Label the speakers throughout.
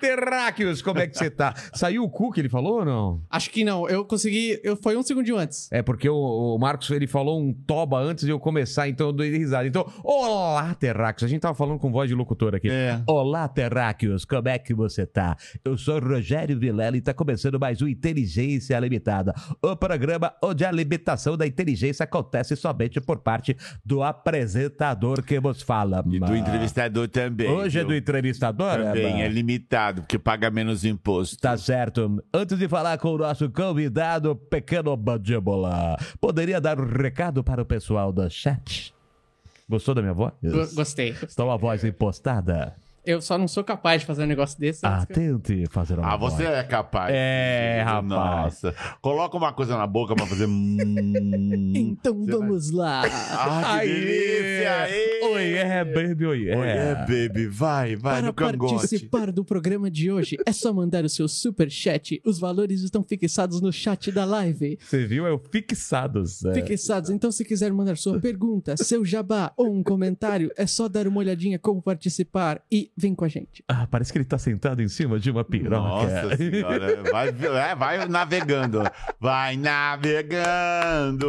Speaker 1: Terráqueos! Como é que você tá? Saiu o cu que ele falou ou não?
Speaker 2: Acho que não. Eu consegui. Eu, foi um segundinho antes.
Speaker 1: É porque o, o Marcos ele falou um toba antes de eu começar, então eu dei risada. Então, olá, Terráqueos! A gente tava falando com voz de locutor aqui.
Speaker 2: É.
Speaker 1: Olá, Terráqueos! Como é que você tá? Eu sou Rogério Vilela e tá começando mais um Inteligência Limitada, o programa onde a limitação da inteligência acontece somente por parte do apresentador que vos fala.
Speaker 3: E do entrevistador também.
Speaker 1: Hoje é do
Speaker 3: viu?
Speaker 1: entrevistador?
Speaker 3: Também
Speaker 1: Eba?
Speaker 3: é limitado, porque paga menos imposto.
Speaker 1: Tá certo. Antes de falar com o nosso convidado, pequeno mandíbula, poderia dar um recado para o pessoal do chat? Gostou da minha voz?
Speaker 2: Go- Gostei.
Speaker 1: Está uma voz impostada?
Speaker 2: Eu só não sou capaz de fazer um negócio desse.
Speaker 1: Ah, tente fazer uma
Speaker 3: Ah, você
Speaker 1: voz.
Speaker 3: é capaz.
Speaker 1: É, rapaz.
Speaker 3: Nossa. Coloca uma coisa na boca pra fazer. hum.
Speaker 2: Então
Speaker 3: Você
Speaker 2: vamos lá.
Speaker 3: ah, que
Speaker 1: Aê!
Speaker 3: delícia! Aê!
Speaker 1: Oi, é, baby, oi, é.
Speaker 3: Oi, é, baby, vai, vai
Speaker 2: Para
Speaker 3: no cangote.
Speaker 2: participar do programa de hoje, é só mandar o seu super chat. Os valores estão fixados no chat da live.
Speaker 1: Você viu? É Eu fixados. é.
Speaker 2: Fixados. Então, se quiser mandar sua pergunta, seu jabá ou um comentário, é só dar uma olhadinha como participar e vem com a gente.
Speaker 1: Ah, parece que ele tá sentado em cima de uma piroca.
Speaker 3: Nossa senhora, vai, é, vai navegando. Vai navegando,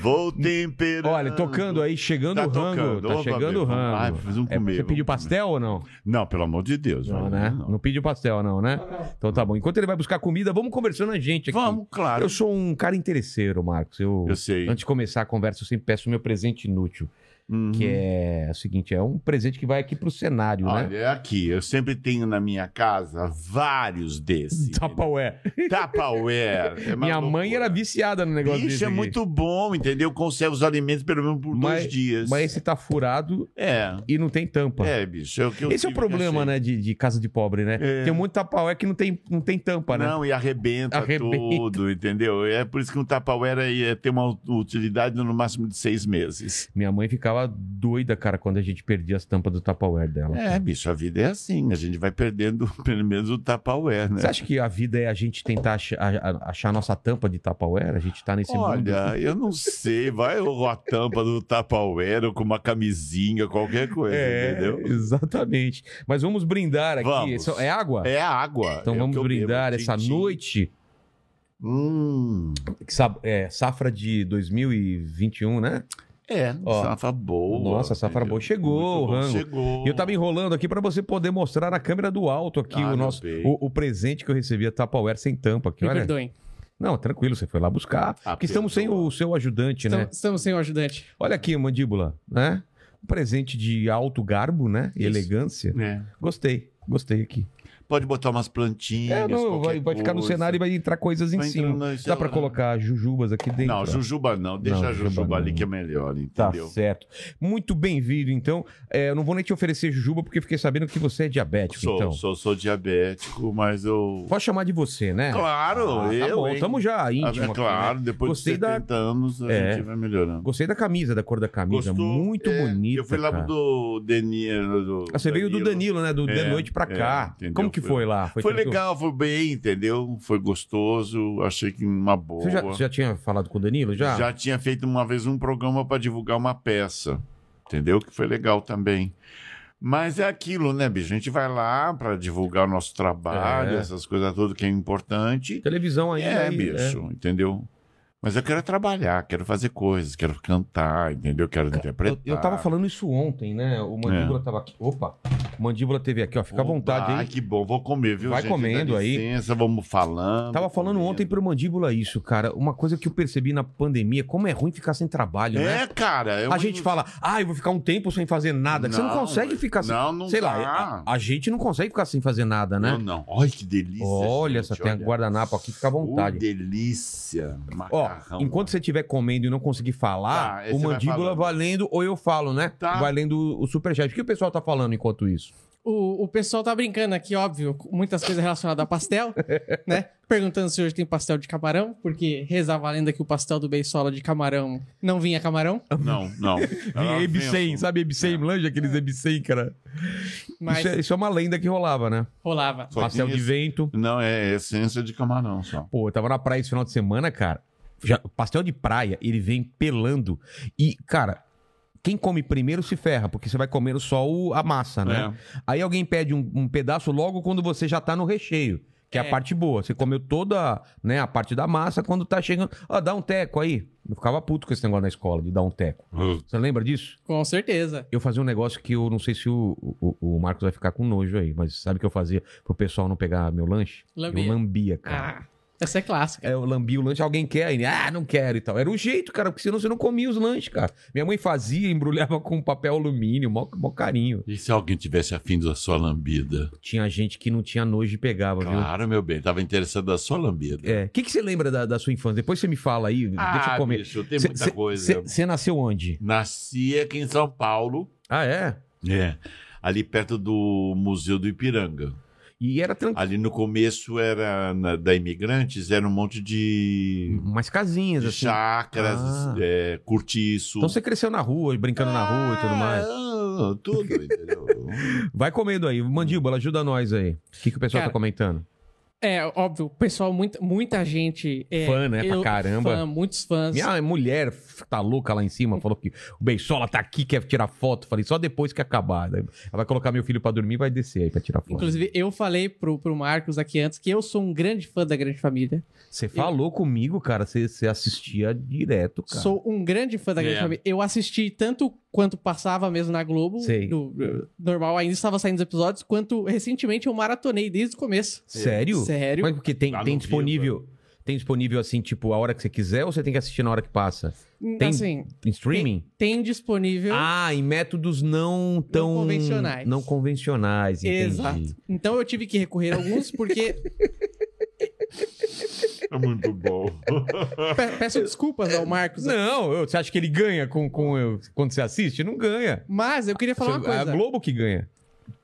Speaker 3: vou temperando.
Speaker 1: Olha, tocando aí, chegando
Speaker 3: Tá
Speaker 1: o rango.
Speaker 3: tocando.
Speaker 1: Tá
Speaker 3: Opa,
Speaker 1: chegando o
Speaker 3: meu, vamos
Speaker 1: rango.
Speaker 3: lá, vamos
Speaker 1: É,
Speaker 3: comer,
Speaker 1: você pediu
Speaker 3: vamos comer.
Speaker 1: pastel ou não?
Speaker 3: Não, pelo amor de Deus.
Speaker 1: Não,
Speaker 3: vai,
Speaker 1: né?
Speaker 3: não.
Speaker 1: Não pediu pastel, não, né? Então tá bom. Enquanto ele vai buscar comida, vamos conversando a gente aqui.
Speaker 3: Vamos, claro.
Speaker 1: Eu sou um cara interesseiro, Marcos. Eu,
Speaker 3: Eu sei.
Speaker 1: Antes de começar a conversa, eu sempre peço o meu presente inútil,
Speaker 3: Uhum.
Speaker 1: que é o seguinte: é um presente que vai aqui pro cenário, né?
Speaker 3: Olha, é aqui, eu sempre tenho na minha casa vários desses.
Speaker 1: Tupperware.
Speaker 3: Tupperware. É uma
Speaker 1: Tá é. Minha mãe
Speaker 3: É loucura.
Speaker 1: era viciada no negócio
Speaker 3: Bicho,
Speaker 1: desse
Speaker 3: é
Speaker 1: aqui.
Speaker 3: muito bom, entendeu? Conserva os alimentos pelo menos por
Speaker 1: Mas-
Speaker 3: dois dias.
Speaker 1: Mas esse tá furado
Speaker 3: É,
Speaker 1: e não tem tampa.
Speaker 3: é, bicho. É o que eu
Speaker 1: esse é o
Speaker 3: tive que
Speaker 1: problema,
Speaker 3: achei.
Speaker 1: né, de, de casa de pobre, né?
Speaker 3: É.
Speaker 1: Tem um monte de tapaué que não tem, não tem tampa, né?
Speaker 3: Não, e arrebenta,
Speaker 1: Arrebenta.
Speaker 3: tudo, entendeu? É por isso que um Tupperware aí é- tem uma utilidade no máximo de seis meses.
Speaker 1: Minha mãe ficava doida, cara, quando a gente perdia as tampas do tapauer dela.
Speaker 3: É, bicho, a vida é assim. A gente vai perdendo pelo menos o Tupperware, né?
Speaker 1: Você acha que a vida é a gente tentar ach- a- a- achar a nossa tampa de Tupperware? A gente tá nesse mundo.
Speaker 3: Olha, eu não sei. Vai ou a tampa do Tupperware ou com uma camisinha, qualquer coisa, entendeu?
Speaker 1: É, exatamente. Mas vamos brindar aqui.
Speaker 3: Vamos.
Speaker 1: Só- É água?
Speaker 3: É água.
Speaker 1: Então
Speaker 3: é o
Speaker 1: vamos
Speaker 3: que eu
Speaker 1: brindar
Speaker 3: bebo,
Speaker 1: essa
Speaker 3: tintim.
Speaker 1: noite,
Speaker 3: Hum.
Speaker 1: que sa- é, safra de 2021, né?
Speaker 3: É,
Speaker 1: Ó.
Speaker 3: safra boa.
Speaker 1: Nossa, safra boa. Chegou,
Speaker 3: Muito bom,
Speaker 1: Rango.
Speaker 3: Chegou.
Speaker 1: E eu tava enrolando aqui pra você poder mostrar na câmera do alto aqui
Speaker 3: Ah,
Speaker 1: o
Speaker 3: meu
Speaker 1: nosso
Speaker 3: bem.
Speaker 1: o, o presente que eu recebi a Tupperware sem tampa aqui,
Speaker 2: Me
Speaker 1: olha.
Speaker 2: perdoem.
Speaker 1: Não, tranquilo, você foi lá buscar.
Speaker 3: Ah,
Speaker 1: porque estamos sem
Speaker 3: perdoa.
Speaker 1: o seu ajudante, né?
Speaker 2: Estamos, estamos sem o ajudante.
Speaker 1: Olha aqui, mandíbula, né? Um presente de alto garbo, né? E
Speaker 2: Isso.
Speaker 1: elegância.
Speaker 3: É.
Speaker 1: Gostei, gostei aqui.
Speaker 3: Pode botar umas plantinhas.
Speaker 1: É, não, vai, vai ficar no cenário e vai entrar coisas em cima. Dá pra colocar jujubas aqui dentro. ó.
Speaker 3: Não, jujuba não. Deixa
Speaker 1: Não,
Speaker 3: a
Speaker 1: jujuba
Speaker 3: jujuba,
Speaker 1: não.
Speaker 3: ali que é melhor,
Speaker 1: Tá
Speaker 3: entendeu?
Speaker 1: certo. Muito bem-vindo, então. É, eu não vou nem te oferecer jujuba porque fiquei sabendo que você é diabético,
Speaker 3: sou,
Speaker 1: então.
Speaker 3: sou, sou diabético, mas eu.
Speaker 1: Posso chamar de você, né?
Speaker 3: Claro,
Speaker 1: Ah, tá
Speaker 3: eu.
Speaker 1: bom,
Speaker 3: hein?
Speaker 1: tamo já
Speaker 3: Ah,
Speaker 1: íntimo.
Speaker 3: é
Speaker 1: aqui,
Speaker 3: claro,
Speaker 1: né?
Speaker 3: depois
Speaker 1: Gostei
Speaker 3: de
Speaker 1: da-
Speaker 3: 70 anos a
Speaker 1: É.
Speaker 3: gente vai melhorando.
Speaker 1: Gostei da camisa, da cor da camisa. Muito
Speaker 3: É,
Speaker 1: bonita.
Speaker 3: Eu fui lá
Speaker 1: cara.
Speaker 3: do Danilo. do
Speaker 1: Ah, Você veio do Danilo, né? Do Da
Speaker 3: É,
Speaker 1: noite pra
Speaker 3: é,
Speaker 1: cá.
Speaker 3: entendeu?
Speaker 1: Como que
Speaker 3: Foi-
Speaker 1: foi lá?
Speaker 3: Foi,
Speaker 1: tranquilo?
Speaker 3: legal, foi bem, entendeu? Foi gostoso, achei que uma boa.
Speaker 1: Você já, você já tinha falado com o Danilo? Já?
Speaker 3: Já tinha feito uma vez um programa para divulgar uma peça, entendeu? Que foi legal também. Mas é aquilo, né, bicho? A gente vai lá para divulgar o nosso trabalho,
Speaker 1: É.
Speaker 3: essas coisas todas que é importante.
Speaker 1: Televisão ainda.
Speaker 3: É,
Speaker 1: aí, né?
Speaker 3: bicho, entendeu? Mas eu quero trabalhar, quero fazer coisas, quero cantar, entendeu? Quero
Speaker 1: É, Eu,
Speaker 3: interpretar.
Speaker 1: eu tava falando isso ontem, né? O Mandíbula tava aqui. Opa! Mandíbula teve aqui, ó. Fica à vontade
Speaker 3: Ai,
Speaker 1: aí.
Speaker 3: que bom. Vou comer, viu,
Speaker 1: Vai
Speaker 3: gente?
Speaker 1: comendo
Speaker 3: Dá
Speaker 1: aí.
Speaker 3: licença, vamos falando.
Speaker 1: Tava falando
Speaker 3: comendo.
Speaker 1: ontem pro Mandíbula isso, cara. Uma coisa que eu percebi na pandemia, como é ruim ficar sem trabalho, né?
Speaker 3: É, cara. é
Speaker 1: A
Speaker 3: uma-
Speaker 1: gente fala, ah, eu vou ficar um tempo sem fazer nada. que você não
Speaker 3: Não,
Speaker 1: consegue ficar sem.
Speaker 3: Não, não
Speaker 1: sei
Speaker 3: dá.
Speaker 1: lá, é a, a gente não consegue ficar sem fazer nada,
Speaker 3: Não,
Speaker 1: né?
Speaker 3: não. Olha que delícia.
Speaker 1: olha,
Speaker 3: gente,
Speaker 1: essa tem a
Speaker 3: olha.
Speaker 1: guardanapo aqui, fica à vontade.
Speaker 3: Uh, delícia.
Speaker 1: Ó,
Speaker 3: Macarrão.
Speaker 1: enquanto você estiver comendo e não conseguir falar,
Speaker 3: Tá, aí
Speaker 1: o
Speaker 3: você vai
Speaker 1: mandíbula
Speaker 3: falando.
Speaker 1: valendo ou eu falo, né?
Speaker 3: Tá.
Speaker 1: Vai lendo o superchat. O que o pessoal tá falando enquanto isso?
Speaker 2: O o, o pessoal tá brincando aqui, óbvio, com muitas coisas relacionadas a pastel, né? Perguntando se hoje tem pastel de camarão, porque rezava a lenda que o pastel do Beisola de camarão não vinha camarão.
Speaker 3: Não, não. Ela
Speaker 1: Vinha Ebicem,
Speaker 3: vem- assim.
Speaker 1: sabe Ebicem? Manja aqueles Ebicem, cara?
Speaker 2: Mas
Speaker 1: Isso, é, isso é uma lenda que rolava, né?
Speaker 2: rolava.
Speaker 3: Só
Speaker 1: Pastel
Speaker 3: tinha
Speaker 1: de
Speaker 3: esse-
Speaker 1: vento.
Speaker 3: Não, é essência de camarão só.
Speaker 1: Pô, eu tava na praia esse final de semana, cara. Já, o pastel de praia, ele vem pelando. E, cara, quem come primeiro se ferra, porque você vai comendo só o- a massa, né? Aí alguém pede um, um pedaço logo quando você já tá no recheio, que é,
Speaker 2: É.
Speaker 1: a parte boa. Você comeu toda né, a parte da massa quando tá chegando. Ó, dá um teco aí. Eu ficava puto com esse negócio na escola de dar um teco.
Speaker 3: É.
Speaker 1: Você lembra disso?
Speaker 2: Com certeza.
Speaker 1: Eu fazia um negócio que eu não sei se o, o, o Marcos vai ficar com nojo aí, mas sabe o que eu fazia pro pessoal não pegar meu lanche?
Speaker 2: Lambia.
Speaker 1: Eu lambia, cara.
Speaker 2: Ah, essa é clássica.
Speaker 1: É, eu lambi o lanche, alguém quer, ele, ah, não quero e tal. Era o jeito, cara, porque senão você não comia os lanches, cara. Minha mãe fazia, embrulhava com papel alumínio, mó, mó carinho.
Speaker 3: E se alguém tivesse afim da sua lambida?
Speaker 1: Tinha gente que não tinha nojo e pegava, viu?
Speaker 3: Claro, meu bem, tava interessado da sua lambida.
Speaker 1: É. O que, que você lembra da, da sua infância? Depois você me fala aí.
Speaker 3: Ah,
Speaker 1: deixa eu comer.
Speaker 3: bicho, tem
Speaker 1: Cê-
Speaker 3: muita
Speaker 1: cê-
Speaker 3: coisa.
Speaker 1: cê- Você nasceu onde?
Speaker 3: Nasci aqui em São Paulo,
Speaker 1: Ah, é?
Speaker 3: é, ali perto do Museu do Ipiranga.
Speaker 1: E era tranquilo.
Speaker 3: Ali no começo era na- da Imigrantes, era um monte de,
Speaker 1: Umas casinhas,
Speaker 3: de
Speaker 1: assim.
Speaker 3: chácaras,
Speaker 1: Ah.
Speaker 3: é, cortiço.
Speaker 1: Então você cresceu na rua, brincando na rua e tudo mais.
Speaker 3: Ah, tudo, entendeu?
Speaker 1: Vai comendo aí. Mandíbula, ajuda nós aí. O que, que o pessoal
Speaker 2: Cara,
Speaker 1: tá comentando?
Speaker 2: É, óbvio, o pessoal, muita, muita gente. É,
Speaker 1: Fã, né, pra caramba.
Speaker 2: Fã, muitos fãs.
Speaker 1: Minha mulher f- tá louca lá em cima, falou que o Beisola tá aqui, quer tirar foto. Falei, só depois que acabar. Daí Ela vai colocar meu filho pra dormir e vai descer aí pra tirar foto.
Speaker 2: Inclusive, eu falei pro, pro Marcos aqui antes que eu sou um grande fã da Grande Família.
Speaker 1: Você falou comigo, cara, você você assistia direto, cara.
Speaker 2: Sou um grande fã da Grande
Speaker 3: É.
Speaker 2: Família. Eu assisti tanto quanto passava mesmo na Globo,
Speaker 1: Sei.
Speaker 2: no- no- normal, ainda estava saindo os episódios, quanto recentemente eu maratonei desde o começo.
Speaker 1: Sério?
Speaker 2: Sério?
Speaker 1: Mas porque tem,
Speaker 3: Lá
Speaker 1: tem
Speaker 3: no
Speaker 1: disponível. Tem disponível assim, tipo, a hora que você quiser ou você tem que assistir na hora que passa? tem-
Speaker 2: Assim,
Speaker 1: Em streaming?
Speaker 2: tem disponível.
Speaker 1: Ah, em métodos não tão.
Speaker 2: convencionais.
Speaker 1: Não convencionais, entendi.
Speaker 2: Exato. Então eu tive que recorrer a alguns, porque
Speaker 3: É muito bom.
Speaker 2: pe- peço desculpas ao Marcos.
Speaker 1: Não, eu- você acha que ele ganha com, com eu- quando você assiste? Não ganha.
Speaker 2: Mas eu queria falar uma
Speaker 1: é a
Speaker 2: coisa.
Speaker 1: Globo que ganha.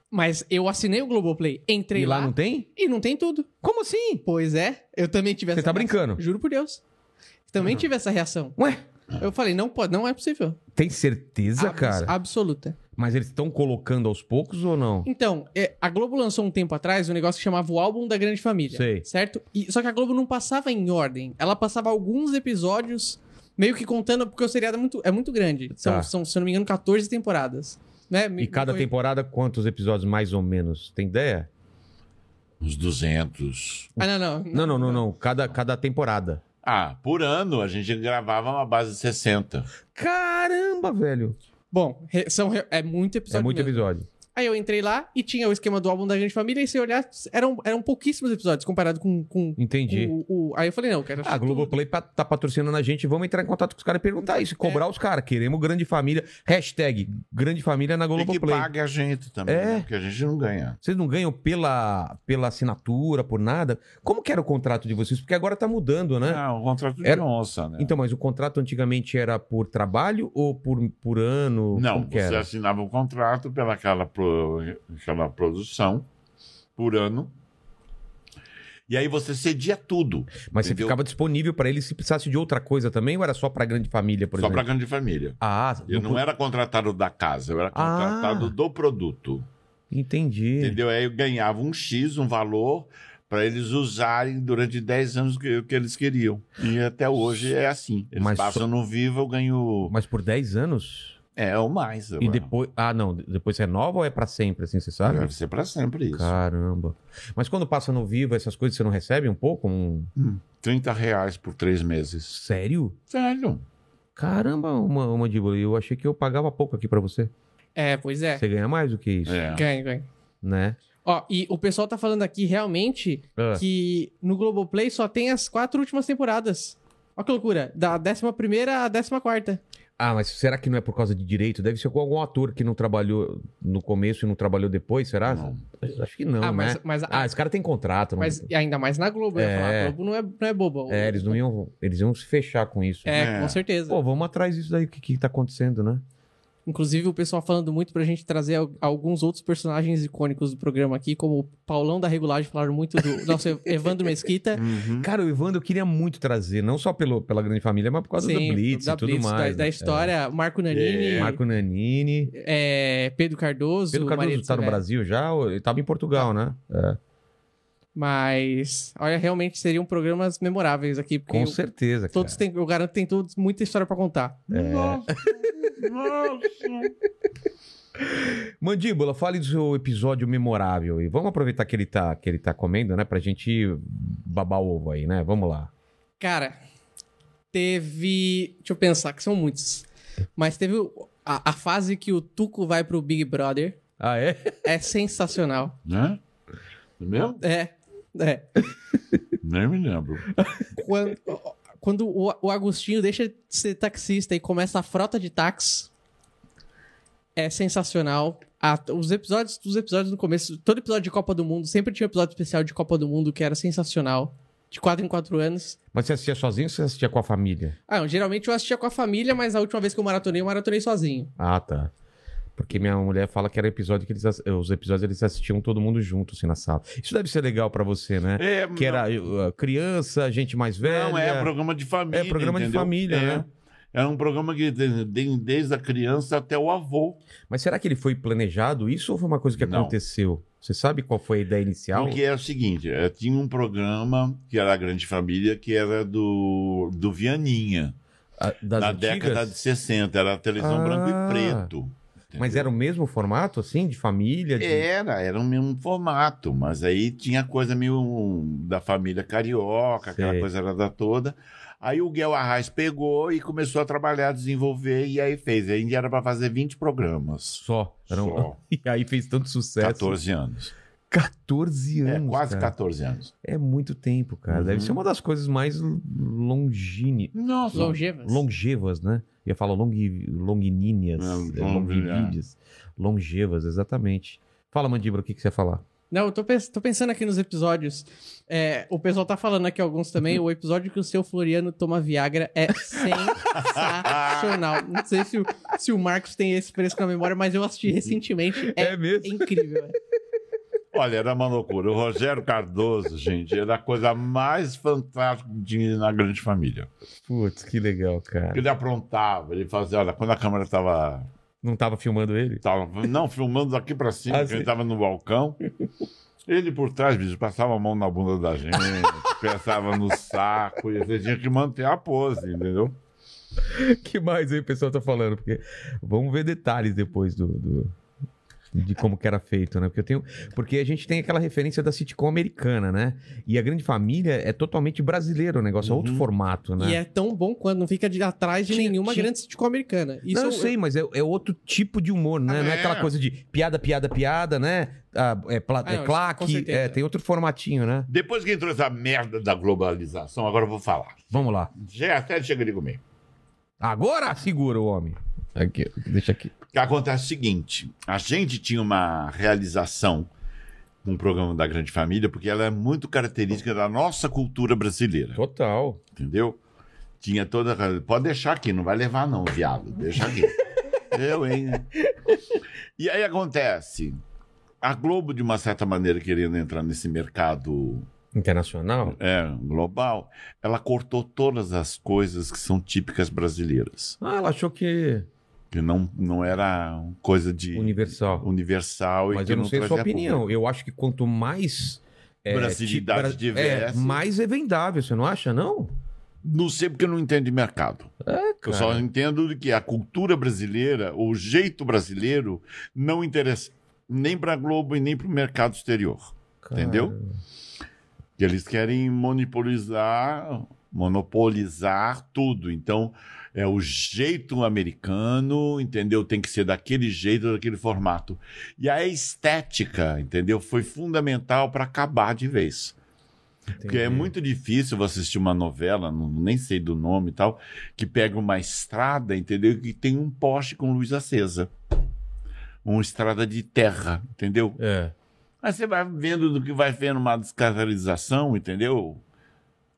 Speaker 2: Mas eu assinei o Globoplay, entrei
Speaker 1: e lá,
Speaker 2: lá,
Speaker 1: não tem?
Speaker 2: e não tem tudo.
Speaker 1: Como assim?
Speaker 2: Pois é, eu também tive
Speaker 1: Você
Speaker 2: essa
Speaker 1: tá brincando? Uhum.
Speaker 2: Juro por Deus. Também tive essa reação.
Speaker 1: Ué,
Speaker 2: Eu falei, não pode, não é possível.
Speaker 1: tem certeza,
Speaker 2: Abs-
Speaker 1: cara?
Speaker 2: Absoluta.
Speaker 1: Mas eles estão colocando aos poucos ou não?
Speaker 2: Então, é, a Globo lançou um tempo atrás um negócio que chamava o álbum da Grande Família.
Speaker 1: Sei.
Speaker 2: Certo? E, só que a Globo não passava em ordem. Ela passava alguns episódios, meio que contando, porque o seriado é muito, é muito grande. São,
Speaker 1: Tá.
Speaker 2: são, se eu não me engano, 14 temporadas. Né? Me-
Speaker 1: E cada
Speaker 2: foi-
Speaker 1: temporada, quantos episódios mais ou menos? Tem ideia?
Speaker 3: Uns 200.
Speaker 2: Ah, não, não.
Speaker 1: Não, não, não, não. Cada, cada temporada.
Speaker 3: Ah, por ano a gente gravava uma base de 60.
Speaker 1: Caramba, velho.
Speaker 2: Bom, re- são, re- é muito episódio.
Speaker 1: é muito
Speaker 2: mesmo.
Speaker 1: episódio.
Speaker 2: Aí eu entrei lá e tinha o esquema do álbum da Grande Família, e se eu olhar, eram, eram pouquíssimos episódios comparado com. com
Speaker 1: Entendi. Ah,
Speaker 2: com o, o- aí eu falei, não, eu quero
Speaker 1: A Globoplay pa- tá patrocinando a gente. Vamos entrar em contato com os caras
Speaker 2: É.
Speaker 1: e perguntar isso. Cobrar os caras. Queremos grande família. Hashtag grande família na
Speaker 3: E que
Speaker 1: Globoplay.
Speaker 3: pague a gente também,
Speaker 1: É.
Speaker 3: né? porque a gente não ganha.
Speaker 1: Vocês não ganham pela, pela assinatura, por nada? Como que era o contrato de vocês? Porque agora tá mudando, né?
Speaker 3: Ah, um contrato de
Speaker 1: Era-
Speaker 3: onça, né?
Speaker 1: Então, mas o contrato antigamente era por trabalho ou por, por ano?
Speaker 3: Não,
Speaker 1: Como que
Speaker 3: você
Speaker 1: era?
Speaker 3: assinava um contrato pela aquela, pro- aquela produção por ano. E aí você cedia tudo,
Speaker 1: Mas você
Speaker 3: entendeu?
Speaker 1: ficava disponível pra ele se precisasse de outra coisa também ou era só pra grande família, por
Speaker 3: só para
Speaker 1: exemplo?
Speaker 3: grande família.
Speaker 1: Ah,
Speaker 3: Eu não era contratado da casa, eu era contratado
Speaker 1: Ah.
Speaker 3: do produto.
Speaker 1: entendi.
Speaker 3: Entendeu? Aí eu ganhava um X, um valor, para eles usarem durante 10 anos o que, o que eles queriam. E até hoje é assim. Eles
Speaker 1: Mas
Speaker 3: passam
Speaker 1: só-
Speaker 3: no vivo, eu ganho.
Speaker 1: Mas por 10 anos?
Speaker 3: É, ou mais. eu-
Speaker 1: E depois. Ah, não. Depois renova ou é pra sempre, assim, você sabe?
Speaker 3: Deve ser para sempre isso.
Speaker 1: Caramba. Mas quando passa no vivo, essas coisas você não recebe um pouco? Um...
Speaker 3: 30 reais por três meses.
Speaker 1: Sério?
Speaker 3: Sério?
Speaker 1: Caramba, uma, uma mandíbula. Eu achei que eu pagava pouco aqui pra você.
Speaker 2: É, pois é.
Speaker 1: Você ganha mais do que isso,
Speaker 3: É.
Speaker 2: Ganha, ganha.
Speaker 1: né?
Speaker 2: Ó, e o pessoal tá falando aqui realmente
Speaker 3: É.
Speaker 1: Ah,
Speaker 2: que no Globoplay só tem as quatro últimas temporadas. Olha que loucura. Da 11 primeira à 14 quarta.
Speaker 1: Ah, mas será que não é por causa de direito? Deve ser com algum ator que não trabalhou no começo e não trabalhou depois, será?
Speaker 3: Não.
Speaker 1: Acho que não,
Speaker 2: ah,
Speaker 1: né?
Speaker 2: mas, mas,
Speaker 1: Ah, esse cara tem contrato. Não...
Speaker 2: mas ainda mais na Globo. eu ia
Speaker 1: É.
Speaker 2: falar, a Globo não é, não é boba.
Speaker 1: É, eles não iam. Eles iam se fechar com isso.
Speaker 2: É,
Speaker 3: É.
Speaker 2: com certeza.
Speaker 1: Pô, vamos atrás disso daí, o que, que tá acontecendo, né?
Speaker 2: Inclusive, o pessoal falando muito pra gente trazer al- alguns outros personagens icônicos do programa aqui, como o Paulão da Regulagem, falaram muito do nosso Ev- Evandro Mesquita.
Speaker 3: Uhum.
Speaker 1: Cara, o Evandro eu queria muito trazer, não só pelo, pela Grande Família, mas por causa do Blitz
Speaker 2: da
Speaker 1: e tudo
Speaker 2: Blitz, da-
Speaker 1: mais.
Speaker 2: Da,
Speaker 1: né?
Speaker 2: história, Marco
Speaker 1: É.
Speaker 2: Nanini,
Speaker 1: Marco Nanini.
Speaker 2: é, Pedro Cardoso.
Speaker 1: Pedro
Speaker 2: Maria Tá.
Speaker 1: Cardoso
Speaker 2: de
Speaker 1: tá no
Speaker 2: Severo.
Speaker 1: Brasil já? Ou Ele tava em Portugal, né? É,
Speaker 2: Mas, olha, realmente seriam programas memoráveis aqui, porque
Speaker 1: com
Speaker 2: eu-
Speaker 1: certeza, cara.
Speaker 2: todos têm, eu garanto que tem todos muita história pra contar.
Speaker 3: Nossa, nossa.
Speaker 1: Mandíbula, fale do seu episódio memorável. E vamos aproveitar que ele tá, que ele tá comendo, né? Pra gente babar o ovo aí, né? Vamos lá.
Speaker 2: Cara, teve. Deixa eu pensar, que são muitos. Mas teve o- a, a fase que o Tuco vai pro Big Brother.
Speaker 1: Ah, é?
Speaker 2: É sensacional.
Speaker 3: Né? Entendeu?
Speaker 2: É. É.
Speaker 3: Nem me lembro.
Speaker 2: Quando, quando o, o Agostinho deixa de ser taxista e começa a frota de táxi. É sensacional. A- os episódios dos episódios no começo, todo episódio de Copa do Mundo, sempre tinha um episódio especial de Copa do Mundo que era sensacional. De 4 em 4 anos.
Speaker 1: Mas você assistia sozinho ou você assistia com a família?
Speaker 2: Ah, não, geralmente eu assistia com a família, mas a última vez que eu maratonei, eu maratonei sozinho.
Speaker 1: Ah, tá. Porque minha mulher fala que era episódio que eles ass- os episódios eles assistiam todo mundo junto assim na sala. Isso deve ser legal pra você, né?
Speaker 3: É,
Speaker 1: Que era uh, criança, gente mais velha.
Speaker 3: Não, é programa de família.
Speaker 1: É programa de
Speaker 3: entendeu?
Speaker 1: família,
Speaker 3: é.
Speaker 1: né?
Speaker 3: É um programa que tem- tem desde a criança até o avô.
Speaker 1: Mas será que ele foi planejado isso ou foi uma coisa que
Speaker 3: Não.
Speaker 1: aconteceu? Você sabe qual foi a ideia inicial?
Speaker 3: Porque é o seguinte: é, tinha um programa que era a grande família, que era do, do Vianinha,
Speaker 1: A- das
Speaker 3: na
Speaker 1: antigas?
Speaker 3: década de 60. Era a televisão
Speaker 1: Ah.
Speaker 3: branco e preto. entendeu?
Speaker 1: Mas era o mesmo formato, assim, de família? de-
Speaker 3: Era, era o mesmo formato, mas aí tinha coisa meio um, da família carioca, aquela
Speaker 1: Sei.
Speaker 3: coisa era toda. Aí o Guel Arraes pegou e começou a trabalhar, desenvolver, e aí fez. Aí era para fazer 20 programas.
Speaker 1: Só. Era um-
Speaker 3: Só.
Speaker 1: E aí fez tanto sucesso.
Speaker 3: 14 anos.
Speaker 1: 14 anos.
Speaker 3: É, quase
Speaker 1: cara.
Speaker 3: 14 anos.
Speaker 1: É muito tempo, cara. Deve
Speaker 3: Uhum.
Speaker 1: ser uma das coisas mais longine...
Speaker 3: Nossa.
Speaker 2: Longevas.
Speaker 1: longevas, né? Eu ia falar long... longuininhas.
Speaker 3: É,
Speaker 1: é,
Speaker 3: long-
Speaker 1: longivides. Longevas, exatamente. Fala, Mandíbula, o que, que você ia falar?
Speaker 2: Não, eu tô, pens- tô pensando aqui nos episódios. É, o pessoal tá falando aqui alguns também. o episódio que o seu Floriano toma Viagra é sensacional. Não sei se o, se o Marcos tem esse fresco na memória, mas eu assisti recentemente. É,
Speaker 1: mesmo? Né?
Speaker 2: incrível.
Speaker 3: Olha, era uma loucura. O Rogério Cardoso, gente, era a coisa mais fantástica que tinha na grande família.
Speaker 1: Putz, que legal, cara.
Speaker 3: Ele aprontava, ele fazia, olha, quando a câmera estava
Speaker 1: Não tava filmando ele?
Speaker 3: Tava, não, filmando daqui pra cima,
Speaker 1: Ah,
Speaker 3: porque ele
Speaker 1: sim.
Speaker 3: tava no balcão. Ele por trás, bicho, passava a mão na bunda da gente, pensava no saco, e você tinha que manter a pose, entendeu?
Speaker 1: que mais aí o pessoal tá falando? Porque vamos ver detalhes depois do, do- de como que era feito, né? Porque eu tenho, porque a gente tem aquela referência da sitcom americana, né? E a Grande Família é totalmente brasileiro, o negócio é outro
Speaker 3: Uhum.
Speaker 1: formato, né?
Speaker 2: E é tão bom quando não fica de- atrás de
Speaker 1: Tinha-
Speaker 2: nenhuma
Speaker 1: tinha-
Speaker 2: grande sitcom americana. Isso
Speaker 1: Não, eu sei, mas é, é outro tipo de humor, né?
Speaker 3: Ah,
Speaker 1: Não é
Speaker 3: é.
Speaker 1: aquela coisa de piada, piada, piada, né? Ah, é, pla-
Speaker 2: Ah,
Speaker 1: é
Speaker 2: não, com
Speaker 1: claque,
Speaker 2: certeza.
Speaker 1: é, tem outro formatinho, né?
Speaker 3: Depois que entrou essa merda da globalização, agora eu vou falar.
Speaker 1: Vamos lá.
Speaker 3: Já até chega de comer.
Speaker 1: Agora segura o homem. Aqui, deixa aqui.
Speaker 3: O que acontece é o seguinte: a gente tinha uma realização com o programa da Grande Família, porque ela é muito característica da nossa cultura brasileira.
Speaker 1: Total.
Speaker 3: entendeu? Tinha toda. a- Pode deixar aqui, não vai levar, não, viado. Deixa aqui. Eu, hein? E aí acontece. A Globo, de uma certa maneira, querendo entrar nesse mercado
Speaker 1: Internacional?
Speaker 3: é, global, ela cortou todas as coisas que são típicas brasileiras.
Speaker 1: Ah, ela achou que
Speaker 3: Que não, não era coisa de
Speaker 1: universal.
Speaker 3: universal e
Speaker 1: Mas
Speaker 3: que
Speaker 1: eu não sei a sua
Speaker 3: trazia
Speaker 1: opinião.
Speaker 3: público.
Speaker 1: Eu acho que quanto mais. é,
Speaker 3: Brasilidade
Speaker 1: bra-
Speaker 3: diversa.
Speaker 1: É, mais é vendável, você não acha, não?
Speaker 3: Não sei porque eu não entendo de mercado.
Speaker 1: É,
Speaker 3: Eu só entendo de que a cultura brasileira, o jeito brasileiro, não interessa nem para a Globo e nem para o mercado exterior.
Speaker 1: Cara,
Speaker 3: entendeu? E eles querem monopolizar, monopolizar tudo. Então, é o jeito americano, entendeu? Tem que ser daquele jeito, daquele formato. E a estética, entendeu? Foi fundamental para acabar de vez. Porque é
Speaker 1: entendi.
Speaker 3: muito difícil você assistir uma novela, não, nem sei do nome e tal, que pega uma estrada, entendeu? Que tem um poste com luz acesa. Uma estrada de terra, entendeu?
Speaker 1: É.
Speaker 3: Aí você vai vendo do que vai vendo uma descaracterização, entendeu?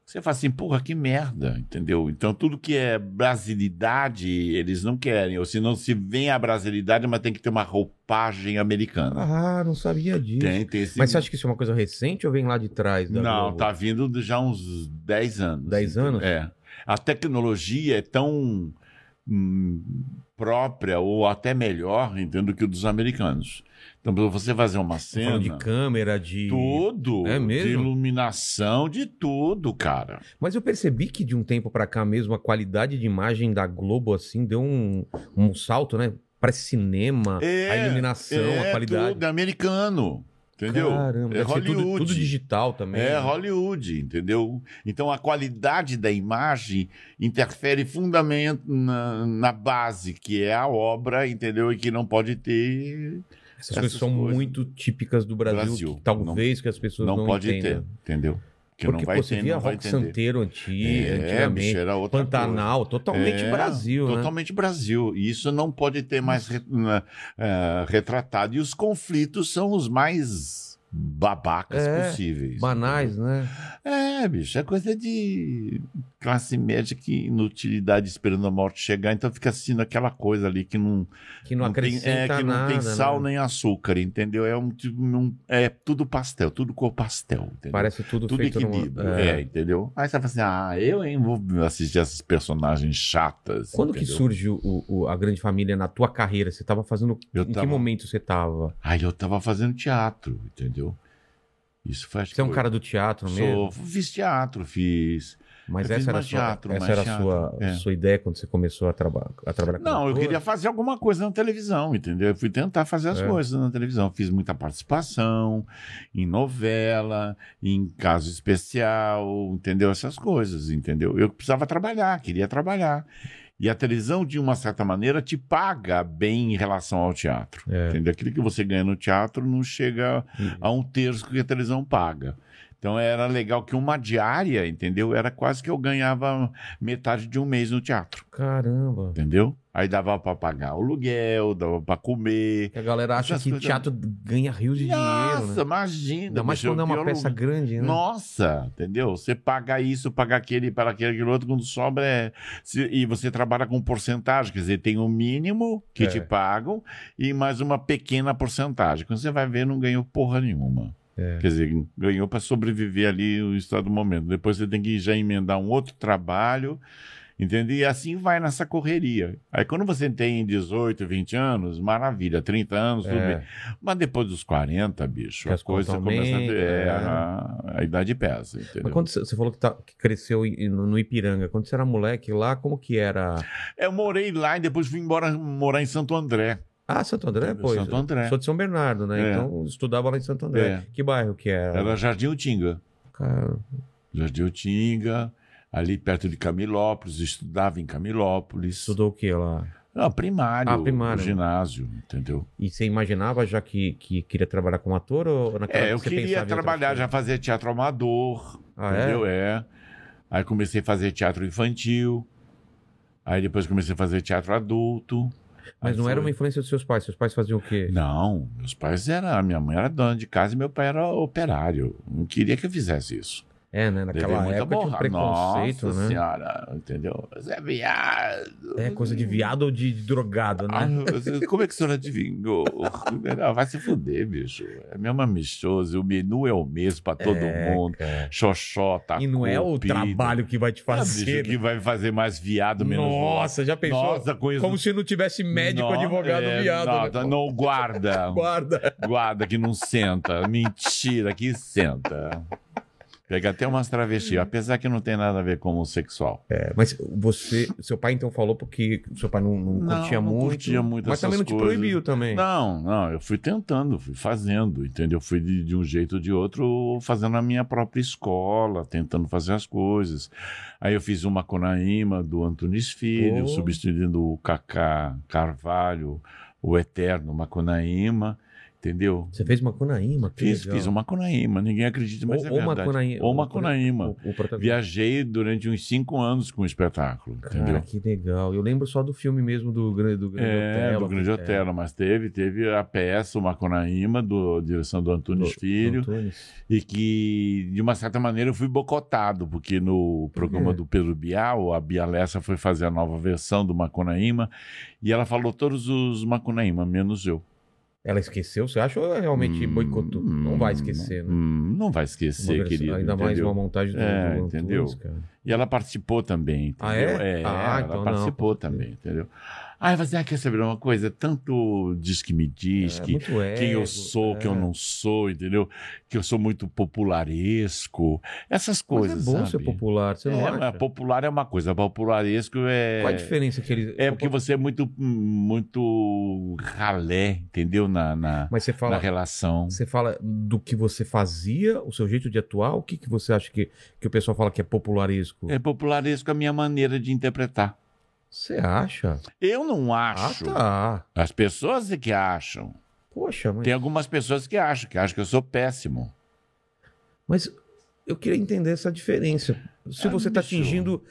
Speaker 3: Você fala assim, porra, que merda, entendeu? Então, tudo que é brasilidade, eles não querem. Ou se não se vem a brasilidade, mas tem que ter uma roupagem americana.
Speaker 1: Ah, não sabia disso.
Speaker 3: Tem, tem esse...
Speaker 1: Mas você acha que isso é uma coisa recente ou vem lá de trás? da
Speaker 3: Não,
Speaker 1: Globo?
Speaker 3: tá vindo de já uns 10 anos.
Speaker 1: 10 anos?
Speaker 3: É. A tecnologia é tão hum, própria ou até melhor, entendo, que o dos americanos. Então, pra você fazer uma cena,
Speaker 1: Falando de câmera, de.
Speaker 3: tudo,
Speaker 1: É mesmo?
Speaker 3: de iluminação, de tudo, cara.
Speaker 1: Mas eu percebi que de um tempo pra cá mesmo a qualidade de imagem da Globo assim deu um, um salto, né? Parece cinema,
Speaker 3: É,
Speaker 1: a iluminação,
Speaker 3: é
Speaker 1: a qualidade.
Speaker 3: tudo americano, entendeu?
Speaker 1: Caramba,
Speaker 3: é
Speaker 1: deve ser tudo,
Speaker 3: Hollywood.
Speaker 1: tudo digital também.
Speaker 3: É
Speaker 1: né?
Speaker 3: Hollywood, entendeu? Então a qualidade da imagem interfere fundamento na, na base, que é a obra, entendeu? E que não pode ter.
Speaker 1: Essas coisas
Speaker 3: essas
Speaker 1: são
Speaker 3: coisas.
Speaker 1: muito típicas do Brasil,
Speaker 3: Brasil,
Speaker 1: que talvez que as pessoas
Speaker 3: Não,
Speaker 1: não,
Speaker 3: pode
Speaker 1: entendam.
Speaker 3: ter, entendeu? Que
Speaker 1: Porque
Speaker 3: não vai
Speaker 1: pô, você
Speaker 3: ter,
Speaker 1: via
Speaker 3: não vai
Speaker 1: rock
Speaker 3: entender.
Speaker 1: santeiro antigo,
Speaker 3: É,
Speaker 1: antigamente,
Speaker 3: bicho, era outra coisa.
Speaker 1: Pantanal, totalmente
Speaker 3: É,
Speaker 1: Brasil, né?
Speaker 3: Totalmente Brasil. E isso não pode ter mais re- na- eh, retratado. E os conflitos são os mais babacas
Speaker 1: É,
Speaker 3: possíveis.
Speaker 1: Banais, né?
Speaker 3: É, bicho, é coisa de classe média que inutilidade esperando a morte chegar, então fica assistindo aquela coisa ali que não,
Speaker 1: Que não,
Speaker 3: tem,
Speaker 1: acrescenta
Speaker 3: é, que não
Speaker 1: nada,
Speaker 3: tem sal
Speaker 1: né?
Speaker 3: nem açúcar, entendeu? É um tipo, um- é tudo pastel, tudo cor pastel, entendeu?
Speaker 1: Parece tudo,
Speaker 3: tudo
Speaker 1: feito numa-
Speaker 3: equilíbrio,
Speaker 1: É.
Speaker 3: é. entendeu? Aí você fala assim, ah, eu hein, vou assistir essas personagens chatas.
Speaker 1: Quando que
Speaker 3: entendeu?
Speaker 1: surge o, o- a grande família na tua carreira? Você tava fazendo.
Speaker 3: Eu
Speaker 1: em
Speaker 3: tava-
Speaker 1: que momento você tava?
Speaker 3: Aí eu tava fazendo teatro, entendeu? Isso faz.
Speaker 1: Você é um cara do teatro mesmo?
Speaker 3: Sou, fiz teatro, fiz.
Speaker 1: Mas
Speaker 3: eu fiz
Speaker 1: essa era a
Speaker 3: mais
Speaker 1: sua,
Speaker 3: teatro,
Speaker 1: essa
Speaker 3: mais
Speaker 1: era a
Speaker 3: teatro,
Speaker 1: sua,
Speaker 3: é.
Speaker 1: sua ideia quando você começou a, traba a trabalhar como
Speaker 3: Não, eu
Speaker 1: ator?
Speaker 3: queria fazer alguma coisa na televisão, entendeu? Eu fui tentar fazer as
Speaker 1: É.
Speaker 3: coisas na televisão. Fiz muita participação em novela, em caso especial, entendeu? Essas coisas, entendeu? Eu precisava trabalhar, queria trabalhar. E a televisão, de uma certa maneira, te paga bem em relação ao teatro.
Speaker 1: É.
Speaker 3: Entendeu? Aquilo que você ganha no teatro não chega a um terço que a televisão paga. Então era legal que uma diária, entendeu? Era quase que eu ganhava metade de um mês no teatro.
Speaker 1: Caramba.
Speaker 3: Entendeu? Aí dava pra pagar o aluguel, dava pra comer.
Speaker 1: Que a galera acha
Speaker 3: Essas
Speaker 1: que
Speaker 3: coisas-
Speaker 1: teatro ganha rios de dinheiro.
Speaker 3: Nossa,
Speaker 1: Né?
Speaker 3: imagina.
Speaker 1: Ainda mais
Speaker 3: bicho,
Speaker 1: quando é uma
Speaker 3: pior
Speaker 1: peça
Speaker 3: lugar.
Speaker 1: grande, né?
Speaker 3: Nossa, entendeu? Você paga isso, paga aquele, paga aquele, aquele outro, quando sobra é... se- E você trabalha com porcentagem, quer dizer, tem o mínimo que
Speaker 1: É.
Speaker 3: te pagam e mais uma pequena porcentagem. Quando você vai ver, não ganhou porra nenhuma.
Speaker 1: É.
Speaker 3: Quer dizer, ganhou para sobreviver ali o estado do momento. Depois você tem que já emendar um outro trabalho, entende? E assim vai nessa correria. Aí quando você tem 18, 20 anos, maravilha, 30 anos, tudo
Speaker 1: É.
Speaker 3: bem. Mas depois dos 40, bicho,
Speaker 1: Que
Speaker 3: a
Speaker 1: as
Speaker 3: coisa
Speaker 1: contas
Speaker 3: começa a...
Speaker 1: aumentam,
Speaker 3: É,
Speaker 1: é.
Speaker 3: a, a idade pesa, entendeu?
Speaker 1: Mas quando você você falou que, tá- que cresceu em- no, no Ipiranga, quando você era moleque lá, como que era?
Speaker 3: Eu morei lá e depois fui embora morar em Santo André.
Speaker 1: Ah, Santo André,
Speaker 3: Entendeu?
Speaker 1: pô.
Speaker 3: Santo André.
Speaker 1: Sou de São Bernardo, né?
Speaker 3: É.
Speaker 1: Então estudava lá em Santo André. Que bairro que era?
Speaker 3: Era Jardim Utinga.
Speaker 1: Cara,
Speaker 3: Jardim Utinga, ali perto de Camilópolis, estudava em Camilópolis.
Speaker 1: estudou o que lá?
Speaker 3: Não, primário,
Speaker 1: Ah, primário.
Speaker 3: o ginásio, entendeu?
Speaker 1: E você imaginava já que, que queria trabalhar como ator ou naquela
Speaker 3: É, eu
Speaker 1: época Então, você
Speaker 3: queria
Speaker 1: pensava em outras
Speaker 3: trabalhar,
Speaker 1: coisas?
Speaker 3: já fazia teatro amador,
Speaker 1: Ah, é?
Speaker 3: entendeu? É. Aí comecei a fazer teatro infantil, aí depois comecei a fazer teatro adulto.
Speaker 1: Mas
Speaker 3: Aí
Speaker 1: não era uma
Speaker 3: foi-
Speaker 1: influência dos seus pais. Seus pais faziam o quê?
Speaker 3: Não, meus pais eram, minha mãe era dona de casa e meu pai era operário. Não queria que eu fizesse isso.
Speaker 1: É, né?
Speaker 3: Levei
Speaker 1: Naquela
Speaker 3: muita
Speaker 1: época tinha um
Speaker 3: borra-
Speaker 1: preconceito,
Speaker 3: Nossa
Speaker 1: né?
Speaker 3: senhora, entendeu? Você é viado.
Speaker 1: É coisa de viado ou de, de drogado, né?
Speaker 3: Ah, você- como é que a senhora adivinhou? Não, vai se fuder, bicho. É a mesma amistosa, o menu é o mesmo pra todo
Speaker 1: É,
Speaker 3: mundo.
Speaker 1: cara.
Speaker 3: Xoxota,
Speaker 1: E não é o
Speaker 3: cupido.
Speaker 1: trabalho que vai te
Speaker 3: Ah, bicho,
Speaker 1: fazer. né?
Speaker 3: que vai fazer mais viado, menos
Speaker 1: Nossa, já pensou?
Speaker 3: Nossa, coisa...
Speaker 1: Como se não tivesse médico,
Speaker 3: Nossa,
Speaker 1: advogado,
Speaker 3: é,
Speaker 1: viado.
Speaker 3: nota,
Speaker 1: né?
Speaker 3: Não, guarda.
Speaker 1: Guarda.
Speaker 3: guarda que não senta. Mentira, que senta. Pega até umas travestis, apesar que não tem nada a ver com homossexual.
Speaker 1: É, mas você, seu pai então falou porque seu pai não, não
Speaker 3: Não,
Speaker 1: curtia
Speaker 3: não
Speaker 1: muito.
Speaker 3: curtia muito
Speaker 1: mas
Speaker 3: essas
Speaker 1: também não te
Speaker 3: coisas.
Speaker 1: proibiu também.
Speaker 3: Não, não, eu fui tentando, fui fazendo, entendeu? Fui de, de um jeito ou de outro, fazendo a minha própria escola, tentando fazer as coisas. Aí eu fiz uma Conaíma do Antunes Filho,
Speaker 1: Oh.
Speaker 3: substituindo o Cacá Carvalho, o Eterno Macunaíma. Entendeu?
Speaker 1: Você fez Macunaíma? que
Speaker 3: Fiz,
Speaker 1: legal.
Speaker 3: fiz o Macunaíma, ninguém acredita, mas é
Speaker 1: ou, ou
Speaker 3: verdade.
Speaker 1: Macunaíma.
Speaker 3: Ou Macunaíma.
Speaker 1: O, o protagonista.
Speaker 3: Viajei durante uns cinco anos com o espetáculo,
Speaker 1: Tá Cara,
Speaker 3: entendeu?
Speaker 1: que legal. Eu lembro só do filme mesmo do Grande, do grande
Speaker 3: É,
Speaker 1: Otelo.
Speaker 3: do Grande
Speaker 1: é,
Speaker 3: Otelo, mas teve, teve a peça, o Macunaíma, do direção do Antunes
Speaker 1: do-
Speaker 3: Filho,
Speaker 1: do Antunes.
Speaker 3: e que, de uma certa maneira, eu fui bocotado, porque no programa
Speaker 1: quê?
Speaker 3: do Pedro Bial, a Bia Lessa foi fazer a nova versão do Macunaíma, e ela falou todos os Macunaíma, menos eu.
Speaker 1: Ela esqueceu, você acha? Ou realmente
Speaker 3: Hum,
Speaker 1: boicotou? Não vai esquecer, né?
Speaker 3: hum, não vai
Speaker 1: Uma
Speaker 3: esquecer,
Speaker 1: versão-
Speaker 3: querido.
Speaker 1: Ainda mais
Speaker 3: entendeu?
Speaker 1: uma montagem do,
Speaker 3: É,
Speaker 1: do Antunes,
Speaker 3: entendeu?
Speaker 1: cara.
Speaker 3: E ela participou também, entendeu?
Speaker 1: Ah, é? Ah,
Speaker 3: ela
Speaker 1: então não,
Speaker 3: participou
Speaker 1: com certeza.
Speaker 3: também, entendeu? Ah, mas ah, quer saber uma coisa? Tanto diz que me diz,
Speaker 1: É,
Speaker 3: que
Speaker 1: muito ego,
Speaker 3: quem eu sou,
Speaker 1: é.
Speaker 3: que eu não sou, entendeu? Que eu sou muito popularesco, essas
Speaker 1: Mas
Speaker 3: coisas,
Speaker 1: é bom
Speaker 3: sabe?
Speaker 1: ser popular, você não
Speaker 3: É,
Speaker 1: acha?
Speaker 3: mas popular é uma coisa, popularesco é...
Speaker 1: Qual a diferença que ele...
Speaker 3: É porque você é muito, muito ralé, entendeu? Na, na,
Speaker 1: Mas você
Speaker 3: na
Speaker 1: fala...
Speaker 3: relação.
Speaker 1: Você fala do que você fazia, o seu jeito de atuar, o que, que você acha que, que o pessoal fala que é popularesco?
Speaker 3: É popularesco a minha maneira de interpretar.
Speaker 1: Você acha?
Speaker 3: Eu não acho.
Speaker 1: Ah, tá.
Speaker 3: As pessoas é que acham.
Speaker 1: Poxa, mas...
Speaker 3: Tem algumas pessoas que acham, que acham que eu sou péssimo.
Speaker 1: Mas eu queria entender essa diferença. Se
Speaker 3: Ah,
Speaker 1: você está
Speaker 3: bicho.
Speaker 1: atingindo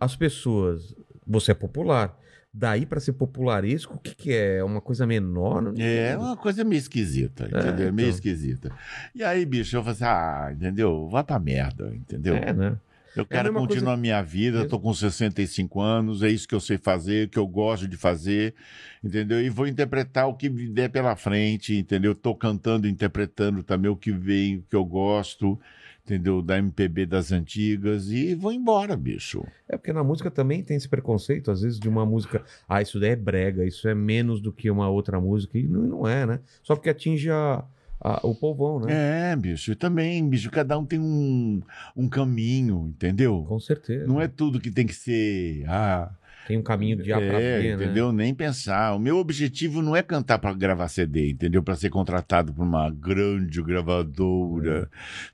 Speaker 1: as pessoas, você é popular. Daí para ser popularesco, o que, que é? É Uma coisa menor? Não
Speaker 3: É
Speaker 1: entendo.
Speaker 3: uma coisa meio esquisita, entendeu? É Meio
Speaker 1: então.
Speaker 3: esquisita. E aí, bicho, eu falei assim, ah, entendeu? Vá pra merda, entendeu?
Speaker 1: É, né?
Speaker 3: eu quero
Speaker 1: mesma
Speaker 3: continuar
Speaker 1: coisa-
Speaker 3: a minha vida, eu tô com 65 anos, é isso que eu sei fazer, que eu gosto de fazer, entendeu? E vou interpretar o que me der pela frente, entendeu? Tô cantando, interpretando também o que vem, o que eu gosto, entendeu? Da MPB das antigas e vou embora, bicho.
Speaker 1: É porque na música também tem esse preconceito, às vezes, de uma música. Ah, isso daí é brega, isso é menos do que uma outra música. E não, não é, né? Só porque atinge a- a- o povão, né?
Speaker 3: É, bicho, e também, bicho, cada um tem um, um caminho, entendeu?
Speaker 1: Com certeza.
Speaker 3: Não é tudo que tem que ser. Ah,
Speaker 1: Tem um caminho de A pra B,
Speaker 3: é,
Speaker 1: né?
Speaker 3: entendeu? Nem pensar. O meu objetivo não é cantar para gravar CD, entendeu? Para ser contratado por uma grande gravadora,
Speaker 1: Uhum.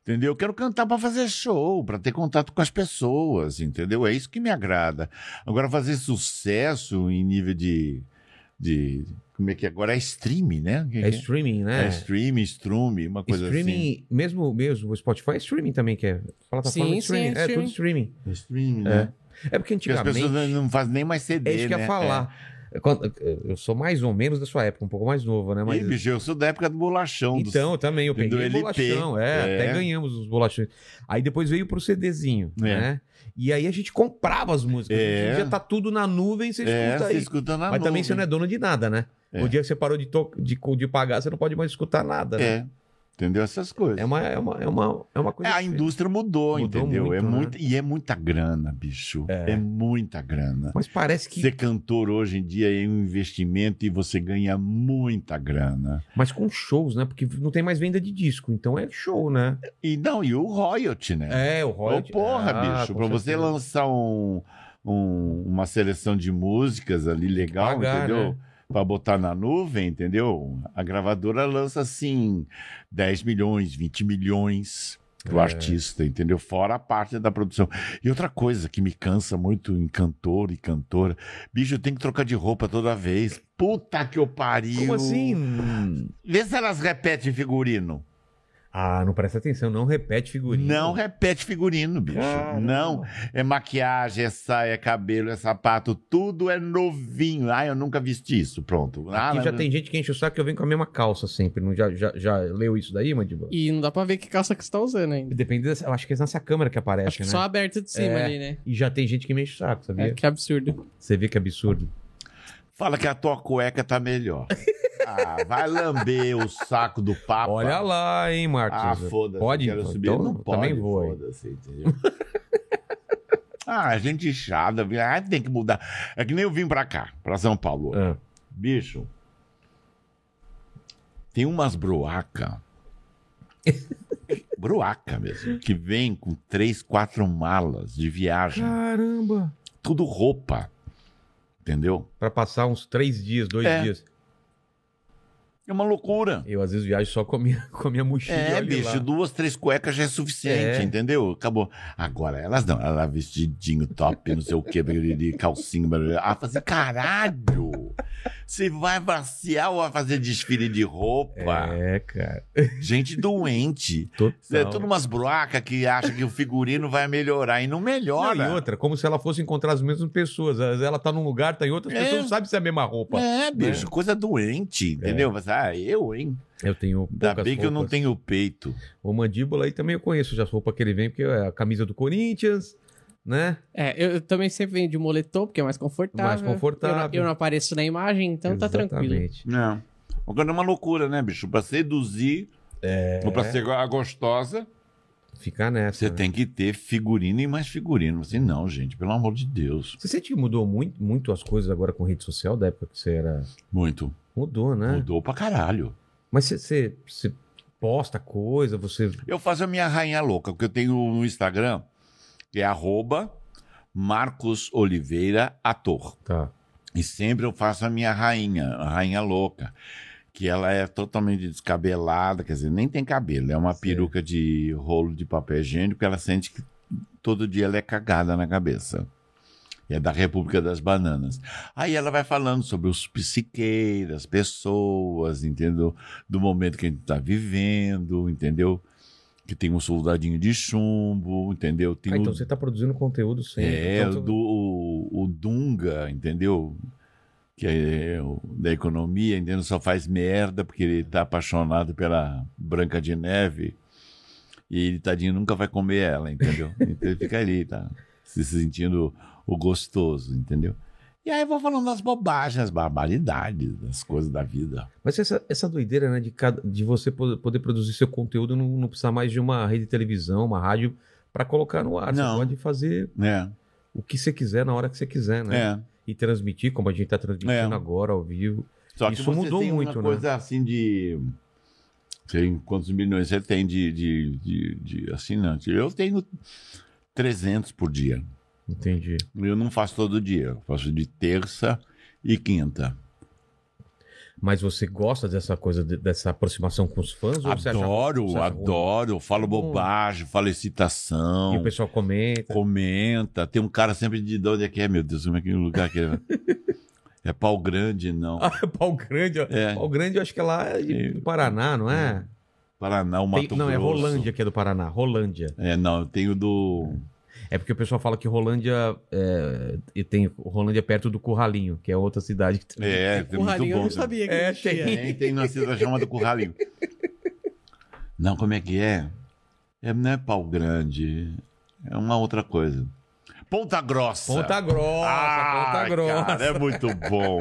Speaker 3: entendeu? Eu quero cantar para fazer show, para ter contato com as pessoas, entendeu? É isso que me agrada. Agora, fazer sucesso em nível de. de como é que é? Agora é streaming, né? O que
Speaker 1: É
Speaker 3: que
Speaker 1: streaming,
Speaker 3: É,
Speaker 1: né?
Speaker 3: streaming, strume, uma coisa assim.
Speaker 1: streaming, mesmo, mesmo o Spotify é streaming também, que é plataforma
Speaker 2: Sim,
Speaker 1: de streaming.
Speaker 2: sim,
Speaker 1: é
Speaker 2: streaming.
Speaker 1: tudo streaming.
Speaker 3: Streaming,
Speaker 1: É.
Speaker 3: né?
Speaker 1: É porque
Speaker 3: Porque as
Speaker 1: antigamente.
Speaker 3: pessoas não fazem nem mais CD,
Speaker 1: É isso que eu
Speaker 3: né?
Speaker 1: ia falar. Quando- eu sou mais ou menos da sua época, um pouco mais novo, né?
Speaker 3: É.
Speaker 1: Mas,
Speaker 3: Ih, bicho, eu sou da época do bolachão. do-
Speaker 1: então, eu também, eu
Speaker 3: um do
Speaker 1: peguei o
Speaker 3: LP,
Speaker 1: bolachão, é,
Speaker 3: é.
Speaker 1: até ganhamos os bolachões. Aí depois veio pro CDzinho,
Speaker 3: É.
Speaker 1: né? E aí a gente comprava as músicas.
Speaker 3: É.
Speaker 1: Hoje em dia tá tudo na nuvem, você
Speaker 3: É,
Speaker 1: escuta
Speaker 3: você
Speaker 1: aí.
Speaker 3: escuta na
Speaker 1: Mas também
Speaker 3: nuvem.
Speaker 1: você não é dono de nada, né?
Speaker 3: É.
Speaker 1: O dia que você parou de, to- de, co- de pagar, você não pode mais escutar nada, né?
Speaker 3: É, entendeu? Essas coisas.
Speaker 1: É uma, é uma, é uma, é uma coisa.
Speaker 3: É, a
Speaker 1: diferente.
Speaker 3: indústria mudou,
Speaker 1: Mudou
Speaker 3: entendeu? é
Speaker 1: muito, né?
Speaker 3: muito, E é muita grana, bicho. É, muita grana.
Speaker 1: Mas parece que.
Speaker 3: Ser cantor hoje em dia é um investimento e você ganha muita grana.
Speaker 1: Mas com shows, né? Porque não tem mais venda de disco, então é show, né?
Speaker 3: E não, e o royalty, né?
Speaker 1: É, o
Speaker 3: Ô,
Speaker 1: royalty.
Speaker 3: porra,
Speaker 1: Ah,
Speaker 3: bicho,
Speaker 1: com
Speaker 3: pra você
Speaker 1: certeza.
Speaker 3: lançar um, um- uma seleção de músicas ali legal,
Speaker 1: Pagar,
Speaker 3: entendeu?
Speaker 1: né?
Speaker 3: Pra botar na nuvem, entendeu? A gravadora lança assim 10 milhões, 20 milhões pro
Speaker 1: É.
Speaker 3: artista, entendeu? Fora a parte da produção. E outra coisa que me cansa muito em cantor e cantora, bicho, tem que trocar de roupa toda vez. Puta que eu pariu.
Speaker 1: Como assim?
Speaker 3: Vê se elas repetem figurino.
Speaker 1: Ah, não presta atenção, não repete figurinha.
Speaker 3: Não repete figurino, bicho.
Speaker 1: Caramba.
Speaker 3: Não. É maquiagem, é saia, é cabelo, é sapato, tudo é novinho. Ah, eu nunca vesti isso. Pronto. Ah,
Speaker 1: Aqui já
Speaker 3: não-
Speaker 1: tem gente que enche o saco que eu venho com a mesma calça sempre. Não, já, já, já leu isso daí, Mandiba?
Speaker 2: E não dá pra ver que calça que você tá usando ainda.
Speaker 1: Depende dessa. Eu acho que é nessa câmera que aparece,
Speaker 2: Acho que
Speaker 1: né?
Speaker 2: só aberta de cima
Speaker 1: É.
Speaker 2: ali, né?
Speaker 1: E já tem gente que me enche o saco, sabia?
Speaker 2: É, que absurdo.
Speaker 1: Você vê que absurdo.
Speaker 3: Fala que a tua cueca tá melhor. ah, vai lamber o saco do papo.
Speaker 1: Olha lá, hein, Marcos?
Speaker 3: Ah, foda-se.
Speaker 1: Pode?
Speaker 3: Quero subir.
Speaker 1: Então,
Speaker 3: não pode.
Speaker 1: também vou, hein?
Speaker 3: Foda-se, entendeu? ah, gente chata. viu? Ah, tem que mudar. É que nem eu vim pra cá, pra São Paulo.
Speaker 1: Ah,
Speaker 3: Bicho, tem umas broaca. broaca mesmo. Que vem com três, quatro malas de viagem.
Speaker 1: Caramba!
Speaker 3: Tudo roupa. Entendeu?
Speaker 1: É. Pra passar uns três dias, dois
Speaker 3: É.
Speaker 1: dias.
Speaker 3: É uma loucura.
Speaker 1: Eu às vezes viajo só com a minha, com a minha mochila.
Speaker 3: É,
Speaker 1: olha
Speaker 3: bicho,
Speaker 1: lá.
Speaker 3: duas, três cuecas já é suficiente,
Speaker 1: É.
Speaker 3: entendeu? Acabou. Agora, elas não, ela vestidinho top, não sei o quê, de calcinha, blá, blá, blá. ela fala assim, caralho, você vai pra Cial vai fazer desfile de roupa?
Speaker 1: É, cara.
Speaker 3: Gente doente.
Speaker 1: Total.
Speaker 3: É tudo umas broacas que acha que o figurino vai melhorar e não melhora.
Speaker 1: Não, e outra, como se ela fosse encontrar as mesmas pessoas. Às vezes Ela tá num lugar, tá em outro, as
Speaker 3: É.
Speaker 1: pessoas não sabem se é a mesma roupa.
Speaker 3: É, bicho, coisa doente, entendeu? Mas, ah, eu, hein?
Speaker 1: Eu tenho
Speaker 3: Ainda
Speaker 1: É. poucas
Speaker 3: bem que eu não
Speaker 1: roupas.
Speaker 3: tenho peito.
Speaker 1: O mandíbula aí também eu conheço já as roupas que ele vem, porque é a camisa do Corinthians, né?
Speaker 2: É, eu, eu também sempre venho de moletom, porque é mais confortável.
Speaker 1: Mais confortável.
Speaker 2: Eu não, eu não apareço na imagem, então tá tranquilo.
Speaker 1: Exatamente.
Speaker 3: Não. Agora é uma loucura, né, bicho? Pra seduzir
Speaker 1: É.
Speaker 3: ou pra ser a gostosa,
Speaker 1: Ficar nessa.
Speaker 3: você
Speaker 1: né?
Speaker 3: tem que ter figurino e mais figurino. Assim, não, gente, pelo amor de Deus.
Speaker 1: Você sente que mudou muito, muito as coisas agora com rede social, da época que você era.
Speaker 3: Muito.
Speaker 1: Mudou, né?
Speaker 3: Mudou pra caralho.
Speaker 1: Mas você, você, você posta coisa, você.
Speaker 3: Eu faço a minha rainha louca, porque eu tenho no Instagram, que é arroba Marcos Oliveira Ator.
Speaker 1: Tá.
Speaker 3: E sempre eu faço a minha rainha, a rainha louca, que ela é totalmente descabelada, quer dizer, nem tem cabelo, é uma
Speaker 1: Sei.
Speaker 3: peruca de rolo de papel higiênico, ela sente que todo dia ela é cagada na cabeça. E é da República das Bananas. Aí ela vai falando sobre os psiqueiros, as pessoas, entendeu? Do momento que a gente está vivendo, entendeu? Que tem um soldadinho de chumbo, entendeu? Tem
Speaker 1: Ah,
Speaker 3: o
Speaker 1: então você tá produzindo conteúdo sempre.
Speaker 3: é,
Speaker 1: então,
Speaker 3: o do, o, o Dunga, entendeu? Que é o- da economia, entendeu? Só faz merda porque ele tá apaixonado pela Branca de Neve e ele, tadinho, nunca vai comer ela, entendeu? Então ele fica ali, tá? Se sentindo o gostoso, entendeu? E aí eu vou falando das bobagens, das barbaridades, das coisas da vida.
Speaker 1: Mas essa, essa doideira, né, de, cada, de você po- poder produzir seu conteúdo, não, não precisar mais de uma rede de televisão, uma rádio, pra colocar no ar.
Speaker 3: Não.
Speaker 1: Você pode fazer
Speaker 3: É,
Speaker 1: o que você quiser na hora que você quiser, né?
Speaker 3: é.
Speaker 1: E transmitir, como a gente tá transmitindo
Speaker 3: É.
Speaker 1: agora, ao vivo.
Speaker 3: Só que
Speaker 1: Isso
Speaker 3: você
Speaker 1: mudou
Speaker 3: tem
Speaker 1: muito,
Speaker 3: uma
Speaker 1: né?
Speaker 3: coisa assim de. Sei quantos milhões você tem de, de, de, de assinante. Eu tenho 300 por dia.
Speaker 1: Entendi.
Speaker 3: Eu não faço todo dia. Eu faço de terça e quinta.
Speaker 1: Mas você gosta dessa coisa, de- dessa aproximação com os fãs? ou você acha-
Speaker 3: adoro,
Speaker 1: você acha ruim?
Speaker 3: adoro. Eu falo bobagem, falo
Speaker 1: E o
Speaker 3: excitação,
Speaker 1: pessoal tá- comenta.
Speaker 3: comenta. Tem um cara sempre de de onde é que é, meu Deus, como é que é o lugar que é? é pau grande, não.
Speaker 1: Ah, pau grande, ó.
Speaker 3: É.
Speaker 1: Pau grande, eu acho que é lá de-
Speaker 3: É.
Speaker 1: do Paraná, não é?
Speaker 3: Paraná, o Mato
Speaker 1: Tem- não, é
Speaker 3: Grosso.
Speaker 1: Rolândia que é do Paraná. Rolândia.
Speaker 3: É, não, eu tenho do.
Speaker 1: É porque o pessoal fala que Rolândia é, e tem Rolândia é perto do Curralinho, que é outra cidade que tem.
Speaker 3: É, é
Speaker 2: O
Speaker 3: muito
Speaker 2: Rarinho eu
Speaker 3: bom.
Speaker 2: não sabia que
Speaker 1: É,
Speaker 2: existia.
Speaker 1: tem.
Speaker 3: Tem, tem uma cidade chamada Curralinho. Não, como é que é? é? Não é pau grande. É uma outra coisa. Ponta Grossa.
Speaker 1: Ponta Grossa, Ponta
Speaker 3: Ai,
Speaker 1: Grossa.
Speaker 3: Cara, é muito bom.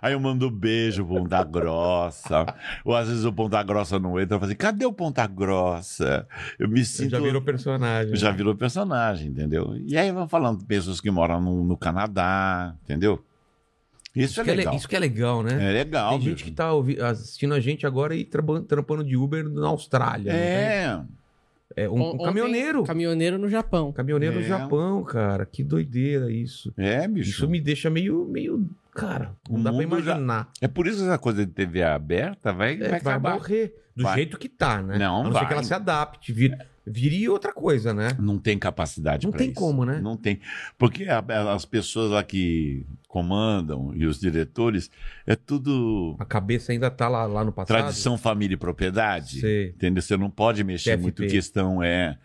Speaker 3: Aí eu mando um beijo, Ponta Grossa. Ou às vezes o Ponta Grossa não entra e fala assim: cadê o Ponta Grossa? Eu me sinto.
Speaker 1: Já virou personagem.
Speaker 3: Já virou personagem, entendeu? E aí vão falando de pessoas que moram no, no Canadá, entendeu?
Speaker 1: Isso,
Speaker 3: Isso, é
Speaker 1: que é le-
Speaker 3: legal.
Speaker 1: isso que é legal, né?
Speaker 3: É legal.
Speaker 1: tem gente
Speaker 3: bicho.
Speaker 1: que tá ouvi- assistindo a gente agora e traban- trampando de Uber na Austrália. não tem? né?
Speaker 3: É.
Speaker 1: É um, um
Speaker 2: On- ontem,
Speaker 1: caminhoneiro.
Speaker 2: Caminhoneiro no Japão.
Speaker 1: Caminhoneiro do
Speaker 3: É.
Speaker 1: Japão, cara. Que doideira isso.
Speaker 3: É, bicho.
Speaker 1: Isso me deixa meio, meio. Cara, não
Speaker 3: O
Speaker 1: dá pra
Speaker 3: mundo já-
Speaker 1: imaginar.
Speaker 3: É por isso que essa coisa de TV aberta vai,
Speaker 1: É,
Speaker 3: vai
Speaker 1: vai
Speaker 3: acabar.
Speaker 1: morrer. Do
Speaker 3: Vai.
Speaker 1: jeito que tá, né?
Speaker 3: Não
Speaker 1: a não ser
Speaker 3: vai.
Speaker 1: que ela se adapte. vir- viria outra coisa, né?
Speaker 3: Não tem capacidade
Speaker 1: Não
Speaker 3: pra
Speaker 1: tem
Speaker 3: isso.
Speaker 1: como, né?
Speaker 3: Não tem. Porque a- a- as pessoas lá que comandam e os diretores, é tudo
Speaker 1: A cabeça ainda tá lá, lá no passado.
Speaker 3: tradição, família e propriedade.
Speaker 1: Sei.
Speaker 3: Entendeu? Você não pode mexer
Speaker 1: TFP.
Speaker 3: muito questão é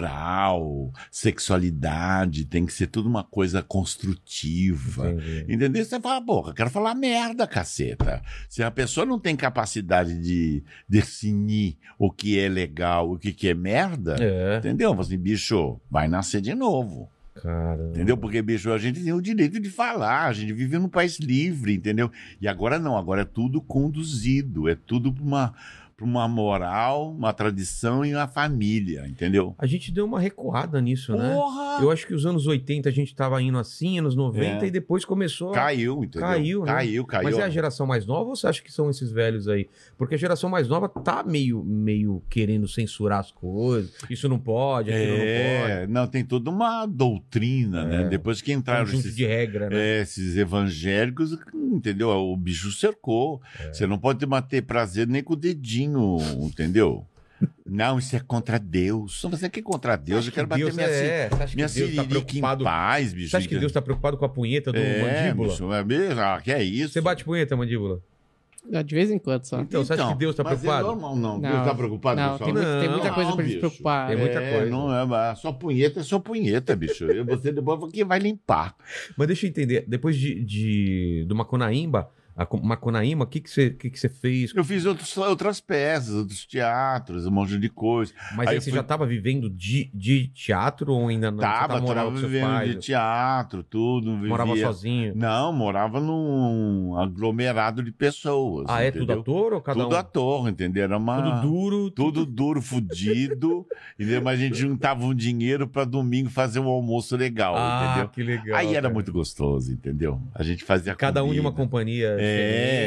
Speaker 3: moral, sexualidade, tem que ser tudo uma coisa construtiva.
Speaker 1: Entendi.
Speaker 3: Entendeu? Você fala, porra, quero falar merda, caceta. Se a pessoa não tem capacidade de definir o que é legal, o que, que é merda,
Speaker 1: É,
Speaker 3: entendeu? Fala Assim, bicho, vai nascer de novo.
Speaker 1: cara.
Speaker 3: Entendeu? Porque, bicho, a gente tem o direito de falar, a gente vive num país livre, entendeu? E agora não, agora é tudo conduzido, é tudo pra uma. pra para uma moral, uma tradição e uma família, entendeu?
Speaker 1: A gente deu uma recuada nisso, né?
Speaker 3: Porra!
Speaker 1: Eu acho que os anos 80 a gente tava indo assim, anos 90,
Speaker 3: É.
Speaker 1: e depois começou. a-
Speaker 3: Caiu, entendeu?
Speaker 1: Caiu, né?
Speaker 3: caiu. caiu.
Speaker 1: Mas é a geração mais nova ou você acha que são esses velhos aí? Porque a geração mais nova tá meio, meio querendo censurar as coisas. Isso não pode, aquilo não pode. É.
Speaker 3: É, não, tem toda uma doutrina, né? Depois que entraram
Speaker 1: Conjunto
Speaker 3: esses,
Speaker 1: de regra, né?
Speaker 3: é, esses evangélicos, entendeu? O bicho cercou.
Speaker 1: É.
Speaker 3: Você não pode bater prazer nem com o dedinho, entendeu? Não, isso é contra Deus. Não, Você quer contra Deus? Eu quero bater minha, ci-
Speaker 1: é, você acha
Speaker 3: minha
Speaker 1: que Deus tá
Speaker 3: siririca em
Speaker 1: preocupado?
Speaker 3: paz, bicho.
Speaker 1: Você acha que Deus tá preocupado com a punheta do
Speaker 3: é,
Speaker 1: mandíbula?
Speaker 3: bicho, é mesmo? Ah, que é isso?
Speaker 1: Você bate punheta, mandíbula?
Speaker 2: Ah, De vez em quando só.
Speaker 1: Então, você acha que Deus tá
Speaker 3: mas
Speaker 1: preocupado?
Speaker 3: É normal, não.
Speaker 2: Não,
Speaker 3: Deus tá preocupado,
Speaker 2: não, tem,
Speaker 3: pessoal.
Speaker 2: muito- tem
Speaker 1: Não,
Speaker 2: muita coisa pra gente se
Speaker 3: bicho.
Speaker 2: preocupar.
Speaker 1: Tem muita
Speaker 3: É,
Speaker 1: coisa.
Speaker 3: Não é, mas só punheta é só punheta, bicho. E você depois que vai limpar.
Speaker 1: Mas deixa eu entender, depois de, de do Macunaíma, a co- Macunaíma, o que que você que que você fez?
Speaker 3: Eu fiz outros- outras peças, outros teatros, um monte de coisa.
Speaker 1: Mas
Speaker 3: Aí
Speaker 1: aí,
Speaker 3: eu
Speaker 1: você
Speaker 3: fui-
Speaker 1: já tava vivendo de, de teatro ou ainda não? Você
Speaker 3: tava,
Speaker 1: tava morando
Speaker 3: tava
Speaker 1: com seus
Speaker 3: vivendo
Speaker 1: pais?
Speaker 3: de teatro, tudo. Vivia.
Speaker 1: né? Morava sozinho?
Speaker 3: Não, morava num aglomerado de pessoas.
Speaker 1: Ah, é tudo
Speaker 3: entendeu?
Speaker 1: ator ou cada
Speaker 3: Tudo Ah.
Speaker 1: um?
Speaker 3: ator, entendeu? Era uma...
Speaker 1: Tudo duro.
Speaker 3: Tudo duro, fudido. entendeu? Mas a gente juntava um dinheiro pra domingo fazer um almoço legal,
Speaker 1: ah,
Speaker 3: entendeu?
Speaker 1: que legal.
Speaker 3: Aí era
Speaker 1: cara.
Speaker 3: muito gostoso, entendeu? A gente fazia
Speaker 1: Cada um de uma
Speaker 3: comida.
Speaker 1: companhia.
Speaker 3: É,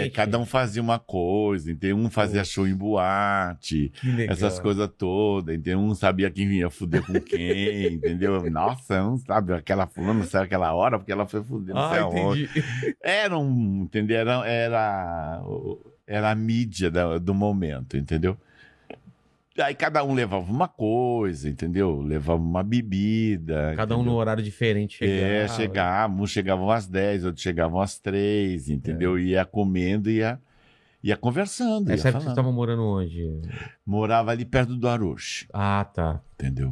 Speaker 1: diferente.
Speaker 3: cada um fazia uma coisa, entendeu? Um fazia
Speaker 1: Putz.
Speaker 3: show em boate,
Speaker 1: Que legal.
Speaker 3: um essas coisas todas, entendeu? Um sabia quem ia fuder com quem, entendeu? Nossa, não sabe, aquela fulana saiu aquela hora porque ela foi fuder, não
Speaker 1: Ah,
Speaker 3: sei aonde.
Speaker 1: entendi.
Speaker 3: Era um, entendeu? Era, era, era a mídia da- do momento, entendeu? Aí cada um levava uma coisa, entendeu? Levava uma bebida.
Speaker 1: Cada um
Speaker 3: entendeu?
Speaker 1: no horário diferente.
Speaker 3: É, chegava, uns chegavam às 10, outros chegavam às 3, entendeu? Ia comendo, ia, ia conversando, ia
Speaker 1: Essa época É vocês
Speaker 3: falando.
Speaker 1: estavam morando onde?
Speaker 3: Morava ali perto do Arush,
Speaker 1: Ah, tá.
Speaker 3: entendeu?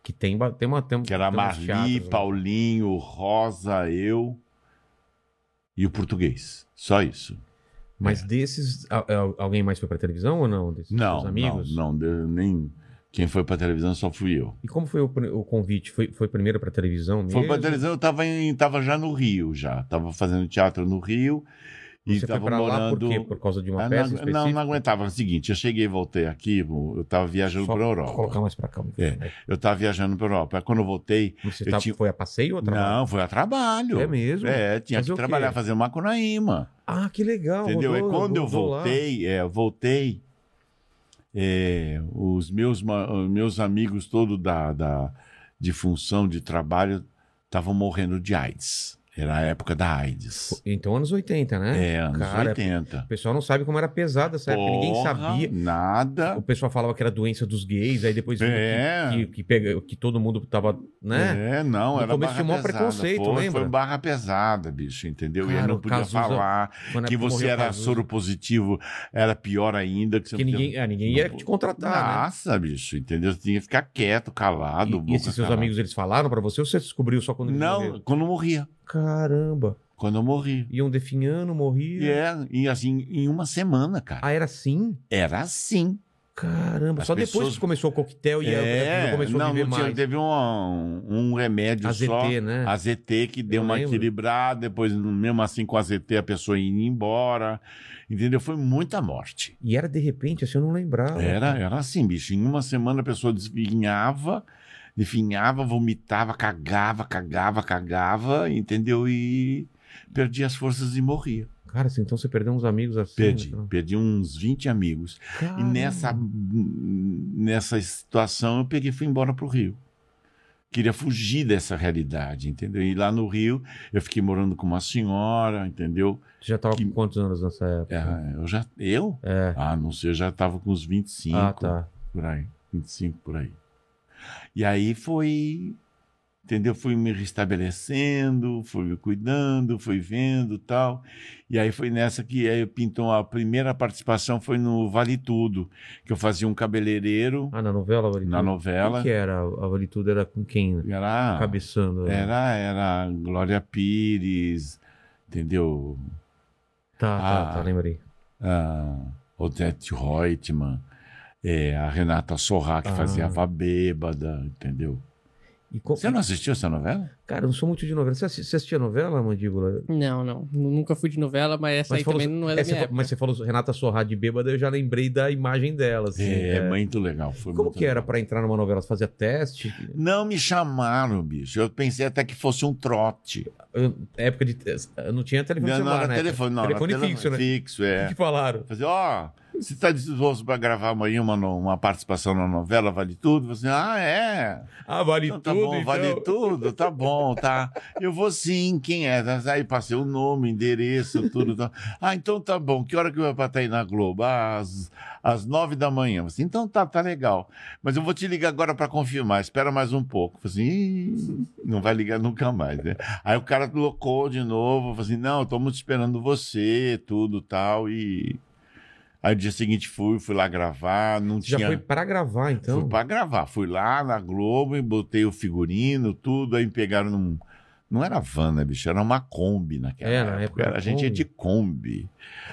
Speaker 1: Que tem, ba- tem uma. Tem, um,
Speaker 3: Que era
Speaker 1: tem uns
Speaker 3: Marli,
Speaker 1: teatros, né?
Speaker 3: Paulinho, Rosa, eu e o português. Só isso.
Speaker 1: Mas desses, al- al- alguém mais foi pra televisão ou não? Desses seus
Speaker 3: É. Não, não,
Speaker 1: amigos?
Speaker 3: não, de- nem... Quem foi pra televisão só fui eu.
Speaker 1: E como foi o, pr- o convite? Foi, foi primeiro pra televisão mesmo?
Speaker 3: Foi pra televisão, eu tava, em, tava já no Rio, já. Tava fazendo teatro no Rio. E
Speaker 1: Você
Speaker 3: tava
Speaker 1: foi pra lá
Speaker 3: morando...
Speaker 1: por quê? Por causa de uma
Speaker 3: Ah,
Speaker 1: peça
Speaker 3: não,
Speaker 1: específica?
Speaker 3: não, não aguentava. É o seguinte, eu cheguei e voltei aqui, eu tava viajando
Speaker 1: Só
Speaker 3: para Europa.
Speaker 1: Colocar mais pra cá. um pouco,
Speaker 3: É.
Speaker 1: né?
Speaker 3: Eu tava viajando para Europa. Aí Quando eu voltei,
Speaker 1: Você
Speaker 3: Eu
Speaker 1: tá-
Speaker 3: tinha-
Speaker 1: foi a passeio ou trabalho?
Speaker 3: não, foi a trabalho.
Speaker 1: É mesmo?
Speaker 3: É, tinha
Speaker 1: Fazer o
Speaker 3: que
Speaker 1: quê?
Speaker 3: trabalhar fazendo Macunaíma.
Speaker 1: Ah, que legal.
Speaker 3: entendeu? E
Speaker 1: rodou-
Speaker 3: quando eu
Speaker 1: rodou lá.
Speaker 3: voltei, é, eu voltei, é, os meus, ma- os meus amigos todos da, da, de função, de trabalho, estavam morrendo de AIDS. Era a época da AIDS.
Speaker 1: Então, anos 80, né?
Speaker 3: É, anos
Speaker 1: Cara,
Speaker 3: 80.
Speaker 1: O pessoal não sabe como era pesada essa época. Ninguém
Speaker 3: Porra,
Speaker 1: sabia.
Speaker 3: Nada.
Speaker 1: O pessoal falava que era doença dos gays, aí depois viu
Speaker 3: É.
Speaker 1: que, que, que pega- que todo mundo tava, né?
Speaker 3: É, não,
Speaker 1: No
Speaker 3: era
Speaker 1: começo
Speaker 3: barra
Speaker 1: tinha maior
Speaker 3: pesada.
Speaker 1: preconceito,
Speaker 3: foi,
Speaker 1: lembra?
Speaker 3: Foi barra pesada, bicho, entendeu? e
Speaker 1: Cara,
Speaker 3: aí não
Speaker 1: o
Speaker 3: podia
Speaker 1: Cazuza-
Speaker 3: falar
Speaker 1: Quando
Speaker 3: que
Speaker 1: morreu
Speaker 3: você era
Speaker 1: Cazuza.
Speaker 3: soropositivo, era pior ainda. Que, você
Speaker 1: Que
Speaker 3: não
Speaker 1: ninguém,
Speaker 3: tinha-
Speaker 1: é, ninguém ia
Speaker 3: Não-
Speaker 1: te contratar, né?
Speaker 3: Nossa, bicho, entendeu? Você tinha que ficar quieto, calado.
Speaker 1: E, e
Speaker 3: Ah, tá boca
Speaker 1: esses seus
Speaker 3: calada.
Speaker 1: amigos, eles falaram pra você ou você descobriu só quando eles
Speaker 3: Não,
Speaker 1: morreram?
Speaker 3: quando eu morria.
Speaker 1: Caramba.
Speaker 3: Quando eu morri.
Speaker 1: Iam definhando,
Speaker 3: E,
Speaker 1: morriam.
Speaker 3: é, e assim, em uma semana, cara.
Speaker 1: Ah, era assim?
Speaker 3: Era assim.
Speaker 1: Caramba.
Speaker 3: As
Speaker 1: só depois
Speaker 3: pessoas- É.
Speaker 1: que começou o coquetel e a- a vida começou
Speaker 3: não,
Speaker 1: a viver
Speaker 3: não tinha,
Speaker 1: mais.
Speaker 3: teve um, um remédio
Speaker 1: AZT,
Speaker 3: só.
Speaker 1: né?
Speaker 3: A ZT que deu
Speaker 1: Eu
Speaker 3: uma
Speaker 1: lembro.
Speaker 3: equilibrada, depois, mesmo assim, com a ZT, a pessoa indo embora. Entendeu? Foi muita morte.
Speaker 1: E era de repente, assim, eu não lembrava.
Speaker 3: Era, era assim, bicho. Em uma semana a pessoa desfinhava, definhava, vomitava, cagava, cagava, cagava, entendeu? E perdia as forças e morria.
Speaker 1: Cara, assim, então você perdeu uns amigos assim.
Speaker 3: Perdi,
Speaker 1: né?
Speaker 3: perdi uns 20 amigos.
Speaker 1: Caramba.
Speaker 3: E nessa, nessa situação eu peguei e fui embora para o Rio. Queria fugir dessa realidade, entendeu? E lá no Rio eu fiquei morando com uma senhora, entendeu?
Speaker 1: Você já tava
Speaker 3: que-
Speaker 1: com quantos anos nessa época?
Speaker 3: É, eu já. Eu?
Speaker 1: É.
Speaker 3: Ah, não sei, eu já estava com uns 25
Speaker 1: Ah, tá.
Speaker 3: por aí. 25 por aí. E aí foi. Entendeu? Fui me restabelecendo, fui me cuidando, fui vendo tal. E aí foi nessa que aí eu pintou a primeira participação foi no Vale Tudo, que eu fazia um cabeleireiro
Speaker 1: Ah, na novela, Valitude?
Speaker 3: na
Speaker 1: O
Speaker 3: novela.
Speaker 1: que era? A Valitude era com quem? né?
Speaker 3: Era,
Speaker 1: Cabeçando. né?
Speaker 3: era, era Glória Pires, entendeu?
Speaker 1: Tá, tá,
Speaker 3: Ah.
Speaker 1: tá, lembrei.
Speaker 3: a Ah, Odete Reutemann, é, a Renata Sorra, que
Speaker 1: Ah.
Speaker 3: fazia a Vá Bêbada, entendeu?
Speaker 1: E co-
Speaker 3: Você não assistiu essa novela?
Speaker 1: Cara, eu não sou muito de novela. Você assi- você assistia novela, Mandíbula?
Speaker 2: Não, não. Nunca fui de novela, mas essa
Speaker 1: Mas
Speaker 2: aí
Speaker 1: falou-
Speaker 2: também não é da
Speaker 1: É, você
Speaker 2: minha
Speaker 1: fa-
Speaker 2: época.
Speaker 1: mas você falou Renata Sorrado de bêbada, eu já lembrei da imagem dela. assim,
Speaker 3: É,
Speaker 1: é.
Speaker 3: muito legal. Foi
Speaker 1: Como
Speaker 3: muito
Speaker 1: que era
Speaker 3: legal.
Speaker 1: pra entrar numa novela? Você fazia teste?
Speaker 3: Não me chamaram, bicho. Eu pensei até que fosse um trote.
Speaker 1: Eu- época de. eu Não tinha telefone
Speaker 3: Não, não
Speaker 1: celular,
Speaker 3: era
Speaker 1: né?
Speaker 3: telefone, não. era
Speaker 1: Telefone
Speaker 3: tele-
Speaker 1: fixo, né?
Speaker 3: Fixo,
Speaker 1: O que
Speaker 3: é.
Speaker 1: que falaram?
Speaker 3: Fazer, ó, você está disposto para gravar amanhã uma, no- uma participação na novela, vale tudo? Você, ah, é.
Speaker 1: Ah, vale
Speaker 3: Então, tá
Speaker 1: tudo.
Speaker 3: bom,
Speaker 1: então.
Speaker 3: vale tudo, tá bom, tá. Eu vou sim, quem é? Aí passei o nome, endereço, tudo. tá. Ah, então tá bom. Que hora que vai pra estar aí na Globo? Ah, Às, às nove da manhã. Eu falei, então tá, tá legal. Mas eu vou te ligar agora para confirmar, espera mais um pouco. Eu falei assim, "Ih, não vai ligar nunca mais, né? Aí o cara colocou de novo, eu falei assim, não, eu tô muito esperando você, tudo tal, e... Aí no dia seguinte fui, fui lá gravar, não
Speaker 1: Você já
Speaker 3: tinha...
Speaker 1: foi pra gravar, então?
Speaker 3: Fui pra gravar. Fui lá na Globo e botei o figurino, tudo. Aí me pegaram num. Não era van, né, bicho? Era uma Kombi naquela
Speaker 1: Era, na época
Speaker 3: época.
Speaker 1: era
Speaker 3: a gente ia de Kombi.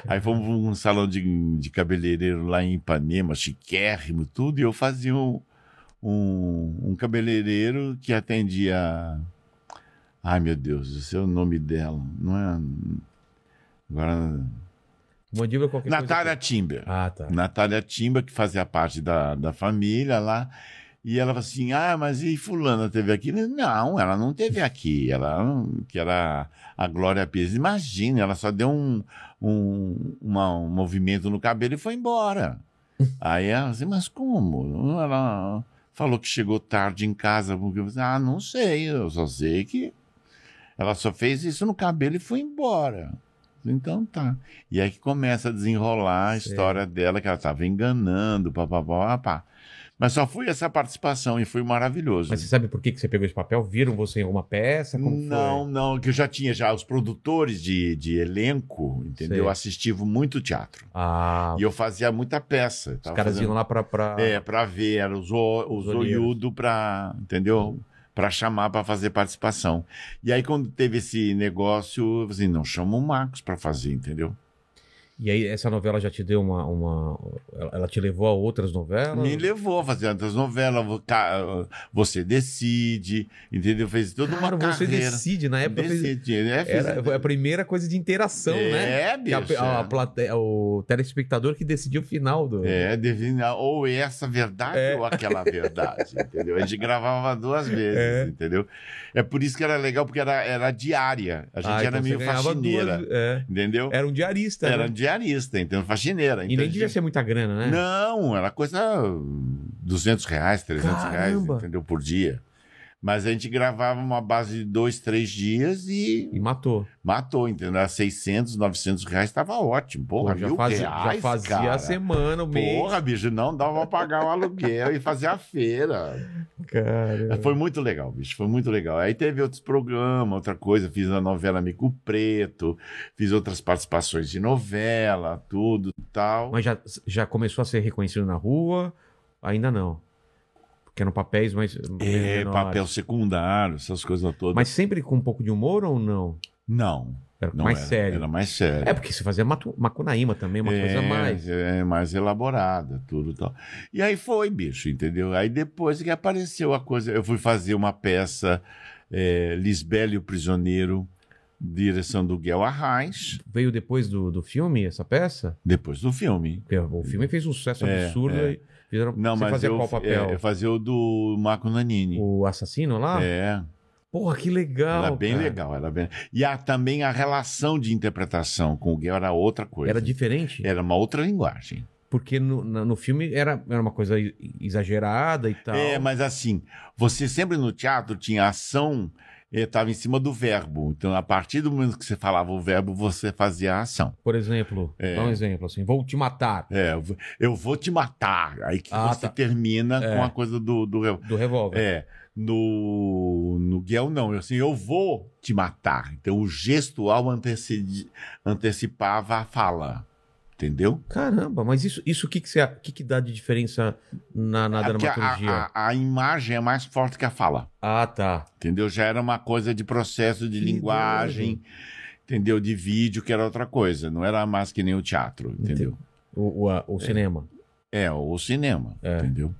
Speaker 3: Aí fomos pra um salão de, de cabeleireiro lá em Ipanema, chiquérrimo, tudo. E eu fazia um, um, um cabeleireiro que atendia. Ai, meu Deus, do céu, o nome dela. Não é. Agora.
Speaker 1: Mandíbula é qualquer
Speaker 3: Natália
Speaker 1: coisa.
Speaker 3: Timber.
Speaker 1: Ah, tá.
Speaker 3: Natália Timba, que fazia parte da, da família lá. E ela falou assim: Ah, mas e Fulana teve aqui? Não, ela não teve aqui. Ela, que era a Glória Pires. Imagina, ela só deu um, um, uma- um movimento no cabelo e foi embora. Aí ela assim: Mas como? Ela falou que chegou tarde em casa. Porque eu falei, ah, não sei, eu só sei que ela só fez isso no cabelo e foi embora. Então tá. E aí que começa a desenrolar a
Speaker 1: Sei.
Speaker 3: história dela, que ela estava enganando, papapá, papá. Mas só foi essa participação e foi maravilhoso.
Speaker 1: Mas você sabe por que que você pegou esse papel? Viram você em alguma peça? Como
Speaker 3: Não, não, que eu já tinha já os produtores de, de elenco, entendeu?
Speaker 1: Sei.
Speaker 3: Assistiam muito teatro.
Speaker 1: foi? Ah,
Speaker 3: E eu fazia muita peça.
Speaker 1: os caras iam lá pra... pra...
Speaker 3: É, pra ver, era os, o, os
Speaker 1: Os olheiros. Uhum.
Speaker 3: olhudo pra, entendeu? Pra chamar pra fazer participação. E aí quando teve esse negócio, eu falei assim, não, chama o Marcos pra fazer, entendeu?
Speaker 1: E aí, essa novela já te deu uma. uma... Ela ela te levou a outras novelas?
Speaker 3: Me levou a fazer outras novelas, vo- ca- Você Decide, entendeu? Fez toda uma
Speaker 1: Claro, você
Speaker 3: carreira.
Speaker 1: decide. Na época fez...
Speaker 3: Decide, é, fiz-
Speaker 1: era foi a primeira coisa de interação, né?
Speaker 3: É,
Speaker 1: Que a-
Speaker 3: bicho,
Speaker 1: a- a
Speaker 3: é.
Speaker 1: plateia- o telespectador que decidiu o final do.
Speaker 3: É, adivinhar ou essa verdade
Speaker 1: Uhum. É.
Speaker 3: ou aquela verdade, entendeu? A gente gravava duas vezes,
Speaker 1: É.
Speaker 3: entendeu? É por isso que era legal, porque era, era diária. A gente
Speaker 1: Ah, então
Speaker 3: era
Speaker 1: você
Speaker 3: meio
Speaker 1: ganhava
Speaker 3: faxineira,
Speaker 1: duas- é.
Speaker 3: entendeu?
Speaker 1: Era um diarista.
Speaker 3: Era
Speaker 1: né?
Speaker 3: diarista, entendeu? Faxineira.
Speaker 1: E
Speaker 3: Então
Speaker 1: nem
Speaker 3: a
Speaker 1: devia
Speaker 3: gente-
Speaker 1: ser muita grana, né?
Speaker 3: Não, era coisa hum, 200 reais, 300 reais,
Speaker 1: Caramba!
Speaker 3: entendeu? Por dia. Mas a gente gravava uma base de dois, três dias e
Speaker 1: E matou.
Speaker 3: matou, entendeu? Era 600, 900 reais, estava ótimo. Porra,
Speaker 1: Pô, já
Speaker 3: mil
Speaker 1: fazia,
Speaker 3: reais,
Speaker 1: já fazia
Speaker 3: cara.
Speaker 1: a semana, o mês.
Speaker 3: Porra, bicho, não dava pra pagar o aluguel e fazer a feira.
Speaker 1: cara.
Speaker 3: Foi muito legal, bicho, foi muito legal. Aí teve outros programas, outra coisa, fiz a novela Amigo Preto, fiz outras participações de novela, tudo tal.
Speaker 1: Mas já, já começou a ser reconhecido na rua? Ainda não. Porque eram papéis mais.
Speaker 3: É,
Speaker 1: menores.
Speaker 3: papel secundário, essas coisas todas.
Speaker 1: Mas sempre com um pouco de humor ou não?
Speaker 3: não,
Speaker 1: Era
Speaker 3: não
Speaker 1: mais
Speaker 3: era.
Speaker 1: sério.
Speaker 3: Era mais sério.
Speaker 1: É porque você fazia matu- Macunaíma também, uma coisa a mais.
Speaker 3: é, mais elaborada, tudo e tal. E aí foi, bicho, entendeu? Aí depois que apareceu a coisa. Eu fui fazer uma peça, é, Lisbela e o Prisioneiro, direção do Guel Arraes,
Speaker 1: Veio depois do, do filme essa peça?
Speaker 3: depois do filme.
Speaker 1: Porque o filme fez um sucesso
Speaker 3: Hum. É,
Speaker 1: absurdo.
Speaker 3: é.
Speaker 1: e fizeram-
Speaker 3: Não,
Speaker 1: você
Speaker 3: mas
Speaker 1: fazia
Speaker 3: eu,
Speaker 1: qual papel?
Speaker 3: é, eu fazia o do Marco Nanini.
Speaker 1: O Ah, assassino lá?
Speaker 3: É,
Speaker 1: Porra, que legal.
Speaker 3: era bem
Speaker 1: cara.
Speaker 3: legal, era bem. E a, também a relação de interpretação com o Guel era outra coisa.
Speaker 1: Era diferente?
Speaker 3: Era uma outra linguagem.
Speaker 1: Porque no, na- no filme era, era uma coisa e- exagerada e tal.
Speaker 3: É, mas assim, você sempre no teatro tinha ação, estava em cima do verbo. Então, a partir do momento que você falava o verbo, você fazia a ação.
Speaker 1: Por exemplo,
Speaker 3: É.
Speaker 1: dá um exemplo assim: vou te matar
Speaker 3: É, eu vou- eu vou te matar. Aí que
Speaker 1: Ah,
Speaker 3: você
Speaker 1: tá.
Speaker 3: termina
Speaker 1: É.
Speaker 3: com a coisa do. do verbo.
Speaker 1: do revólver.
Speaker 3: é, no, no Guel, não. Eu, assim, eu vou te matar. Então, o gestual antecedi- antecipava a fala. Entendeu?
Speaker 1: Caramba, mas isso o isso que, que, você- que, que dá de diferença na, na
Speaker 3: Porque a-
Speaker 1: dramaturgia?
Speaker 3: a- a- a imagem é mais forte que a fala.
Speaker 1: Ah, tá.
Speaker 3: entendeu? Já era uma coisa de processo de
Speaker 1: Que
Speaker 3: linguagem, entendeu? De vídeo, que era outra coisa, não era mais que nem o teatro, entendeu?
Speaker 1: O, o, a- o cinema.
Speaker 3: É, ou o cinema,
Speaker 1: É.
Speaker 3: entendeu?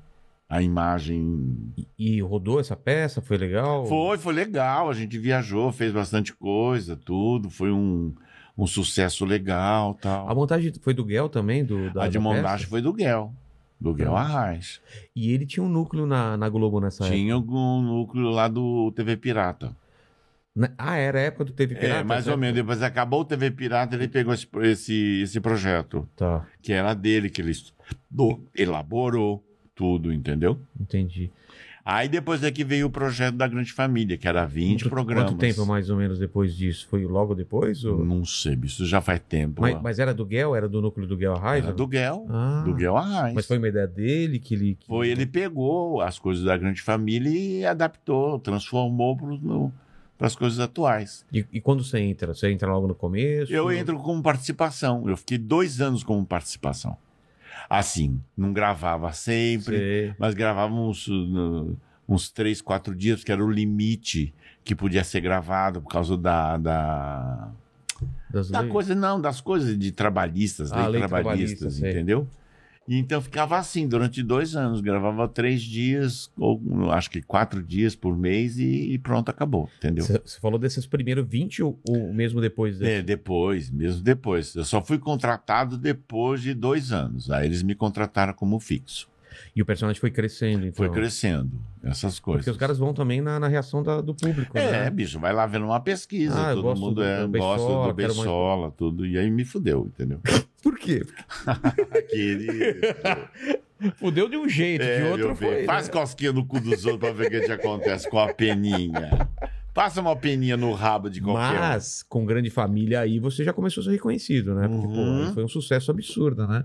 Speaker 3: a imagem.
Speaker 1: E, e rodou essa peça? Foi legal?
Speaker 3: Foi, foi legal. A gente viajou, fez bastante coisa, tudo. Foi um, um sucesso legal tal.
Speaker 1: A montagem foi do Guel também? Do, da, Ah,
Speaker 3: a
Speaker 1: da peça?
Speaker 3: de montagem foi do Guel. Do Guel Arraes.
Speaker 1: E ele tinha um núcleo na, na Globo nessa época.
Speaker 3: Tinha algum núcleo lá do TV Pirata.
Speaker 1: Na- Ah, era a época do TV Pirata? né?
Speaker 3: é, mais
Speaker 1: essa
Speaker 3: ou menos.
Speaker 1: época?
Speaker 3: Depois acabou o TV Pirata, ele pegou esse, esse, esse projeto,
Speaker 1: Tá,
Speaker 3: que era dele, que ele estudou, elaborou tudo, entendeu?
Speaker 1: entendi.
Speaker 3: Aí depois é que veio o projeto da Grande Família, que era 20
Speaker 1: Quanto-
Speaker 3: programas.
Speaker 1: Quanto tempo mais ou menos depois disso? Foi logo depois? Ou...
Speaker 3: Não sei, isso já faz tempo.
Speaker 1: Mas,
Speaker 3: lá.
Speaker 1: mas era do Guel? Era do núcleo do Guel Arraes?
Speaker 3: Era do Guel,
Speaker 1: Ah,
Speaker 3: do Guel Arraes.
Speaker 1: Mas foi uma ideia dele que ele... que-
Speaker 3: Foi, ele pegou as coisas da Grande Família e adaptou, transformou para as coisas atuais.
Speaker 1: E, e quando você entra? Você entra logo no começo?
Speaker 3: Eu entro como participação. Eu fiquei dois anos como participação. Assim, não gravava sempre,
Speaker 1: Sei.
Speaker 3: mas gravava uns, uh, uns três, quatro dias, que era o limite que podia ser gravado por causa da- da
Speaker 1: Das
Speaker 3: Da
Speaker 1: leis?
Speaker 3: coisa, não, das coisas de trabalhistas,
Speaker 1: Ah,
Speaker 3: leis
Speaker 1: lei é.
Speaker 3: trabalhistas,
Speaker 1: trabalhista, sei.
Speaker 3: entendeu? E então ficava assim durante dois anos, gravava três dias, ou acho que quatro dias por mês e, e pronto, acabou, entendeu?
Speaker 1: Você você falou desses primeiros 20 ou, ou mesmo depois? né? desse?
Speaker 3: É, depois, mesmo depois. Eu só fui contratado depois de dois anos. Aí eles me contrataram como fixo.
Speaker 1: E o personagem foi crescendo, então.
Speaker 3: Foi crescendo, essas coisas.
Speaker 1: Porque os caras vão também na, na reação da- do público,
Speaker 3: É,
Speaker 1: né?
Speaker 3: bicho, vai lá vendo uma pesquisa,
Speaker 1: Ah, eu
Speaker 3: todo
Speaker 1: gosto
Speaker 3: mundo
Speaker 1: do-
Speaker 3: é,
Speaker 1: do
Speaker 3: gosta do
Speaker 1: Beisola, quero mais-
Speaker 3: Beisola, tudo, e aí me fudeu, entendeu?
Speaker 1: Por quê?
Speaker 3: Querido.
Speaker 1: Fudeu de um jeito,
Speaker 3: É,
Speaker 1: de
Speaker 3: meu
Speaker 1: outro
Speaker 3: bem,
Speaker 1: foi... né?
Speaker 3: Faz cosquinha no cu dos outros pra ver o que, que acontece com a peninha. Passa uma peninha no rabo de qualquer um.
Speaker 1: Mas, com grande família aí, você já começou a ser reconhecido, né? Porque,
Speaker 3: Uhum.
Speaker 1: pô, foi um sucesso absurdo, né?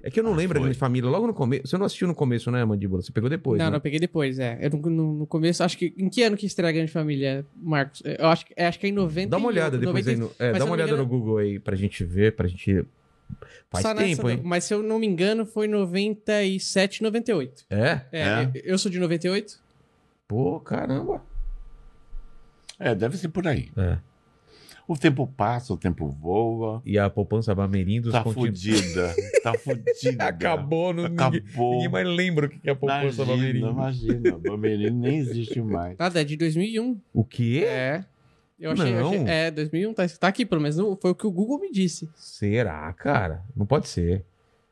Speaker 1: É que eu não
Speaker 3: Ah,
Speaker 1: lembro
Speaker 3: foi.
Speaker 1: da grande família. Logo no começo. Você não assistiu no começo, né, Mandíbula? Você pegou depois.
Speaker 2: não,
Speaker 1: né?
Speaker 2: não, peguei depois, é. Eu no, no- no começo, acho que. Em que ano que estreia a Grande Família, Marcos? Eu acho, que- acho que é em 90.
Speaker 1: Dá uma olhada depois aí. No, é,
Speaker 2: mas
Speaker 1: dá
Speaker 2: se
Speaker 1: uma
Speaker 2: eu não me
Speaker 1: olhada no
Speaker 2: engano-
Speaker 1: Google aí pra gente ver, pra gente. Faz
Speaker 2: Só
Speaker 1: tempo,
Speaker 2: nessa-
Speaker 1: hein?
Speaker 2: Mas se eu não me engano, foi 97, 98.
Speaker 1: É?
Speaker 2: É,
Speaker 3: É.
Speaker 2: eu- eu sou de 98.
Speaker 1: Pô, caramba.
Speaker 3: É, deve ser por aí.
Speaker 1: É.
Speaker 3: O tempo passa, o tempo voa.
Speaker 1: E a poupança Bamerindos
Speaker 3: Tá
Speaker 1: continua-
Speaker 3: fudida. Tá fudida.
Speaker 1: Acabou, não, ninguém,
Speaker 3: Acabou.
Speaker 1: ninguém mais lembra o que que é a poupança
Speaker 3: Imagina,
Speaker 1: Bamerindos.
Speaker 3: imagina. Bamerinho nem existe mais.
Speaker 2: Nada, é de 2001.
Speaker 1: O quê?
Speaker 2: É. Eu achei, eu
Speaker 1: Não.
Speaker 2: achei- É, 2001 tá, tá aqui, pelo menos. não- Foi o que o Google me disse.
Speaker 1: Será, cara? Não pode ser.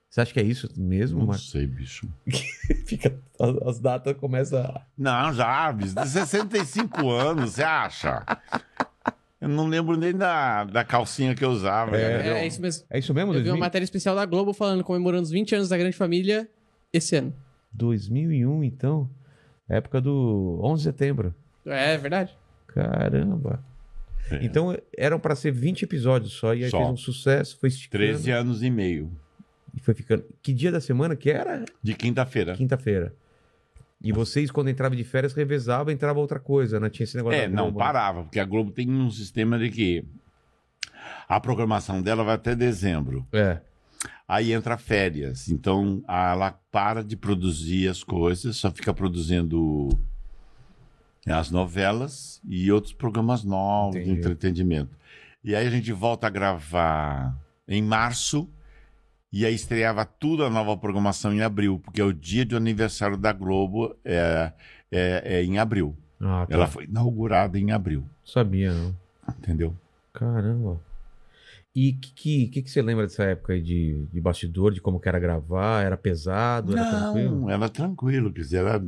Speaker 1: Você acha que é isso mesmo?
Speaker 3: Não
Speaker 1: Mas
Speaker 3: sei, bicho.
Speaker 1: fica, as, as datas começam. a-
Speaker 3: Não, já, bicho. De 65 anos, você acha? Eu não lembro nem da, da calcinha que eu usava. né?
Speaker 1: É.
Speaker 3: entendeu?
Speaker 2: É, é isso mesmo.
Speaker 1: É isso mesmo?
Speaker 2: Eu vi
Speaker 1: 2000?
Speaker 2: uma matéria especial da Globo falando, comemorando os 20 anos da Grande Família esse ano.
Speaker 1: 2001, então? Época do 11 de setembro.
Speaker 2: É verdade.
Speaker 1: Caramba.
Speaker 3: É.
Speaker 1: Então eram pra ser 20 episódios só e aí
Speaker 3: Só.
Speaker 1: fez um sucesso, foi esticando
Speaker 3: 13 anos e meio.
Speaker 1: e foi ficando. Que dia da semana que era?
Speaker 3: De quinta-feira.
Speaker 1: Quinta-feira. E vocês quando entravam de férias revezavam, entrava outra coisa, né? Tinha esse negócio da
Speaker 3: É, não,
Speaker 1: Globo, né?
Speaker 3: parava, porque a Globo tem um sistema de que a programação dela vai até dezembro.
Speaker 1: É.
Speaker 3: Aí entra férias. Então a- ela para de produzir as coisas, só fica produzindo né, as novelas e outros programas novos de
Speaker 1: Entendi.
Speaker 3: entretenimento. E aí a gente volta a gravar em março. E aí estreava tudo a nova programação em abril, porque é o dia do aniversário da Globo é- é- é em abril.
Speaker 1: Ah, tá.
Speaker 3: Ela foi inaugurada em abril,
Speaker 1: Sabia, não.
Speaker 3: entendeu?
Speaker 1: Caramba. E o que, que, que você lembra dessa época aí de, de bastidor, de como que era gravar? Era pesado? Era tranquilo?
Speaker 3: Não, era tranquilo, quer dizer, era,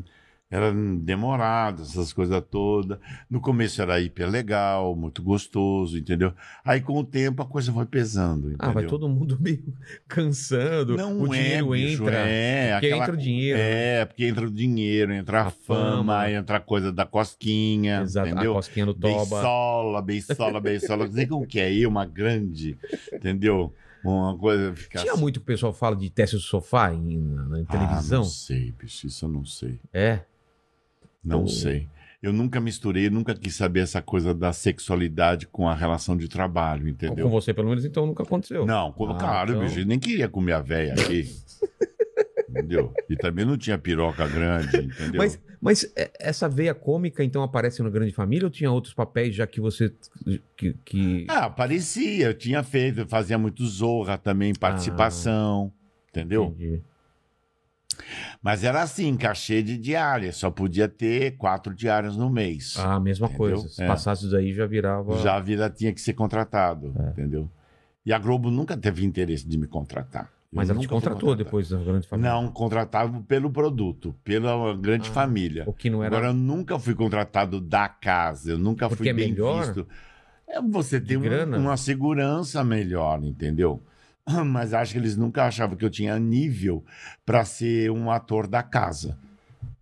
Speaker 3: era demorado, essas coisas todas. No começo era hiper legal, muito gostoso, entendeu? Aí com o tempo a coisa foi pesando, entendeu?
Speaker 1: Ah, vai todo mundo meio cansando.
Speaker 3: Não
Speaker 1: o
Speaker 3: é,
Speaker 1: dinheiro
Speaker 3: bicho,
Speaker 1: entra.
Speaker 3: É,
Speaker 1: Porque
Speaker 3: aquela...
Speaker 1: entra o dinheiro. né?
Speaker 3: É, porque entra o dinheiro, entra a,
Speaker 1: A
Speaker 3: fama,
Speaker 1: fama.
Speaker 3: entra a coisa da cosquinha,
Speaker 1: Exato, a
Speaker 3: é, entendeu?
Speaker 1: cosquinha no toba.
Speaker 3: Beisola, beisola, beisola. Não sei como que é aí, uma grande, entendeu? Uma coisa ficar
Speaker 1: Tinha muito que o pessoal fala de teste do sofá em, na, na
Speaker 3: Ah,
Speaker 1: televisão.
Speaker 3: não sei, bicho, isso eu não sei.
Speaker 1: É.
Speaker 3: Não
Speaker 1: Pô.
Speaker 3: sei. Eu nunca misturei, nunca quis saber essa coisa da sexualidade com a relação de trabalho,
Speaker 1: Com
Speaker 3: entendeu?
Speaker 1: você, pelo menos, então nunca aconteceu.
Speaker 3: Não, co-
Speaker 1: Ah,
Speaker 3: claro,
Speaker 1: então-
Speaker 3: bicho, eu nem queria comer a véia aqui. entendeu? E também não tinha piroca grande, entendeu?
Speaker 1: Mas, mas é- essa veia cômica, então, aparece no Grande Família ou tinha outros papéis já que você. que. que-
Speaker 3: Ah, parecia, eu tinha
Speaker 1: Ah.
Speaker 3: feito, eu fazia muito zorra também, participação, entendeu?
Speaker 1: Entendi.
Speaker 3: Mas era assim, cachê de diária. Só podia ter quatro diárias no mês.
Speaker 1: Ah, a mesma
Speaker 3: Entendeu?
Speaker 1: coisa. Se
Speaker 3: É.
Speaker 1: passasse isso daí, já virava.
Speaker 3: Já a vida tinha que ser contratado,
Speaker 1: É.
Speaker 3: entendeu? E a Globo nunca teve interesse de me contratar. Eu
Speaker 1: Mas ela te
Speaker 3: nunca fui
Speaker 1: contratou
Speaker 3: contratado.
Speaker 1: depois da grande família.
Speaker 3: Não, contratava pelo produto, pela grande
Speaker 1: Ah,
Speaker 3: família.
Speaker 1: O que não era.
Speaker 3: Agora, eu nunca fui contratado da casa, eu nunca
Speaker 1: Porque
Speaker 3: fui
Speaker 1: é
Speaker 3: bem
Speaker 1: melhor?
Speaker 3: visto. É, você tem um-
Speaker 1: grana?
Speaker 3: uma segurança melhor, entendeu? Mas acho que eles nunca achavam que eu tinha nível para ser um ator da casa.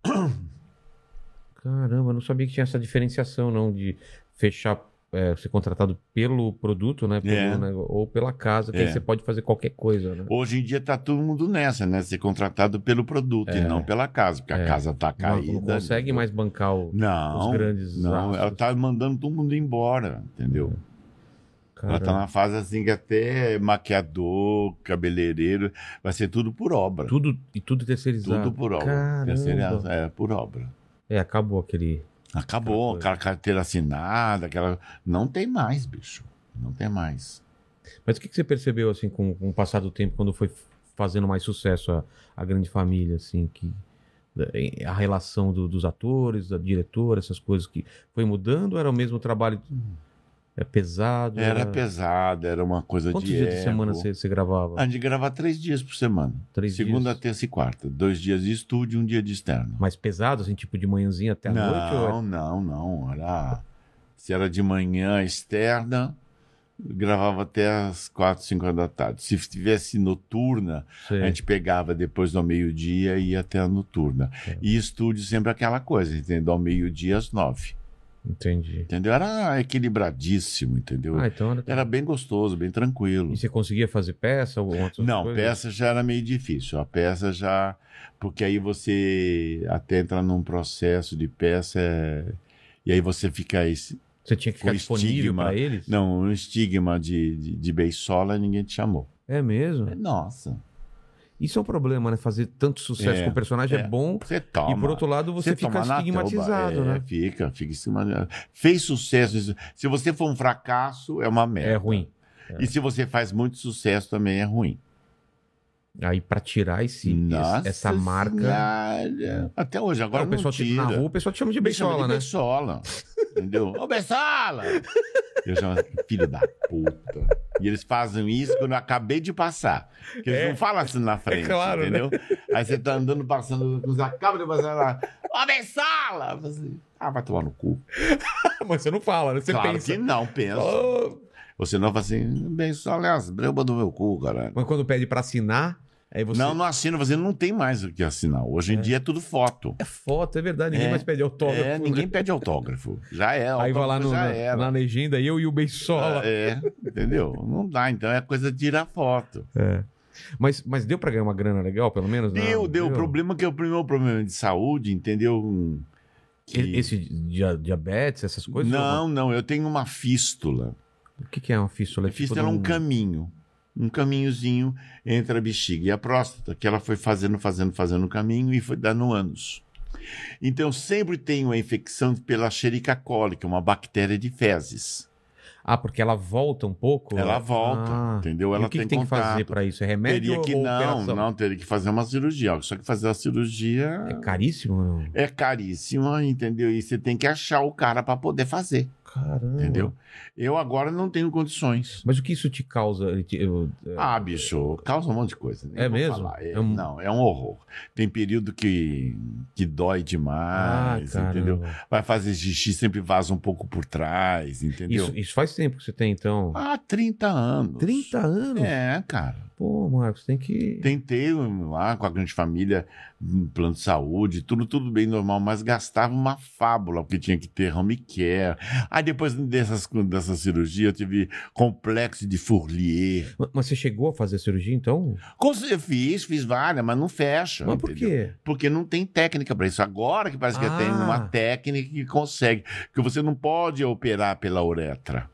Speaker 1: Caramba, eu não sabia que tinha essa diferenciação, não, de fechar. é, ser contratado pelo produto, né? Pelo
Speaker 3: É.
Speaker 1: nego- Ou pela casa, que aí
Speaker 3: É.
Speaker 1: você pode fazer qualquer coisa, né?
Speaker 3: Hoje em dia tá todo mundo nessa, né? Ser contratado pelo produto e não pela casa, porque
Speaker 1: É.
Speaker 3: a casa tá
Speaker 1: Não,
Speaker 3: caída.
Speaker 1: não consegue mais bancar o.
Speaker 3: Não,
Speaker 1: os grandes
Speaker 3: não. Ela
Speaker 1: astros.
Speaker 3: tá mandando todo mundo embora, entendeu? Ela tá
Speaker 1: Caramba.
Speaker 3: na fase assim que até maquiador, cabeleireiro, vai ser tudo por obra.
Speaker 1: Tudo, e tudo terceirizado.
Speaker 3: Tudo por obra.
Speaker 1: Caramba.
Speaker 3: Terceira- é, por obra.
Speaker 1: É, acabou aquele.
Speaker 3: Acabou,
Speaker 1: Aquela
Speaker 3: aquela carteira assinada, aquela. Não tem mais, bicho. Não tem mais.
Speaker 1: Mas o que, que você percebeu, assim, com, com o passar do tempo, quando foi f- fazendo mais sucesso a, a grande família, assim, que da- em- a relação do- dos atores, da diretora, essas coisas que foi mudando, ou era o mesmo trabalho é pesado?
Speaker 3: Era pesado, era uma coisa
Speaker 1: Quantos
Speaker 3: de.
Speaker 1: dias de
Speaker 3: ego.
Speaker 1: semana você, você gravava?
Speaker 3: A gente gravava três dias por semana.
Speaker 1: Três
Speaker 3: Segunda,
Speaker 1: dias.
Speaker 3: terça e quarta. Dois dias de estúdio e um dia de externo.
Speaker 1: Mais pesado, assim, tipo de manhãzinha até a noite?
Speaker 3: não,
Speaker 1: Ou... é
Speaker 3: não, não. Era... Se era de manhã externa, gravava até as quatro, cinco horas da tarde. Se estivesse noturna,
Speaker 1: Sei.
Speaker 3: A gente pegava depois do meio-dia e ia até a noturna.
Speaker 1: É.
Speaker 3: E estúdio sempre aquela coisa, entendeu? Ao meio-dia às nove.
Speaker 1: Entendi.
Speaker 3: Entendeu? Era equilibradíssimo, entendeu?
Speaker 1: Ah, então era...
Speaker 3: Era bem gostoso, bem tranquilo.
Speaker 1: E você conseguia fazer peça ou outras
Speaker 3: Não,
Speaker 1: coisas?
Speaker 3: peça já era meio difícil. A peça já. Porque aí você até entra num processo de peça. é, E aí você fica esse.
Speaker 1: Você tinha que ficar
Speaker 3: com
Speaker 1: disponível
Speaker 3: estigma.
Speaker 1: pra eles?
Speaker 3: Não, um estigma de, de, de beisola ninguém te chamou.
Speaker 1: É mesmo?
Speaker 3: Nossa.
Speaker 1: Isso é um problema, né? Fazer tanto sucesso
Speaker 3: É,
Speaker 1: com o personagem é,
Speaker 3: é.
Speaker 1: bom
Speaker 3: Você toma.
Speaker 1: E por outro lado, você, fica
Speaker 3: toma na
Speaker 1: estigmatizado,
Speaker 3: toba, é,
Speaker 1: né?
Speaker 3: Fica, fica estigmatizado. Fez sucesso. isso- Se você for um fracasso, é uma merda.
Speaker 1: É ruim.
Speaker 3: E se você faz muito sucesso, também é ruim.
Speaker 1: Aí pra tirar esse, esse- essa marca.
Speaker 3: senhora. Até hoje,
Speaker 1: Agora
Speaker 3: agora
Speaker 1: o
Speaker 3: não
Speaker 1: pessoal te-
Speaker 3: tira.
Speaker 1: na rua, o pessoal te chama de
Speaker 3: Me chama
Speaker 1: beijola,
Speaker 3: de
Speaker 1: né?
Speaker 3: Bessola. Entendeu? Ô, Bessola! Eu chamo filho da puta. E eles fazem isso quando eu acabei de passar. Porque eles
Speaker 1: É.
Speaker 3: não falam assim na frente,
Speaker 1: claro, né?
Speaker 3: entendeu? Aí você tá andando, passando, você acaba de passar lá. Ô, Bessola! Você, Ah, vai tomar no cu.
Speaker 1: Mas você não fala, né? Você
Speaker 3: claro
Speaker 1: pensa.
Speaker 3: que não, pensa.
Speaker 1: "Oh",
Speaker 3: Você não fala assim, Bessola é as brambas do meu cu, cara.
Speaker 1: Mas quando pede pra assinar, aí você.
Speaker 3: Não, não assina, você não tem mais o que assinar. Hoje em dia é tudo foto.
Speaker 1: É foto, é verdade. Ninguém
Speaker 3: É.
Speaker 1: mais pede autógrafo. né?
Speaker 3: É, ninguém pede autógrafo. Já é,
Speaker 1: Aí vai lá
Speaker 3: autógrafo
Speaker 1: no-
Speaker 3: já
Speaker 1: na,
Speaker 3: era.
Speaker 1: na legenda, eu e o Beisola.
Speaker 3: É, entendeu? Não dá, então é coisa de tirar foto.
Speaker 1: Mas, mas deu pra ganhar uma grana legal, pelo menos? né? Não,
Speaker 3: Deu, deu. O problema é que é o primeiro problema de saúde, entendeu? Um, Que-
Speaker 1: E- Esse dia- diabetes, essas coisas?
Speaker 3: Não, não, eu tenho uma fístula.
Speaker 1: O que, que é uma fístula?
Speaker 3: A fístula é um
Speaker 1: caminho.
Speaker 3: caminho. Um caminhozinho entre a bexiga e a próstata, que ela foi fazendo, fazendo, fazendo o caminho e foi dando anos. Então, eu sempre tenho a infecção pela Escherichia coli, que é uma bactéria de fezes.
Speaker 1: Ah, porque ela volta um pouco?
Speaker 3: Ela volta,
Speaker 1: Ah.
Speaker 3: entendeu?
Speaker 1: E
Speaker 3: Ela
Speaker 1: o que,
Speaker 3: tem
Speaker 1: que tem que fazer
Speaker 3: contato.
Speaker 1: pra isso? É remédio
Speaker 3: Teria
Speaker 1: ou
Speaker 3: que
Speaker 1: ou
Speaker 3: não,
Speaker 1: operação?
Speaker 3: não, teria que fazer uma cirurgia. Só que fazer a cirurgia
Speaker 1: É caríssimo ou não?
Speaker 3: É caríssima, entendeu? E você tem que achar o cara pra poder fazer,
Speaker 1: Caramba.
Speaker 3: entendeu? Eu agora não tenho condições.
Speaker 1: Mas o que isso te causa? Ele te- eu- é,
Speaker 3: Ah, bicho, causa um monte de coisa. nem
Speaker 1: É
Speaker 3: vou
Speaker 1: mesmo?
Speaker 3: falar. É-
Speaker 1: É um-
Speaker 3: Não, é um horror. Tem período que, que dói demais,
Speaker 1: Ah, caramba.
Speaker 3: entendeu? Vai fazer xixi, sempre vaza um pouco por trás, entendeu?
Speaker 1: Isso, isso faz tempo que você tem, então.
Speaker 3: Há 30 anos.
Speaker 1: 30 anos?
Speaker 3: É, cara.
Speaker 1: Pô, Marcos, tem que.
Speaker 3: Tentei um, lá com a grande família, um plano de saúde, tudo, tudo bem normal, mas gastava uma fábula, porque tinha que ter home care. Aí depois dessas, dessa cirurgia eu tive complexo de Fourlier.
Speaker 1: Ma- Mas você chegou a fazer cirurgia, então?
Speaker 3: Com cer- Eu fiz, fiz várias, mas não fecha.
Speaker 1: Mas por
Speaker 3: entendeu?
Speaker 1: quê?
Speaker 3: Porque não tem técnica para isso. Agora que parece que
Speaker 1: Ah.
Speaker 3: tem uma técnica que consegue, que você não pode operar pela uretra.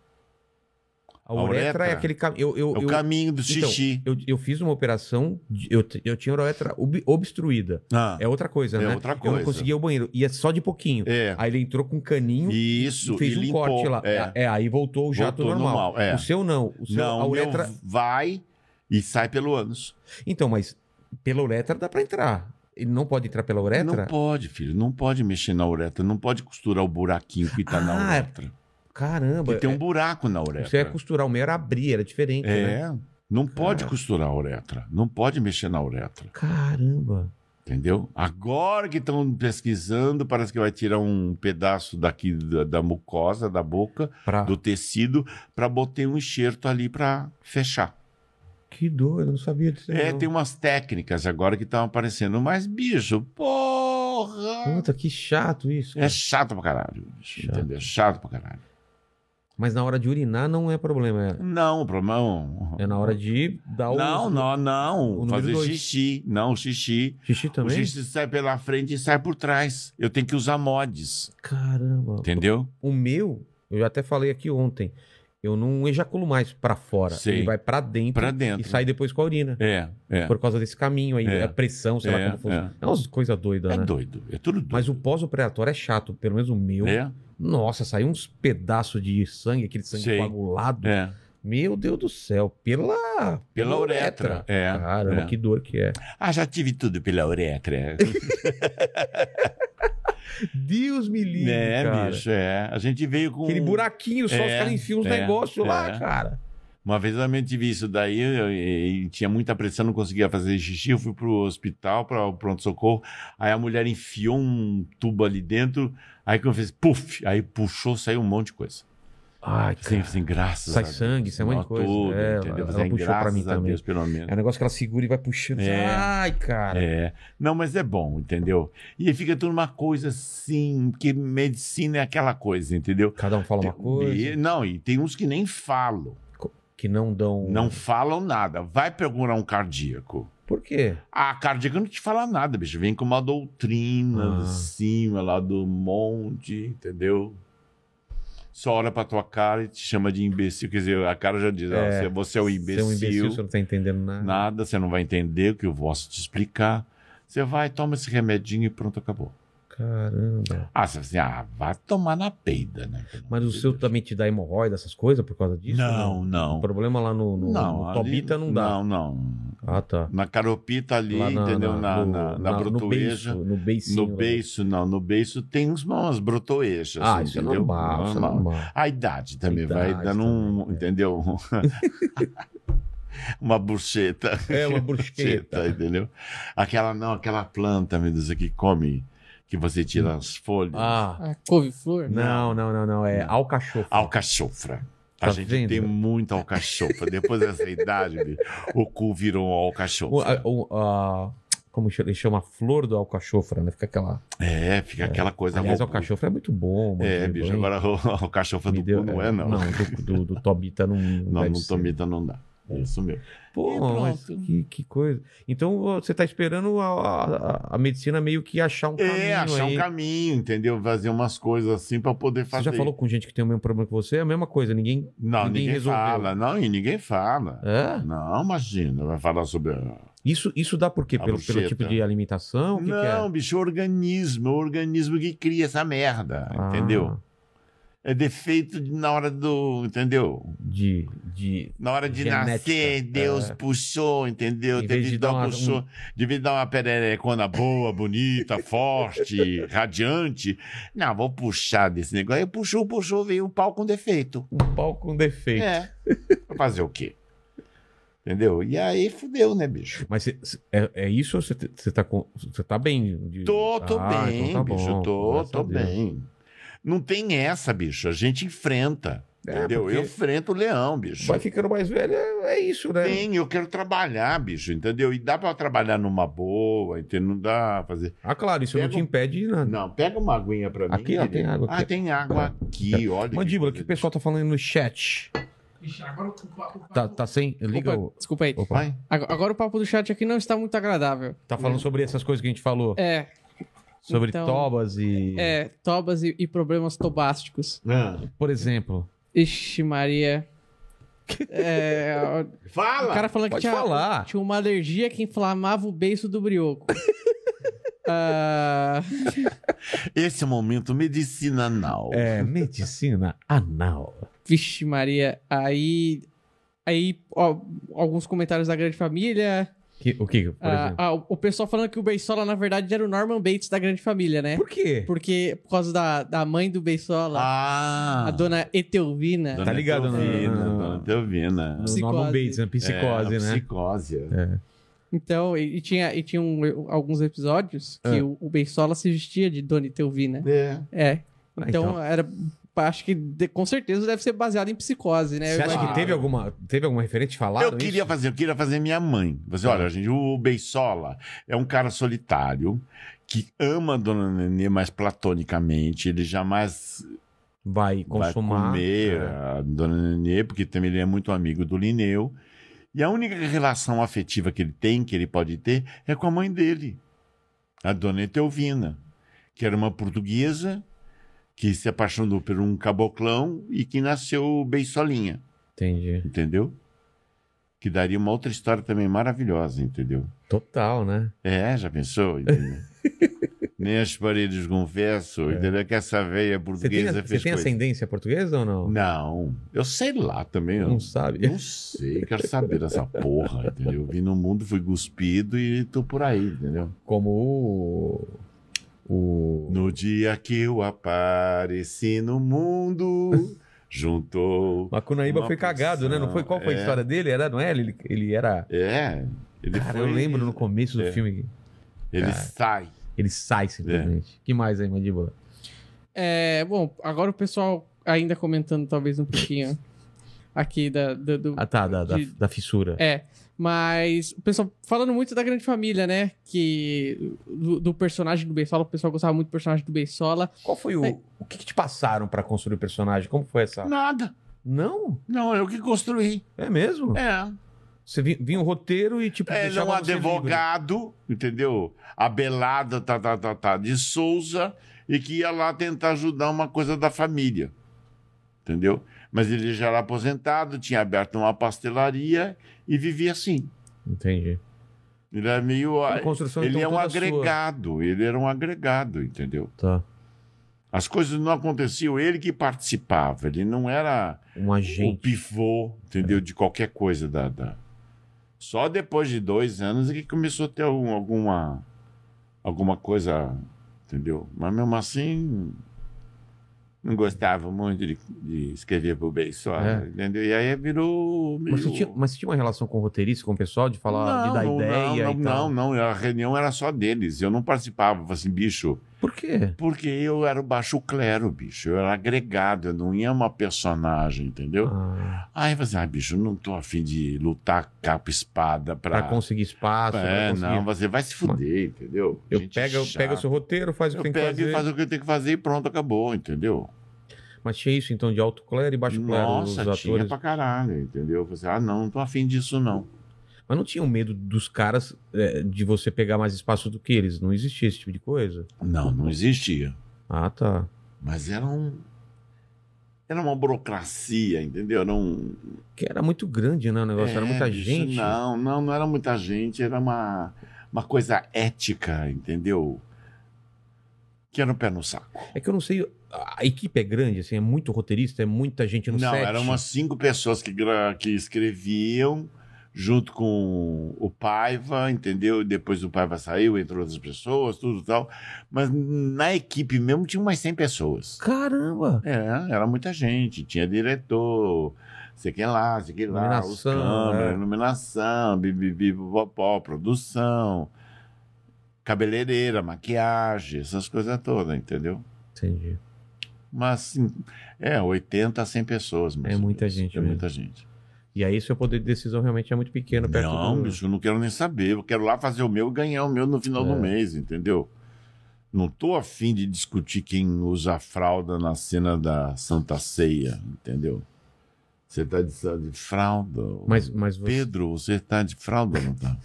Speaker 1: A uretra
Speaker 3: uretra?
Speaker 1: é aquele caminho. Eu, eu,
Speaker 3: É o
Speaker 1: eu,
Speaker 3: caminho do
Speaker 1: então,
Speaker 3: xixi.
Speaker 1: eu, eu fiz uma operação, de- eu, t- eu tinha a uretra ob- obstruída.
Speaker 3: Ah,
Speaker 1: É outra coisa,
Speaker 3: É
Speaker 1: né?
Speaker 3: outra
Speaker 1: Eu não
Speaker 3: coisa.
Speaker 1: conseguia o banheiro. E é só de pouquinho.
Speaker 3: é.
Speaker 1: Aí ele entrou com um caninho
Speaker 3: Isso,
Speaker 1: e fez
Speaker 3: e
Speaker 1: um
Speaker 3: limpou.
Speaker 1: corte lá.
Speaker 3: É.
Speaker 1: É, aí voltou o jato
Speaker 3: Voltou
Speaker 1: normal.
Speaker 3: normal, é.
Speaker 1: O seu não. O seu,
Speaker 3: não,
Speaker 1: a
Speaker 3: o meu
Speaker 1: uretra.
Speaker 3: vai e sai pelo ânus.
Speaker 1: Então, mas pela uretra dá pra entrar. Ele não pode entrar pela uretra?
Speaker 3: Não pode, filho. Não pode mexer na uretra. Não pode costurar o buraquinho que tá na
Speaker 1: Ah, é-
Speaker 3: uretra.
Speaker 1: Caramba.
Speaker 3: Porque tem
Speaker 1: é-
Speaker 3: um buraco na uretra.
Speaker 1: Isso é costurar, o meu era abrir, era diferente, né?
Speaker 3: É, não pode costurar a uretra, não pode mexer na uretra,
Speaker 1: Caramba.
Speaker 3: entendeu? Agora que estão pesquisando, parece que vai tirar um pedaço daqui da, da mucosa, da boca,
Speaker 1: Pra...
Speaker 3: do tecido, para botar um enxerto ali para fechar.
Speaker 1: Que doido, eu não sabia disso.
Speaker 3: É,
Speaker 1: não.
Speaker 3: tem umas técnicas agora que estão aparecendo, mas bicho, porra!
Speaker 1: Puta, que chato isso.
Speaker 3: É
Speaker 1: cara.
Speaker 3: chato pra caralho, bicho,
Speaker 1: Chato.
Speaker 3: entendeu? Chato pra caralho.
Speaker 1: Mas na hora de urinar não é problema.
Speaker 3: Não, o problema é um-
Speaker 1: É, é na hora de dar o.
Speaker 3: Não, não,
Speaker 1: o
Speaker 3: não.
Speaker 1: número
Speaker 3: Fazer
Speaker 1: dois.
Speaker 3: xixi. Não, xixi.
Speaker 1: Xixi também?
Speaker 3: O xixi sai pela frente e sai por trás. Eu tenho que usar mods.
Speaker 1: Caramba.
Speaker 3: Entendeu?
Speaker 1: O meu, eu já até falei aqui ontem. Eu não ejaculo mais pra fora.
Speaker 3: Sei.
Speaker 1: Ele vai pra dentro,
Speaker 3: Pra
Speaker 1: e
Speaker 3: dentro.
Speaker 1: sai depois com a urina.
Speaker 3: É, é.
Speaker 1: Por causa desse caminho aí,
Speaker 3: É.
Speaker 1: a pressão, sei lá
Speaker 3: É,
Speaker 1: como fosse.
Speaker 3: é.
Speaker 1: É, umas coisas doidas,
Speaker 3: É
Speaker 1: né?
Speaker 3: doido. É tudo doido.
Speaker 1: Mas o pós-operatório é chato, pelo menos o meu.
Speaker 3: É,
Speaker 1: Nossa, saiu uns pedaços de sangue, aquele sangue
Speaker 3: Sei.
Speaker 1: coagulado.
Speaker 3: é.
Speaker 1: Meu Deus do céu, pela.
Speaker 3: Pela uretra. É.
Speaker 1: Caramba,
Speaker 3: é.
Speaker 1: que dor que é.
Speaker 3: Ah, já tive tudo pela uretra. é.
Speaker 1: Deus me livre.
Speaker 3: né,
Speaker 1: cara.
Speaker 3: bicho? É. A gente veio com.
Speaker 1: Aquele buraquinho só, os
Speaker 3: É,
Speaker 1: caras enfiam uns
Speaker 3: é,
Speaker 1: negócios lá,
Speaker 3: é.
Speaker 1: cara.
Speaker 3: Uma vez eu também tive isso daí eu- e, e tinha muita pressão, não conseguia fazer xixi. Eu fui pro hospital, para o pronto-socorro. Aí a mulher enfiou um tubo ali dentro. Aí que eu fiz, puf! Aí puxou, saiu um monte de coisa. assim,
Speaker 1: Ai,
Speaker 3: Sem,
Speaker 1: cara.
Speaker 3: sem graça.
Speaker 1: Sai
Speaker 3: sabe?
Speaker 1: sangue, sai um monte de coisa.
Speaker 3: Tudo,
Speaker 1: É,
Speaker 3: entendeu?
Speaker 1: ela-
Speaker 3: Sem
Speaker 1: ela puxou pra
Speaker 3: graças
Speaker 1: mim
Speaker 3: a
Speaker 1: também.
Speaker 3: Deus, pelo menos.
Speaker 1: É um negócio que ela segura e vai puxando.
Speaker 3: É.
Speaker 1: Ai, cara.
Speaker 3: É. Não, mas é bom, entendeu? E aí fica tudo uma coisa assim, que medicina é aquela coisa, entendeu?
Speaker 1: Cada um fala uma coisa.
Speaker 3: E- não, e tem uns que nem falam.
Speaker 1: Que não dão. um
Speaker 3: Não falam nada. Vai procurar um cardíaco.
Speaker 1: Por quê?
Speaker 3: Ah, cardíaco não te fala nada, bicho. Vem com uma
Speaker 1: Ah.
Speaker 3: doutrina de cima, lá do monte, entendeu? Só olha pra tua cara e te chama de imbecil. Quer dizer, a cara já diz, ó,
Speaker 1: É.
Speaker 3: você- você é um
Speaker 1: Você é um imbecil, você não tá entendendo nada.
Speaker 3: nada, você não vai entender o que eu posso te explicar. Você vai, toma esse remedinho e pronto, acabou.
Speaker 1: Caramba.
Speaker 3: Ah, você fala assim, ah, vai tomar na peida, né?
Speaker 1: Mas o seu também é te dá hemorroida, essas coisas, por causa disso?
Speaker 3: Não, não.
Speaker 1: O problema lá no, no, no
Speaker 3: ali-
Speaker 1: Tobita não dá.
Speaker 3: Não, não.
Speaker 1: Ah, tá.
Speaker 3: Na caropita ali,
Speaker 1: Lá
Speaker 3: entendeu? Na,
Speaker 1: no-
Speaker 3: na, na,
Speaker 1: no
Speaker 3: brotoeja.
Speaker 1: beiço. No beicinho
Speaker 3: No
Speaker 1: lá.
Speaker 3: beiço, não. No beiço tem uns- umas brotoejas.
Speaker 1: Ah, isso é
Speaker 3: entendeu?
Speaker 1: normal, isso é normal.
Speaker 3: A idade também
Speaker 1: A
Speaker 3: vai
Speaker 1: idade
Speaker 3: dando um,
Speaker 1: também, é.
Speaker 3: entendeu? Uma bucheta.
Speaker 1: É uma
Speaker 3: Bucheta,
Speaker 1: brusqueta.
Speaker 3: entendeu? Aquela não, aquela planta, meu Deus, que come, que você tira as folhas.
Speaker 1: Hum. Ah,
Speaker 2: A couve-flor?
Speaker 1: não, não, não, não. É alcachofra.
Speaker 3: Alcachofra. A
Speaker 1: Tá
Speaker 3: gente
Speaker 1: vendo?
Speaker 3: tem muita alcachofra. Depois dessa idade, bicho, o cu virou um
Speaker 1: O- a-
Speaker 3: alcachofra.
Speaker 1: o- a- como chama- ele chama? Flor do alcachofra, né? Fica aquela.
Speaker 3: É, fica aquela coisa.
Speaker 1: Aliás,
Speaker 3: louca.
Speaker 1: alcachofra é muito bom, mano.
Speaker 3: É,
Speaker 1: Tudo
Speaker 3: bicho,
Speaker 1: bem.
Speaker 3: agora o alcachofra
Speaker 1: Me
Speaker 3: do
Speaker 1: deu-
Speaker 3: cu não é, não.
Speaker 1: Não, do, do- tá do Tobita não.
Speaker 3: Não,
Speaker 1: deve
Speaker 3: não
Speaker 1: ser. É.
Speaker 3: tomita não dá. Isso mesmo. E
Speaker 1: Pô,
Speaker 3: pronto.
Speaker 1: mas que, que coisa. Então você tá esperando a, a- a medicina meio que achar um caminho.
Speaker 3: É, achar
Speaker 1: aí.
Speaker 3: um caminho, entendeu? Fazer umas coisas assim pra poder
Speaker 1: Você
Speaker 3: fazer.
Speaker 1: já falou com gente que tem o mesmo problema que você? É a mesma coisa, ninguém.
Speaker 3: Não,
Speaker 1: ninguém
Speaker 3: ninguém,
Speaker 1: resolveu.
Speaker 3: fala. Não, e ninguém fala.
Speaker 1: É?
Speaker 3: Não, imagina, vai falar sobre. a-
Speaker 1: Isso, isso dá por quê?
Speaker 3: A
Speaker 1: Pelo, pelo
Speaker 3: bucheta.
Speaker 1: tipo de alimentação? O que que é?
Speaker 3: não, bicho, é organismo, é o organismo que cria essa merda,
Speaker 1: Ah,
Speaker 3: entendeu? É defeito de- na hora do, entendeu?
Speaker 1: De, de.
Speaker 3: Na hora de
Speaker 1: Genética,
Speaker 3: nascer, Deus
Speaker 1: é.
Speaker 3: puxou, entendeu?
Speaker 1: Em vez de
Speaker 3: Devido
Speaker 1: dar
Speaker 3: ao
Speaker 1: uma-
Speaker 3: puxou,
Speaker 1: um-
Speaker 3: devia dar uma pererecona boa, bonita, forte, radiante. Não, vou puxar desse negócio. Aí puxou, puxou, veio um pau com defeito.
Speaker 1: Um pau com defeito.
Speaker 3: É. Vai fazer o quê? Entendeu? E aí fudeu, né, bicho?
Speaker 1: Mas cê- cê- é, é isso ou você te- você tá, com- você tá bem? de-
Speaker 3: Tô, tô
Speaker 1: Ah,
Speaker 3: bem,
Speaker 1: então tá
Speaker 3: bicho.
Speaker 1: bom,
Speaker 3: tô,
Speaker 1: graças a
Speaker 3: tô
Speaker 1: Deus.
Speaker 3: bem. Não tem essa, bicho. A gente enfrenta.
Speaker 1: É,
Speaker 3: entendeu?
Speaker 1: porque
Speaker 3: Eu enfrento o leão, bicho.
Speaker 1: Vai ficando mais velho, é, é isso, né?
Speaker 3: Tem, eu quero trabalhar, bicho, entendeu? E dá pra trabalhar numa boa, entendeu? Não dá pra fazer.
Speaker 1: Ah, claro, isso não
Speaker 3: Pega
Speaker 1: te
Speaker 3: um-
Speaker 1: impede de nada.
Speaker 3: Não, pega uma aguinha pra mim.
Speaker 1: Aqui, ó, tem
Speaker 3: querido.
Speaker 1: água
Speaker 3: Ah,
Speaker 1: aqui.
Speaker 3: tem água aqui, olha.
Speaker 1: Mandíbula, o que o
Speaker 3: coisa.
Speaker 1: pessoal tá falando no chat?
Speaker 2: Ixi, agora o-
Speaker 1: Tá, tá sem. Liga
Speaker 2: Opa,
Speaker 1: o.
Speaker 2: desculpa aí.
Speaker 1: Opa.
Speaker 3: Vai.
Speaker 2: Agora, agora o papo do chat aqui não está muito agradável.
Speaker 1: Tá falando sobre essas coisas que a gente falou.
Speaker 2: É,
Speaker 1: sobre
Speaker 2: então-
Speaker 1: tobas e.
Speaker 2: é, tobas e, e problemas tobásticos.
Speaker 3: Ah.
Speaker 1: Por exemplo.
Speaker 2: Ixi, Maria. É, o
Speaker 3: Fala!
Speaker 2: cara falando que
Speaker 1: Pode
Speaker 2: tinha,
Speaker 1: falar.
Speaker 2: tinha uma alergia que inflamava o beiço do brioco. Ah,
Speaker 3: Esse é o momento medicinal.
Speaker 1: É, medicina anal.
Speaker 2: vixe, Maria. Aí, aí ó, alguns comentários da grande família.
Speaker 1: Que- o que, por
Speaker 2: Ah,
Speaker 1: exemplo?
Speaker 2: ah, o- o pessoal falando que o Beisola, na verdade, era o Norman Bates da Grande Família, né?
Speaker 1: Por quê?
Speaker 2: Porque por causa da, da mãe do Beisola,
Speaker 3: Ah!
Speaker 2: a dona Etelvina.
Speaker 3: Dona
Speaker 1: Tá ligado, né?
Speaker 3: Etelvina,
Speaker 1: Ah.
Speaker 3: Dona Etelvina.
Speaker 2: Psicose.
Speaker 1: O Norman Bates, né? Psicose,
Speaker 3: É, a
Speaker 1: né?
Speaker 3: Psicose.
Speaker 2: Então, e, e tinha, e tinha um- alguns episódios que o, o Beisola se vestia de dona Etelvina.
Speaker 3: É.
Speaker 2: É.
Speaker 1: Ah,
Speaker 2: Então,
Speaker 1: então.
Speaker 2: era. Acho que de- com certeza deve ser baseado em psicose, né?
Speaker 1: Você
Speaker 2: Eu
Speaker 1: acha
Speaker 2: imagino.
Speaker 1: que teve alguma, teve alguma referente falada?
Speaker 3: Eu queria fazer, eu queria fazer minha mãe. Você,
Speaker 1: Ah.
Speaker 3: olha, gente, o Beisola é um cara solitário que ama a dona Nenê, mas platonicamente. Ele jamais
Speaker 1: Vai
Speaker 3: vai
Speaker 1: consumar.
Speaker 3: comer
Speaker 1: é.
Speaker 3: a dona Nenê, porque também ele é muito amigo do Lineu. E a única relação afetiva que ele tem, que ele pode ter, é com a mãe dele, a dona Etelvina, que era uma portuguesa que se apaixonou por um caboclão e que nasceu Beisolinha
Speaker 1: Entendi.
Speaker 3: entendeu? Que daria uma outra história também maravilhosa, entendeu?
Speaker 1: Total, né?
Speaker 3: É, já pensou? entendeu? Nem as paredes confesso, entendeu? É Que essa veia
Speaker 1: É. Você tem,
Speaker 3: portuguesa
Speaker 1: você
Speaker 3: fez
Speaker 1: tem
Speaker 3: coisa.
Speaker 1: ascendência portuguesa ou não?
Speaker 3: Não, eu sei lá também. eu
Speaker 1: Não sabe?
Speaker 3: Não sei, quero saber dessa porra, entendeu? Eu vim no mundo, fui cuspido e tô por aí, entendeu?
Speaker 1: Como o. O.
Speaker 3: No dia que eu apareci no mundo, juntou...
Speaker 1: Macunaíba
Speaker 3: Uma
Speaker 1: foi cagado, né? Não foi? Qual foi a
Speaker 3: é.
Speaker 1: história dele? Era, não era? Ele, ele era.
Speaker 3: É, ele
Speaker 1: Cara,
Speaker 3: foi-
Speaker 1: eu lembro no começo do
Speaker 3: É.
Speaker 1: filme.
Speaker 3: Ele
Speaker 1: Cara.
Speaker 3: sai.
Speaker 1: Ele sai simplesmente. que mais aí, mandíbula?
Speaker 2: É, bom, agora o pessoal ainda comentando talvez um pouquinho aqui da, da- do...
Speaker 1: Ah, tá, da, da-
Speaker 2: De-
Speaker 1: da fissura.
Speaker 2: É, mas o pessoal falando muito da Grande Família, né? Que do, do personagem do Beisola, o pessoal gostava muito do personagem do Beisola.
Speaker 1: Qual foi
Speaker 2: É.
Speaker 1: o. O que, que te passaram pra construir o personagem? Como foi essa.
Speaker 3: Nada.
Speaker 1: Não?
Speaker 3: Não, eu que construí.
Speaker 1: É mesmo?
Speaker 3: É.
Speaker 1: Você vi- vinha um roteiro e, tipo,
Speaker 3: Ele é um
Speaker 1: deixava você livre.
Speaker 3: advogado, entendeu? Abelada tá, tá, tá, tá, de Souza e que ia lá tentar ajudar uma coisa da família, entendeu? Mas ele já era aposentado, tinha aberto uma pastelaria e vivia assim.
Speaker 1: Entendi.
Speaker 3: Ele é meio.
Speaker 1: A construção
Speaker 3: Ele
Speaker 1: então,
Speaker 3: é um
Speaker 1: toda sua.
Speaker 3: agregado, ele era um agregado, entendeu?
Speaker 1: Tá.
Speaker 3: As coisas não aconteciam, ele que participava, ele não era
Speaker 1: Um
Speaker 3: o
Speaker 1: agente.
Speaker 3: pivô,
Speaker 1: É.
Speaker 3: entendeu? De qualquer coisa da, da- Só depois de dois anos é que começou a ter algum- alguma alguma coisa, entendeu? Mas mesmo assim não gostava muito de, de escrever pro bem só,
Speaker 1: É.
Speaker 3: entendeu? E aí virou meio...
Speaker 1: Mas você, tinha, mas você tinha uma relação com o roteirista, com o pessoal, de falar, de dar ideia
Speaker 3: não,
Speaker 1: e
Speaker 3: não,
Speaker 1: tal?
Speaker 3: não, a reunião era só deles, eu não participava, falava assim, bicho,
Speaker 1: Por quê?
Speaker 3: porque eu era o baixo clero, bicho, eu era agregado, eu não ia uma personagem, entendeu?
Speaker 1: Ah,
Speaker 3: Aí você, ah, bicho, não tô afim de lutar capa e espada pra.
Speaker 1: pra conseguir espaço, pra
Speaker 3: é,
Speaker 1: conseguir...
Speaker 3: não, você vai se fuder, entendeu?
Speaker 1: Eu
Speaker 3: Gente
Speaker 1: pego, eu
Speaker 3: chata.
Speaker 1: pego o seu roteiro, faz o que
Speaker 3: Eu
Speaker 1: tem que
Speaker 3: pego
Speaker 1: fazer.
Speaker 3: e faço o que eu tenho que fazer e pronto, acabou, entendeu?
Speaker 1: Mas tinha isso, então, de alto clero e baixo clero, os
Speaker 3: Nossa, tinha
Speaker 1: atores.
Speaker 3: pra caralho, entendeu? Você, ah, não, não tô afim disso, não.
Speaker 1: Mas não tinha o medo dos caras é, de você pegar mais espaço do que eles. Não existia esse tipo de coisa.
Speaker 3: Não, não existia.
Speaker 1: Ah, tá.
Speaker 3: Mas era um. Era uma burocracia, entendeu? Era um.
Speaker 1: Que era muito grande, né, o negócio? era
Speaker 3: É,
Speaker 1: muita
Speaker 3: bicho,
Speaker 1: gente.
Speaker 3: Não, não, não era muita gente, era uma, uma coisa ética, entendeu? Que era um pé no saco.
Speaker 1: É que eu não sei... A equipe é grande, assim, é muito roteirista, é muita gente no
Speaker 3: Não,
Speaker 1: set.
Speaker 3: eram umas cinco pessoas que, gra- que escreviam junto com o Paiva, entendeu? Depois o Paiva saiu, entrou outras pessoas, tudo e tal. Mas na equipe mesmo tinha umas 100 pessoas.
Speaker 1: Caramba!
Speaker 3: É, era muita gente. Tinha diretor, sei quem lá, sei quem lá, os
Speaker 1: Iluminação,
Speaker 3: câmeras,
Speaker 1: é.
Speaker 3: iluminação, bibibi, popó, produção, cabeleireira, maquiagem, essas coisas todas, entendeu?
Speaker 1: Entendi.
Speaker 3: Mas, assim, é, 80 a 100 pessoas. mais
Speaker 1: É
Speaker 3: ou
Speaker 1: muita
Speaker 3: menos.
Speaker 1: gente
Speaker 3: É
Speaker 1: mesmo.
Speaker 3: muita gente.
Speaker 1: E aí seu poder de decisão realmente é muito pequeno perto
Speaker 3: Não,
Speaker 1: do...
Speaker 3: bicho, eu não quero nem saber. Eu quero lá fazer o meu e ganhar o meu no final
Speaker 1: É.
Speaker 3: do mês, entendeu? Não tô afim de discutir quem usa a fralda na cena da Santa Ceia, entendeu? Você tá de, de fralda.
Speaker 1: Mas, mas, você-
Speaker 3: Pedro, você tá de fralda, não tá?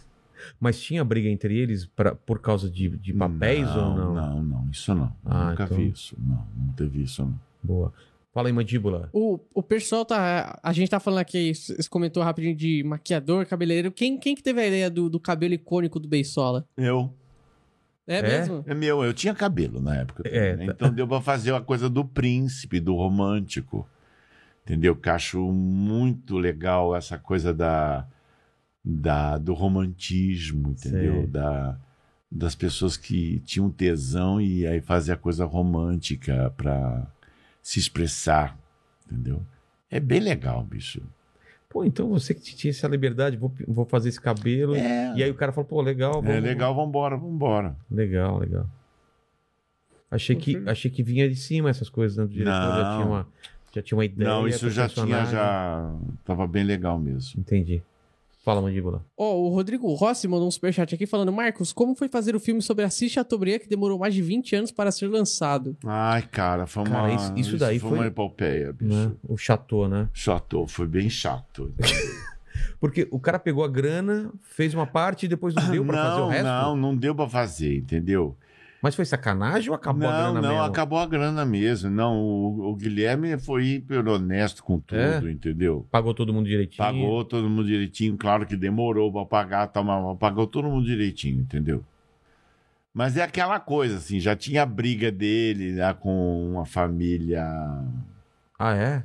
Speaker 1: mas tinha briga entre eles pra, por causa de, de papéis ou não?
Speaker 3: Não, não, isso não.
Speaker 1: Ah,
Speaker 3: Nunca
Speaker 1: então-
Speaker 3: vi isso. Não, não teve isso, não.
Speaker 1: Boa. Fala aí, mandíbula.
Speaker 2: O, o pessoal tá. A gente tá falando aqui, você comentou rapidinho de maquiador, cabeleireiro. Quem, quem que teve a ideia do, do cabelo icônico do Beisola?
Speaker 3: Eu.
Speaker 2: É,
Speaker 1: É?
Speaker 2: mesmo?
Speaker 3: É meu, eu tinha cabelo na época.
Speaker 1: É,
Speaker 3: né?
Speaker 1: tá.
Speaker 3: Então deu pra fazer a coisa do príncipe, do romântico. Entendeu? Que eu acho muito legal essa coisa da, da, do romantismo, entendeu?
Speaker 1: Sei.
Speaker 3: Da, das pessoas que tinham tesão e aí fazia a coisa romântica para se expressar, entendeu? É bem legal, bicho.
Speaker 1: Pô, então você que tinha essa liberdade, vou, vou fazer esse cabelo.
Speaker 3: É,
Speaker 1: E aí o cara fala, pô, legal.
Speaker 3: é
Speaker 1: vamos-
Speaker 3: legal, vambora, vambora.
Speaker 1: Legal, legal. Achei que,
Speaker 2: Uhum.
Speaker 1: achei que vinha de cima essas coisas, né? Do diretor já
Speaker 3: Não.
Speaker 1: tinha uma, já tinha uma ideia.
Speaker 3: Não, isso
Speaker 1: do
Speaker 3: já tinha,
Speaker 1: personagem.
Speaker 3: já.
Speaker 1: né?
Speaker 3: Tava bem legal mesmo.
Speaker 1: Entendi. Fala, mandíbula.
Speaker 2: Ó, o Rodrigo Rossi mandou um superchat aqui falando: Marcos, como foi fazer o filme sobre a Chateaubriand que demorou mais de 20 anos para ser lançado?
Speaker 3: Ai, cara, foi uma.
Speaker 1: Cara, isso- isso daí
Speaker 3: foi,
Speaker 1: foi-
Speaker 3: uma epopeia, bicho.
Speaker 1: Né? O Chateau, né?
Speaker 3: Chato, foi bem chato.
Speaker 1: Porque o cara pegou a grana, fez uma parte e depois não deu pra fazer o
Speaker 3: não,
Speaker 1: resto.
Speaker 3: não, não deu pra fazer, entendeu?
Speaker 1: Mas foi sacanagem ou acabou
Speaker 3: não,
Speaker 1: a grana
Speaker 3: não,
Speaker 1: mesmo?
Speaker 3: acabou a grana mesmo. Não, o, o Guilherme foi hiper honesto com
Speaker 1: É?
Speaker 3: tudo, entendeu?
Speaker 1: Pagou todo mundo direitinho.
Speaker 3: Pagou todo mundo direitinho, claro que demorou pra pagar, tal, mas pagou todo mundo direitinho, entendeu? Mas é aquela coisa, assim, já tinha a briga dele lá com a família.
Speaker 1: Ah, é?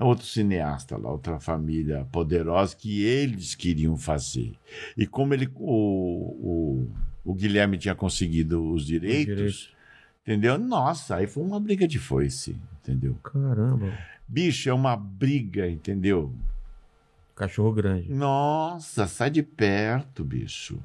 Speaker 3: Outro cineasta lá, outra família poderosa que eles queriam fazer. E como ele, o, o, o Guilherme tinha conseguido os direitos,
Speaker 1: direitos.
Speaker 3: entendeu? Nossa, aí foi uma briga de foice, entendeu?
Speaker 1: Caramba.
Speaker 3: Bicho, é uma briga, entendeu?
Speaker 1: Cachorro grande.
Speaker 3: Nossa, sai de perto, bicho.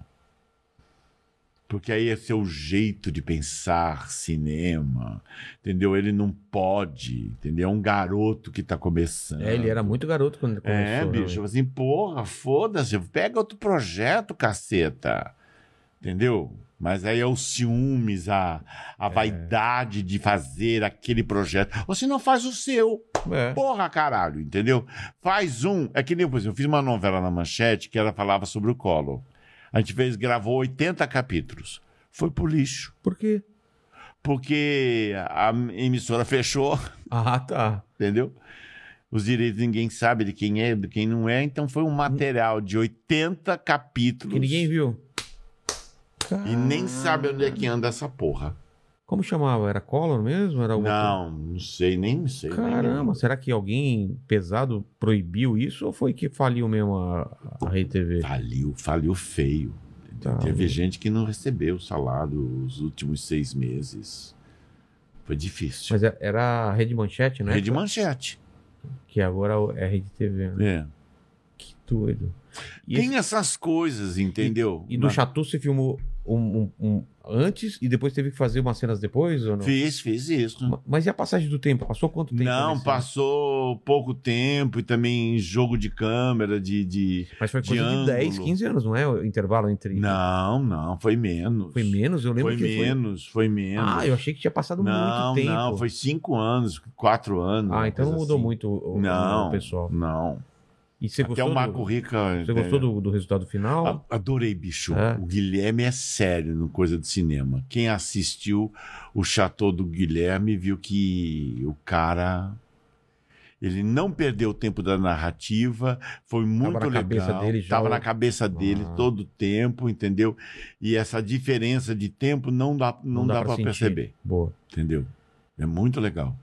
Speaker 3: Porque aí é seu jeito de pensar cinema, entendeu? Ele não pode, entendeu? É um garoto que tá começando.
Speaker 1: É, ele era muito garoto quando ele começou.
Speaker 3: É, bicho,
Speaker 1: né?
Speaker 3: assim, porra, foda-se, pega outro projeto, caceta. Entendeu? Mas aí é os ciúmes, a, a vaidade de fazer aquele projeto. Ou se não faz o seu,
Speaker 1: É.
Speaker 3: porra, caralho, entendeu? Faz um. É que nem, por exemplo, eu fiz uma novela na manchete que ela falava sobre o colo. A gente fez, gravou 80 capítulos. Foi pro lixo.
Speaker 1: Por quê?
Speaker 3: Porque a emissora fechou
Speaker 1: Ah, tá.
Speaker 3: entendeu? Os direitos ninguém sabe de quem é, de quem não é, então foi um material de 80 capítulos
Speaker 1: Que ninguém viu.
Speaker 3: e nem sabe onde é que anda essa porra.
Speaker 1: Como chamava? Era Collor mesmo? Era alguma
Speaker 3: Não, não sei, nem sei. nem
Speaker 1: Tá Caramba,
Speaker 3: lembro.
Speaker 1: será que alguém pesado proibiu isso ou foi que faliu mesmo a, a RTV?
Speaker 3: Faliu, faliu feio.
Speaker 1: Tá.
Speaker 3: Teve gente que não recebeu o salário os últimos seis meses. Foi difícil.
Speaker 1: Mas é- era a Rede Manchete, né?
Speaker 3: Rede manchete.
Speaker 1: Que agora é Rede TV. Né?
Speaker 3: É.
Speaker 1: Que doido. E,
Speaker 3: Tem
Speaker 1: esse-
Speaker 3: essas coisas, entendeu?
Speaker 1: e do Chateau você filmou um, um- um antes e depois teve que fazer umas cenas depois ou não?
Speaker 3: Fiz, fiz isso.
Speaker 1: Ma- Mas e a passagem do tempo? Passou quanto tempo?
Speaker 3: Hum. Não,
Speaker 1: nesse-
Speaker 3: passou pouco tempo e também jogo de câmera, de. de-
Speaker 1: Mas foi
Speaker 3: de
Speaker 1: coisa de, 10,
Speaker 3: ângulo.
Speaker 1: 15 anos, não é? O intervalo entre.
Speaker 3: Não, não, foi menos.
Speaker 1: Foi menos? Eu lembro
Speaker 3: Foi
Speaker 1: que
Speaker 3: menos, foi menos.
Speaker 1: Ah, eu achei que tinha passado
Speaker 3: não,
Speaker 1: muito tempo.
Speaker 3: não, foi cinco anos, quatro anos.
Speaker 1: Ah,
Speaker 3: uma
Speaker 1: então não
Speaker 3: coisa
Speaker 1: mudou
Speaker 3: assim.
Speaker 1: muito o, o-
Speaker 3: Não,
Speaker 1: o pessoal.
Speaker 3: Não.
Speaker 1: E você
Speaker 3: Até
Speaker 1: gostou?
Speaker 3: o
Speaker 1: do-
Speaker 3: Marco Rica.
Speaker 1: Você gostou do, do resultado final?
Speaker 3: A- Adorei, bicho.
Speaker 1: É.
Speaker 3: O Guilherme é sério no coisa de cinema. Quem assistiu o Chateau do Guilherme viu que o cara. Ele não perdeu o tempo da narrativa, foi muito
Speaker 1: na
Speaker 3: legal.
Speaker 1: cabeça dele já
Speaker 3: Tava
Speaker 1: o-
Speaker 3: na cabeça dele
Speaker 1: Ah.
Speaker 3: todo o tempo, entendeu? E essa diferença de tempo não dá, não dá, para
Speaker 1: sentir.
Speaker 3: perceber,
Speaker 1: Boa.
Speaker 3: entendeu? É muito legal.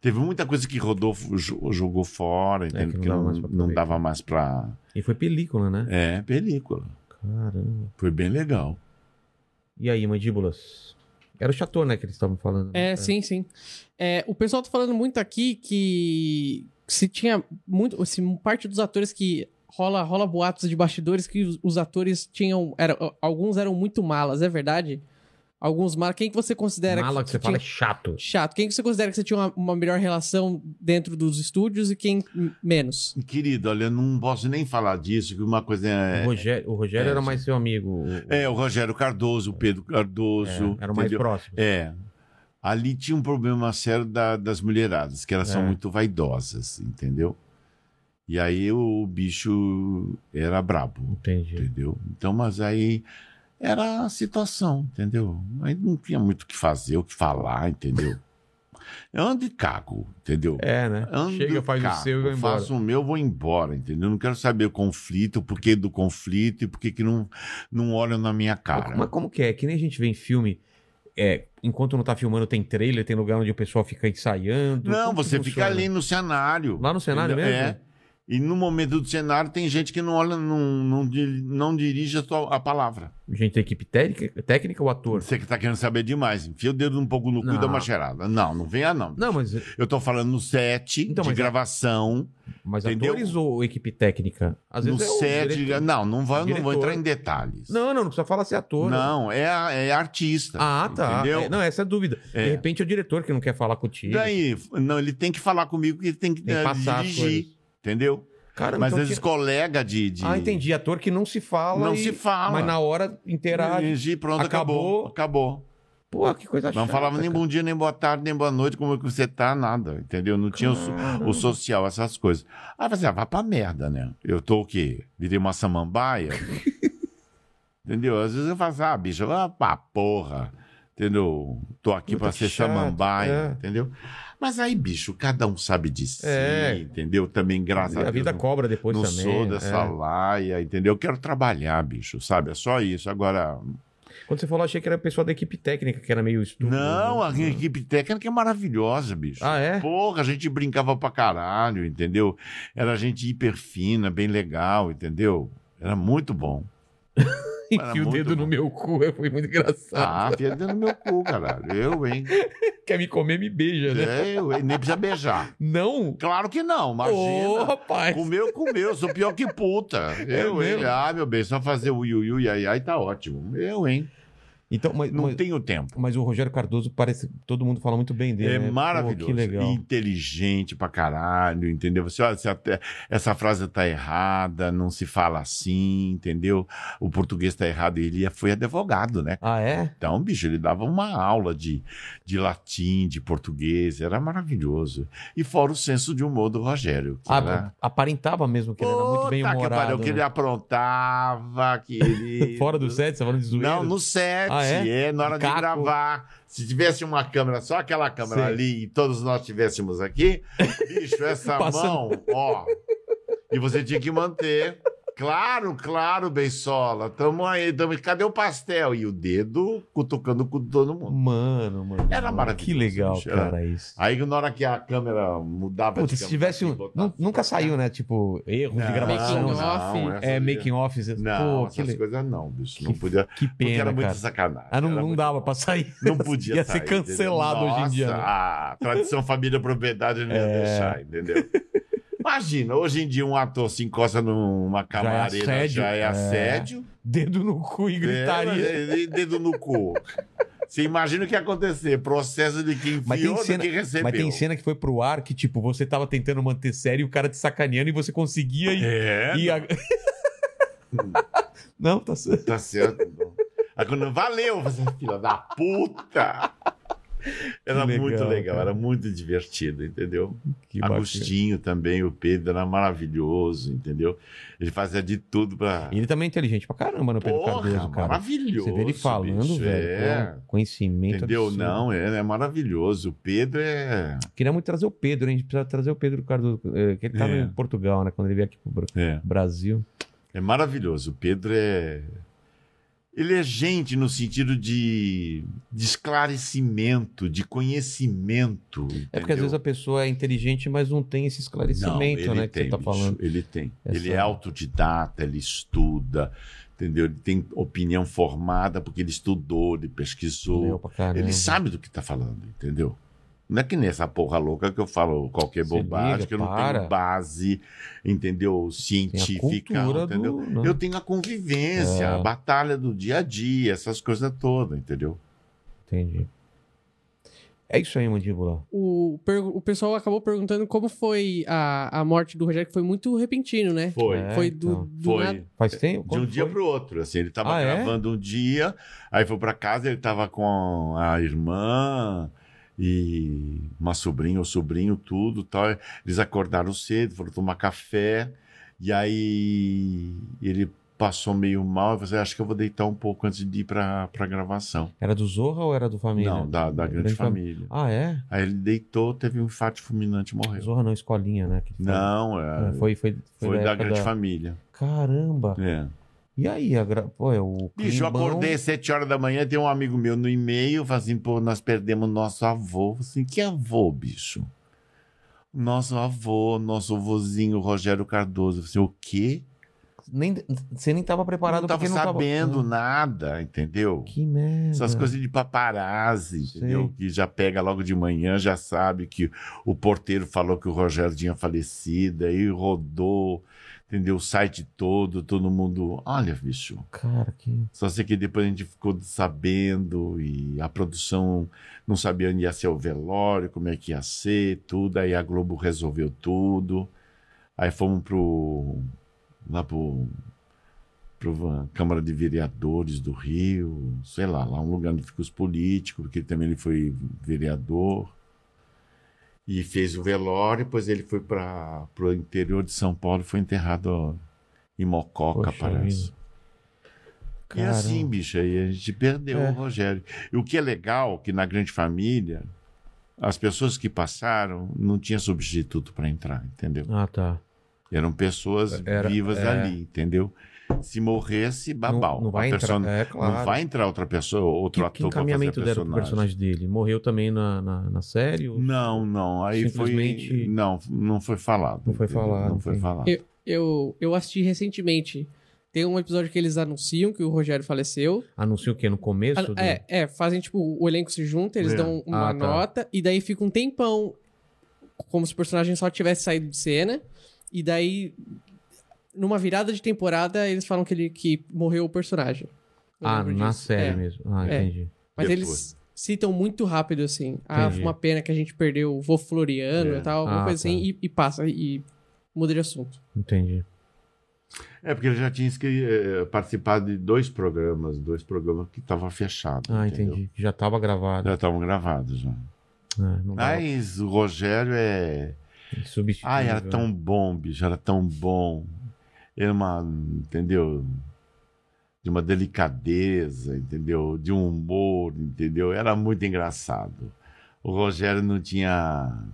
Speaker 3: Teve muita coisa que Rodolfo jo- jogou fora, entendeu?
Speaker 1: É, que não dava
Speaker 3: Porque não,
Speaker 1: mais pra
Speaker 3: não
Speaker 1: aproveitar.
Speaker 3: dava mais para.
Speaker 1: E foi película, né?
Speaker 3: É, película.
Speaker 1: Caramba.
Speaker 3: Foi bem legal.
Speaker 1: E aí, mandíbulas? Era o Chateau, né, que eles estavam falando. né?
Speaker 2: É, sim, sim. É, o pessoal tá falando muito aqui que se tinha muito. Se parte dos atores que rola, rola boatos de bastidores que os, os atores tinham. Era, alguns eram muito malas, é verdade? Alguns malas. Quem que você considera
Speaker 1: Mala que você fala é chato.
Speaker 2: Chato. Quem que você considera que você tinha uma, uma melhor relação dentro dos estúdios e quem m- menos?
Speaker 3: Querido, olha, eu não posso nem falar disso, que uma coisa
Speaker 1: o
Speaker 3: é.
Speaker 1: Rogério, o Rogério
Speaker 3: é,
Speaker 1: era
Speaker 3: sim.
Speaker 1: mais seu amigo. o- o-
Speaker 3: É, o Rogério Cardoso, o Pedro Cardoso.
Speaker 1: é, era o mais
Speaker 3: entendeu?
Speaker 1: próximo.
Speaker 3: É. Ali tinha um problema sério da- das mulheradas, que elas são
Speaker 1: É.
Speaker 3: muito vaidosas, entendeu? E aí o bicho era brabo,
Speaker 1: Entendi.
Speaker 3: entendeu? Então, mas aí era a situação, entendeu? Aí não tinha muito o que fazer, o que falar, entendeu? Eu ando e cago, entendeu?
Speaker 1: É, né?
Speaker 3: Ando,
Speaker 1: Chega, faz
Speaker 3: cara,
Speaker 1: o seu e vai embora.
Speaker 3: Faço o meu, vou embora, entendeu? Não quero saber o conflito, o porquê do conflito e por que que não, não olham na minha cara.
Speaker 1: Mas como que é? Que nem a gente vê em filme. É, enquanto não tá filmando, tem trailer, tem lugar onde o pessoal fica ensaiando.
Speaker 3: Não,
Speaker 1: Como que
Speaker 3: você fica
Speaker 1: funciona?
Speaker 3: ali no cenário.
Speaker 1: Lá no cenário
Speaker 3: Entendeu?
Speaker 1: mesmo?
Speaker 3: É. E no momento do cenário tem gente que não olha, não, não, di- não dirige a, sua- a palavra.
Speaker 1: Gente, a equipe técnica, técnica ou ator?
Speaker 3: Você que tá querendo saber demais. Enfia o dedo um pouco no cu e dá
Speaker 1: Não.
Speaker 3: uma cheirada. Não, não venha não.
Speaker 1: Não, mas,
Speaker 3: Eu tô falando no set
Speaker 1: Então,
Speaker 3: de
Speaker 1: mas é-
Speaker 3: gravação,
Speaker 1: mas
Speaker 3: Entendeu?
Speaker 1: atores ou equipe técnica? Às
Speaker 3: no
Speaker 1: vezes é o
Speaker 3: set... de-
Speaker 1: diretor.
Speaker 3: Não, não, vai, não vou
Speaker 1: Diretor.
Speaker 3: entrar em detalhes.
Speaker 1: Não, não, não precisa falar se é ator.
Speaker 3: Não, é, a- é artista.
Speaker 1: Ah, tá.
Speaker 3: Entendeu?
Speaker 1: É, não, essa é a dúvida.
Speaker 3: É.
Speaker 1: De repente é o diretor que não quer falar contigo.
Speaker 3: Daí, não, ele tem que falar comigo que ele tem que,
Speaker 1: Tem que
Speaker 3: eh,
Speaker 1: passar as
Speaker 3: dirigir,
Speaker 1: coisas.
Speaker 3: entendeu?
Speaker 1: Cara,
Speaker 3: Mas
Speaker 1: então
Speaker 3: às vezes
Speaker 1: tinha-
Speaker 3: colega de, de-
Speaker 1: Ah, entendi. Ator que não se fala.
Speaker 3: Não
Speaker 1: e-
Speaker 3: se fala.
Speaker 1: Mas na hora interage.
Speaker 3: dirigir, pronto, acabou.
Speaker 1: Acabou.
Speaker 3: Acabou.
Speaker 1: Pô, que coisa chata.
Speaker 3: Não falava nem
Speaker 1: cara.
Speaker 3: bom dia, nem boa tarde, nem boa noite, como é que você tá, nada, entendeu? Não tinha o, so-
Speaker 1: Ah.
Speaker 3: o social, essas coisas. Aí eu falei, ah, vai pra merda, né? Eu tô o quê? Virei uma samambaia? entendeu? Às vezes eu falo, ah, bicho, ah, pra porra, entendeu? Tô aqui
Speaker 1: Puta,
Speaker 3: pra
Speaker 1: que
Speaker 3: ser
Speaker 1: chato,
Speaker 3: samambaia,
Speaker 1: é.
Speaker 3: entendeu? Mas aí, bicho, cada um sabe de si,
Speaker 1: É.
Speaker 3: entendeu? Também, graças a,
Speaker 1: A
Speaker 3: Deus,
Speaker 1: vida
Speaker 3: não-
Speaker 1: cobra depois
Speaker 3: não
Speaker 1: também.
Speaker 3: sou
Speaker 1: é.
Speaker 3: dessa laia, entendeu? Eu quero trabalhar, bicho, sabe? É só isso. Agora,
Speaker 1: Quando você falou, achei que era pessoal da equipe técnica, que era meio estúpido.
Speaker 3: não,
Speaker 1: né?
Speaker 3: a equipe técnica é maravilhosa, bicho.
Speaker 1: Ah, é?
Speaker 3: Porra, a gente brincava pra caralho, entendeu? Era gente hiper fina, bem legal, entendeu? Era muito bom. Era
Speaker 1: Enfia o
Speaker 3: muito
Speaker 1: dedo no
Speaker 3: bom.
Speaker 1: meu cu, foi muito engraçado.
Speaker 3: Ah, fia dentro do meu cu, caralho. Eu, hein?
Speaker 1: Quer me comer, me beija, né?
Speaker 3: Ah. É, Eu, hein? Nem precisa beijar.
Speaker 1: Não?
Speaker 3: Claro que não,
Speaker 1: Ô,
Speaker 3: imagina.
Speaker 1: rapaz. É
Speaker 3: Comeu, comeu, sou pior que puta. Eu, hein?
Speaker 1: mesmo?
Speaker 3: Ah, meu bem, só fazer o iu, iu, iai, ai, tá ótimo. Eu, hein?
Speaker 1: Então, mas,
Speaker 3: Não
Speaker 1: mas,
Speaker 3: tenho tempo.
Speaker 1: mas o Rogério Cardoso parece. Todo mundo fala muito bem dele.
Speaker 3: É
Speaker 1: né? Pô,
Speaker 3: maravilhoso.
Speaker 1: que legal.
Speaker 3: Inteligente pra caralho, entendeu? Você, olha, você até- essa frase tá errada, não se fala assim, entendeu? O português tá errado. E Ele foi advogado, né?
Speaker 1: Ah, é?
Speaker 3: Então, bicho, ele dava uma aula de, de latim, de português, era maravilhoso. E fora o senso de humor do Rogério. Que
Speaker 1: Ah,
Speaker 3: era...
Speaker 1: aparentava mesmo que ele era muito
Speaker 3: é. Puta
Speaker 1: bem
Speaker 3: que pariu,
Speaker 1: humorado.
Speaker 3: que ele
Speaker 1: né?
Speaker 3: aprontava, que ele...
Speaker 1: Fora do set, você tá falando de zoeira?
Speaker 3: Não, no set,
Speaker 1: Ah,
Speaker 3: é?
Speaker 1: é?
Speaker 3: na hora de
Speaker 1: Caco.
Speaker 3: gravar. Se tivesse uma câmera, só aquela câmera
Speaker 1: Sim.
Speaker 3: ali e todos nós tivéssemos aqui, bicho, essa
Speaker 1: Passando.
Speaker 3: mão, ó. E você tinha que manter. Claro, claro, Beisola. Tamo aí, tamo... cadê o pastel? E o dedo cutucando o cu de todo mundo.
Speaker 1: Mano, mano.
Speaker 3: Era
Speaker 1: mano,
Speaker 3: maravilhoso,
Speaker 1: Que legal,
Speaker 3: bicho, era.
Speaker 1: cara, isso.
Speaker 3: Aí na hora que a câmera mudava
Speaker 1: Putz, se
Speaker 3: câmera
Speaker 1: tivesse
Speaker 3: assim,
Speaker 1: um.
Speaker 3: botava-
Speaker 1: nu- Nunca saiu, né? Tipo, erros de
Speaker 3: Não,
Speaker 1: gravação.
Speaker 2: Making
Speaker 1: né?
Speaker 2: off.
Speaker 3: não, essa-
Speaker 1: É, making off.
Speaker 3: Não,
Speaker 1: Pô, que,
Speaker 3: essas
Speaker 1: le-
Speaker 3: coisas não, bicho. Não
Speaker 1: que-
Speaker 3: podia.
Speaker 1: que
Speaker 3: Porque era
Speaker 1: pena,
Speaker 3: muita
Speaker 1: cara.
Speaker 3: sacanagem.
Speaker 1: Ah, não,
Speaker 3: era
Speaker 1: não
Speaker 3: muito
Speaker 1: dava
Speaker 3: bom.
Speaker 1: pra sair.
Speaker 3: Não podia
Speaker 1: Ia
Speaker 3: sair,
Speaker 1: ser
Speaker 3: entendeu?
Speaker 1: cancelado hoje em dia.
Speaker 3: Nossa,
Speaker 1: né? É.
Speaker 3: A tradição família propriedade não ia deixar, entendeu? Imagina, hoje em dia um ator se encosta numa camarada,
Speaker 1: é assédio.
Speaker 3: já é
Speaker 1: É.
Speaker 3: assédio.
Speaker 1: Dedo no cu e
Speaker 3: É.
Speaker 1: gritaria.
Speaker 3: mas- e dedo no cu. Você imagina o que ia acontecer, processo de quem
Speaker 1: Mas tem
Speaker 3: enfiou
Speaker 1: cena-
Speaker 3: do que recebeu.
Speaker 1: Mas tem cena que foi pro ar que, tipo, você tava tentando manter sério e o cara te sacaneando e você conseguia e.
Speaker 3: É,
Speaker 1: e a- não, tá certo.
Speaker 3: tá certo. Aí quando valeu, você é filha da puta. Era
Speaker 1: Que legal,
Speaker 3: muito legal,
Speaker 1: cara.
Speaker 3: era muito divertido, entendeu?
Speaker 1: Que bacana.
Speaker 3: Agostinho também, o Pedro era maravilhoso, entendeu? Ele fazia de tudo pra.
Speaker 1: Ele também é inteligente pra caramba, né, Pedro Cardoso, cara.
Speaker 3: maravilhoso.
Speaker 1: Você vê ele falando,
Speaker 3: bicho,
Speaker 1: velho.
Speaker 3: É.
Speaker 1: pô, Conhecimento.
Speaker 3: Entendeu?
Speaker 1: absurdo.
Speaker 3: Não, é, é maravilhoso. O Pedro é.
Speaker 1: Queria muito trazer o Pedro, hein? A gente precisa trazer o Pedro Cardoso, eh, que ele tava
Speaker 3: É.
Speaker 1: em Portugal, né? Quando ele veio aqui pro Bra-
Speaker 3: É,
Speaker 1: Brasil.
Speaker 3: é maravilhoso. O Pedro é. Ele é gente no sentido de, de esclarecimento, de conhecimento.
Speaker 1: É porque às vezes a pessoa é inteligente, mas não tem esse esclarecimento, né? que você tá
Speaker 3: bicho,
Speaker 1: falando.
Speaker 3: Ele tem.
Speaker 1: Essa-
Speaker 3: Ele é autodidata, ele estuda, entendeu? Ele tem opinião formada porque ele estudou, ele pesquisou.
Speaker 1: Leu pra caramba.
Speaker 3: ele sabe do que tá falando, entendeu? Não é que nem essa porra louca que eu falo qualquer
Speaker 1: Se
Speaker 3: bobagem,
Speaker 1: liga,
Speaker 3: que eu não
Speaker 1: para.
Speaker 3: tenho base, entendeu?
Speaker 1: Tem a
Speaker 3: Científica,
Speaker 1: cultura
Speaker 3: entendeu?
Speaker 1: do. né?
Speaker 3: Eu tenho a convivência,
Speaker 1: É.
Speaker 3: a batalha do dia a dia, essas coisas todas, entendeu?
Speaker 1: Entendi. É isso aí, mandíbula.
Speaker 2: O, pergu- o pessoal acabou perguntando como foi a, a morte do Rogério, que foi muito repentino, né?
Speaker 3: Foi.
Speaker 1: É,
Speaker 2: foi do,
Speaker 1: então.
Speaker 2: do
Speaker 3: Foi.
Speaker 2: nada.
Speaker 1: Faz tempo?
Speaker 3: De um
Speaker 1: Quando
Speaker 3: dia
Speaker 1: foi?
Speaker 3: pro outro, assim, ele tava
Speaker 1: Ah, é?
Speaker 3: gravando um dia, aí foi pra casa, ele tava com a irmã e uma sobrinha, o sobrinho, tudo, tal. Eles acordaram cedo, foram tomar café, e aí ele passou meio mal, e você acho que eu vou deitar um pouco antes de ir pra, pra gravação.
Speaker 1: Era do Zorra ou era do Família? É,
Speaker 3: Não, da, da grande, família.
Speaker 1: Ah, é?
Speaker 3: Aí ele deitou, teve um infarto fulminante e morreu.
Speaker 1: Zorra não, Escolinha, né? que ele fala.
Speaker 3: Não, é,
Speaker 1: É,
Speaker 3: foi,
Speaker 1: Foi, foi, É. foi,
Speaker 3: da,
Speaker 1: época
Speaker 3: grande família.
Speaker 1: Caramba.
Speaker 3: É.
Speaker 1: E aí, a gra... Pô, é o
Speaker 3: Bicho, eu
Speaker 1: climbão-
Speaker 3: acordei às 7 horas da manhã, tem um amigo meu no e-mail, falou assim, pô, nós perdemos nosso avô. Eu falei Assim, que avô, bicho? nosso avô, nosso vozinho Rogério Cardoso. Eu falei, assim, o quê?
Speaker 1: Nem, você nem tava preparado
Speaker 3: não tava
Speaker 1: porque não tava-
Speaker 3: sabendo
Speaker 1: Ah,
Speaker 3: nada, entendeu?
Speaker 1: Que merda.
Speaker 3: Essas coisas de paparazzi,
Speaker 1: Sei.
Speaker 3: entendeu? Que já pega logo de manhã, já sabe que o porteiro falou que o Rogério tinha falecido, aí rodou, entendeu? O site todo, todo mundo. Olha, bicho.
Speaker 1: Cara, que.
Speaker 3: Só sei que depois a gente ficou sabendo e a produção não sabia onde ia ser o velório, como é que ia ser, tudo. Aí a Globo resolveu tudo. Aí fomos pro lá pro, pro Van- Câmara de Vereadores do Rio, sei lá, lá um lugar onde ficam os políticos, porque também ele foi vereador. E fez o velório, depois ele foi para o interior de São Paulo, foi enterrado em Mococa,
Speaker 1: Poxa
Speaker 3: parece.
Speaker 1: vida.
Speaker 3: E é
Speaker 1: Caramba.
Speaker 3: assim, bicho, aí a gente perdeu
Speaker 1: É.
Speaker 3: o Rogério. E o que é legal, que na grande família, as pessoas que passaram não tinha substituto para entrar, entendeu?
Speaker 1: Ah, tá.
Speaker 3: Eram pessoas
Speaker 1: Era-
Speaker 3: vivas
Speaker 1: é.
Speaker 3: ali, entendeu? Se morresse, babau.
Speaker 1: Não, não vai
Speaker 3: A pessoa-
Speaker 1: entrar. É, claro.
Speaker 3: Não vai entrar outra pessoa,
Speaker 1: Que,
Speaker 3: outro
Speaker 1: que
Speaker 3: ator para fazer a
Speaker 1: encaminhamento deram
Speaker 3: personagem.
Speaker 1: pro personagem dele? Morreu também na, na, na série? ou-
Speaker 3: Não, não. Aí
Speaker 1: Simplesmente-
Speaker 3: foi. Não, não foi falado.
Speaker 1: Não foi
Speaker 3: entendeu?
Speaker 1: falado,
Speaker 3: Não foi
Speaker 1: entendi.
Speaker 3: falado.
Speaker 2: Eu, eu, eu assisti recentemente. Tem um episódio que eles anunciam que o Rogério faleceu.
Speaker 1: Anuncia o quê? No começo? do-
Speaker 2: Ah, É, é, fazem tipo, o elenco se junta, eles
Speaker 3: É.
Speaker 2: dão uma
Speaker 1: né? Ah, tá.
Speaker 2: nota, e daí fica um tempão. Como se o personagem só tivesse saído de cena. E daí, numa virada de temporada, eles falam que, ele, que morreu o personagem. Eu
Speaker 1: Ah,
Speaker 2: lembro
Speaker 1: na
Speaker 2: disso.
Speaker 1: série
Speaker 2: É.
Speaker 1: mesmo. Ah,
Speaker 2: É.
Speaker 1: entendi.
Speaker 2: Mas
Speaker 3: Depois.
Speaker 2: eles citam muito rápido, assim. Ah,
Speaker 1: Entendi.
Speaker 2: foi uma pena que a gente perdeu o vô Floriano
Speaker 3: É.
Speaker 2: e tal, alguma
Speaker 1: Ah,
Speaker 2: coisa assim,
Speaker 1: tá.
Speaker 2: e, e passa, e muda de assunto.
Speaker 1: Entendi.
Speaker 3: É, porque ele já tinha escri- eh, participado de dois programas, dois programas que estavam fechados.
Speaker 1: Ah,
Speaker 3: entendeu?
Speaker 1: entendi. Já tava gravado.
Speaker 3: Já estavam gravados né? já.
Speaker 1: Ah, não dava
Speaker 3: Mas o Rogério é.
Speaker 1: pra substituir,
Speaker 3: Ai, era
Speaker 1: né?
Speaker 3: tão bom, bicho, era tão bom. Era uma. Entendeu? De uma delicadeza, entendeu? De um humor, entendeu? Era muito engraçado. O Rogério não tinha.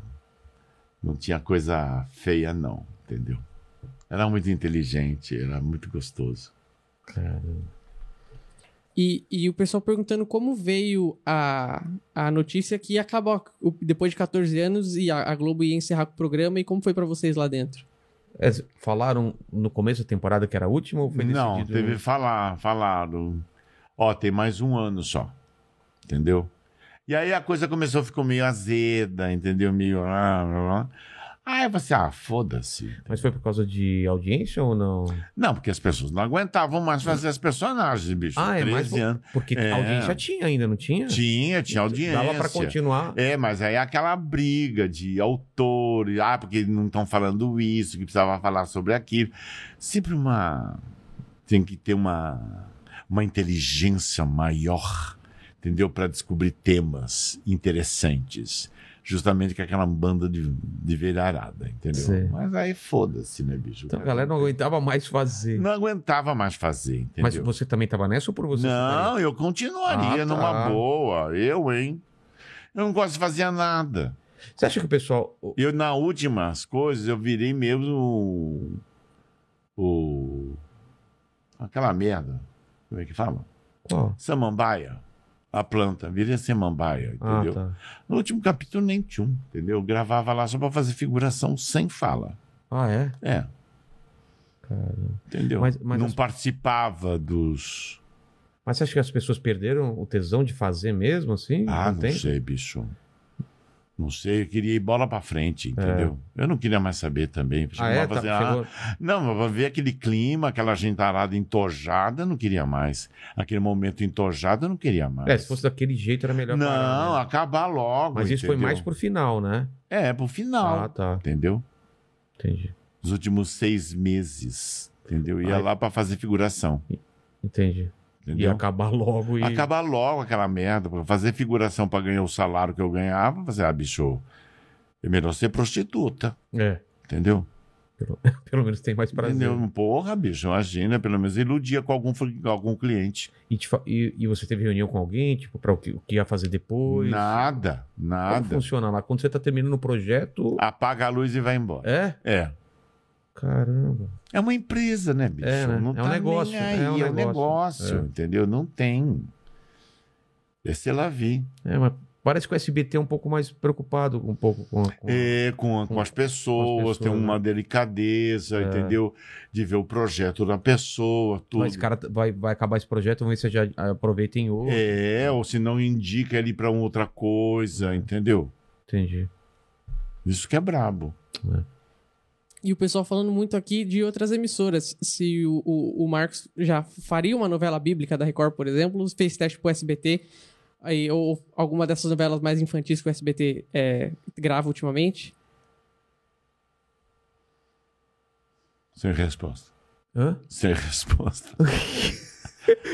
Speaker 3: Não tinha coisa feia, não, entendeu? Era muito inteligente, era muito gostoso.
Speaker 1: Cara,
Speaker 2: E, e o pessoal perguntando como veio a, a notícia que acabou o- depois de 14 anos e a, a Globo ia encerrar o programa e como foi pra vocês lá dentro?
Speaker 1: É, falaram no começo da temporada que era a última ou foi
Speaker 3: não,
Speaker 1: decidido? né?
Speaker 3: teve falar, falaram. Ó, tem mais um ano só. Entendeu? E aí a coisa começou, ficou meio azeda, entendeu? Meio. ah, lá, lá, lá. Aí você, ah, foda-se.
Speaker 1: Mas foi por causa de audiência ou não?
Speaker 3: Não, porque as pessoas não aguentavam mais fazer as personagens, bicho.
Speaker 1: Ah, é
Speaker 3: 13
Speaker 1: mais por-
Speaker 3: anos.
Speaker 1: Porque
Speaker 3: É.
Speaker 1: a audiência tinha ainda, não tinha?
Speaker 3: Tinha, tinha audiência.
Speaker 1: Dava pra continuar.
Speaker 3: É, mas aí aquela briga de autor, e, ah, porque não estão falando isso, que precisava falar sobre aquilo. Sempre uma. Tem que ter uma, uma inteligência maior, entendeu? Para descobrir temas interessantes. Justamente com aquela banda de, de velharada, entendeu?
Speaker 1: Sim.
Speaker 3: Mas aí foda-se, né, bicho?
Speaker 1: Então a galera não aguentava mais fazer.
Speaker 3: não aguentava mais fazer, entendeu?
Speaker 1: Mas você também tava nessa ou por você?
Speaker 3: Não, eu continuaria
Speaker 1: Ah, tá.
Speaker 3: numa boa. Eu, hein? Eu não gosto de fazer nada.
Speaker 1: Você acha que o pessoal. o-
Speaker 3: Eu, na últimas coisas, eu virei mesmo o. o- aquela merda. Como é que fala?
Speaker 1: Qual?
Speaker 3: Samambaia. A planta. Virei samambaia,
Speaker 1: Ah,
Speaker 3: entendeu?
Speaker 1: tá.
Speaker 3: No último capítulo, nem tinha um, entendeu? Eu gravava lá só pra fazer figuração sem fala.
Speaker 1: Ah, é?
Speaker 3: É,
Speaker 1: Cara.
Speaker 3: entendeu?
Speaker 1: Mas- mas
Speaker 3: não
Speaker 1: as-
Speaker 3: participava dos.
Speaker 1: Mas você acha que as pessoas perderam o tesão de fazer mesmo, assim?
Speaker 3: Ah, não
Speaker 1: tem?
Speaker 3: sei, bicho. Não sei, eu queria ir bola pra frente, entendeu? Eu não queria mais saber também. Chegou
Speaker 1: É. Ah, é?
Speaker 3: a
Speaker 1: Tá,
Speaker 3: fazer, ah,
Speaker 1: chegou-
Speaker 3: Não, mas pra ver aquele clima, aquela gentarada entojada, eu não queria mais. Aquele momento entojado, eu não queria mais.
Speaker 1: É, se fosse daquele jeito era melhor
Speaker 3: Não,
Speaker 1: parar, né?
Speaker 3: acabar logo.
Speaker 1: Mas isso foi
Speaker 3: entendeu?
Speaker 1: mais pro final, né?
Speaker 3: É, pro final.
Speaker 1: Ah, tá.
Speaker 3: Entendeu?
Speaker 1: Entendi.
Speaker 3: Os últimos seis meses. Entendeu? Ia
Speaker 1: Ai.
Speaker 3: lá pra fazer figuração.
Speaker 1: Entendi. E
Speaker 3: Entendeu?
Speaker 1: acabar logo e.
Speaker 3: Acabar logo aquela merda, pra fazer figuração pra ganhar o salário que eu ganhava, fazer, ah, bicho, é melhor ser prostituta,
Speaker 1: É.
Speaker 3: entendeu?
Speaker 1: Pelo menos tem mais prazer.
Speaker 3: Entendeu? Porra, bicho, imagina, pelo menos iludia com algum, fri- algum cliente.
Speaker 1: E, te fa- e- e você teve reunião com alguém, tipo, pra o que, o que ia fazer depois?
Speaker 3: Nada,
Speaker 1: Como
Speaker 3: nada.
Speaker 1: funciona lá? Quando você tá terminando o projeto.
Speaker 3: Apaga a luz e vai embora.
Speaker 1: É?
Speaker 3: É.
Speaker 1: Caramba.
Speaker 3: É uma empresa, né, bicho?
Speaker 1: É, né?
Speaker 3: Não
Speaker 1: É um
Speaker 3: tá nem
Speaker 1: negócio,
Speaker 3: aí,
Speaker 1: é um
Speaker 3: É um
Speaker 1: negócio,
Speaker 3: negócio,
Speaker 1: é.
Speaker 3: entendeu? Não tem. É sei lá vi.
Speaker 1: É, mas Parece que o SBT é um pouco mais preocupado um pouco com, com-
Speaker 3: É, com, com,
Speaker 1: com-
Speaker 3: as pessoas,
Speaker 1: pessoas,
Speaker 3: tem uma
Speaker 1: né? É.
Speaker 3: delicadeza, entendeu? De ver o projeto da pessoa, tudo.
Speaker 1: Mas, cara, vai, vai acabar esse projeto, vamos ver se já aproveitem outro.
Speaker 3: É, ou se não indica ele pra uma outra coisa, entendeu?
Speaker 1: Entendi.
Speaker 3: Isso que é brabo.
Speaker 2: E o pessoal falando muito aqui de outras emissoras. Se o, o, o Marcos já faria uma novela bíblica da Record, por exemplo, fez teste pro SBT, aí, ou alguma dessas novelas mais infantis que o SBT é, grava ultimamente.
Speaker 3: Sem resposta.
Speaker 1: Hã?
Speaker 3: Sem resposta.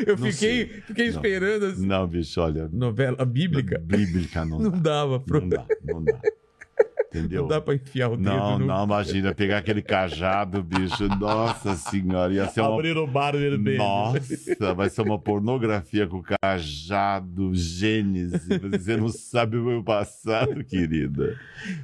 Speaker 1: Eu
Speaker 3: Não
Speaker 1: fiquei, fiquei
Speaker 3: Não.
Speaker 1: esperando assim,
Speaker 3: Não, bicho, olha.
Speaker 1: novela bíblica.
Speaker 3: Bíblica não,
Speaker 1: Não
Speaker 3: dá.
Speaker 1: dava, pro...
Speaker 3: Não
Speaker 1: não,
Speaker 3: dá, não dá. Entendeu?
Speaker 1: dá pra enfiar o dedo
Speaker 3: Não,
Speaker 1: no...
Speaker 3: não, imagina, pegar aquele cajado, bicho. Nossa senhora, ia ser uma.
Speaker 4: o bar vermelho.
Speaker 3: Nossa, vai ser uma pornografia com cajado, Gênesis. Você não sabe o meu passado, querida.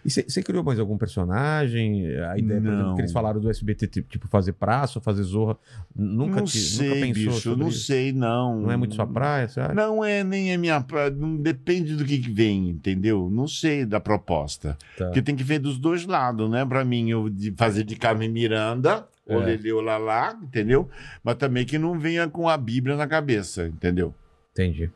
Speaker 1: E você criou mais algum personagem? A ideia, por exemplo,
Speaker 3: Não.
Speaker 1: que eles falaram do SBT, tipo, tipo, fazer praça, fazer zorra. Nunca,
Speaker 3: não
Speaker 1: te-
Speaker 3: sei,
Speaker 1: nunca pensou
Speaker 3: bicho,
Speaker 1: sobre
Speaker 3: não
Speaker 1: isso?
Speaker 3: sei, não.
Speaker 1: Não é muito sua praia, sabe?
Speaker 3: Não é, nem é minha praia. Não depende do que que vem, entendeu? Não sei da proposta.
Speaker 1: Tá.
Speaker 3: Porque tem que ver dos dois lados, né? Pra mim, eu de fazer de Carmen Miranda, ou
Speaker 1: É.
Speaker 3: Leleu Lalá, entendeu? Mas também que não venha com a Bíblia na cabeça, entendeu?
Speaker 1: Entendi.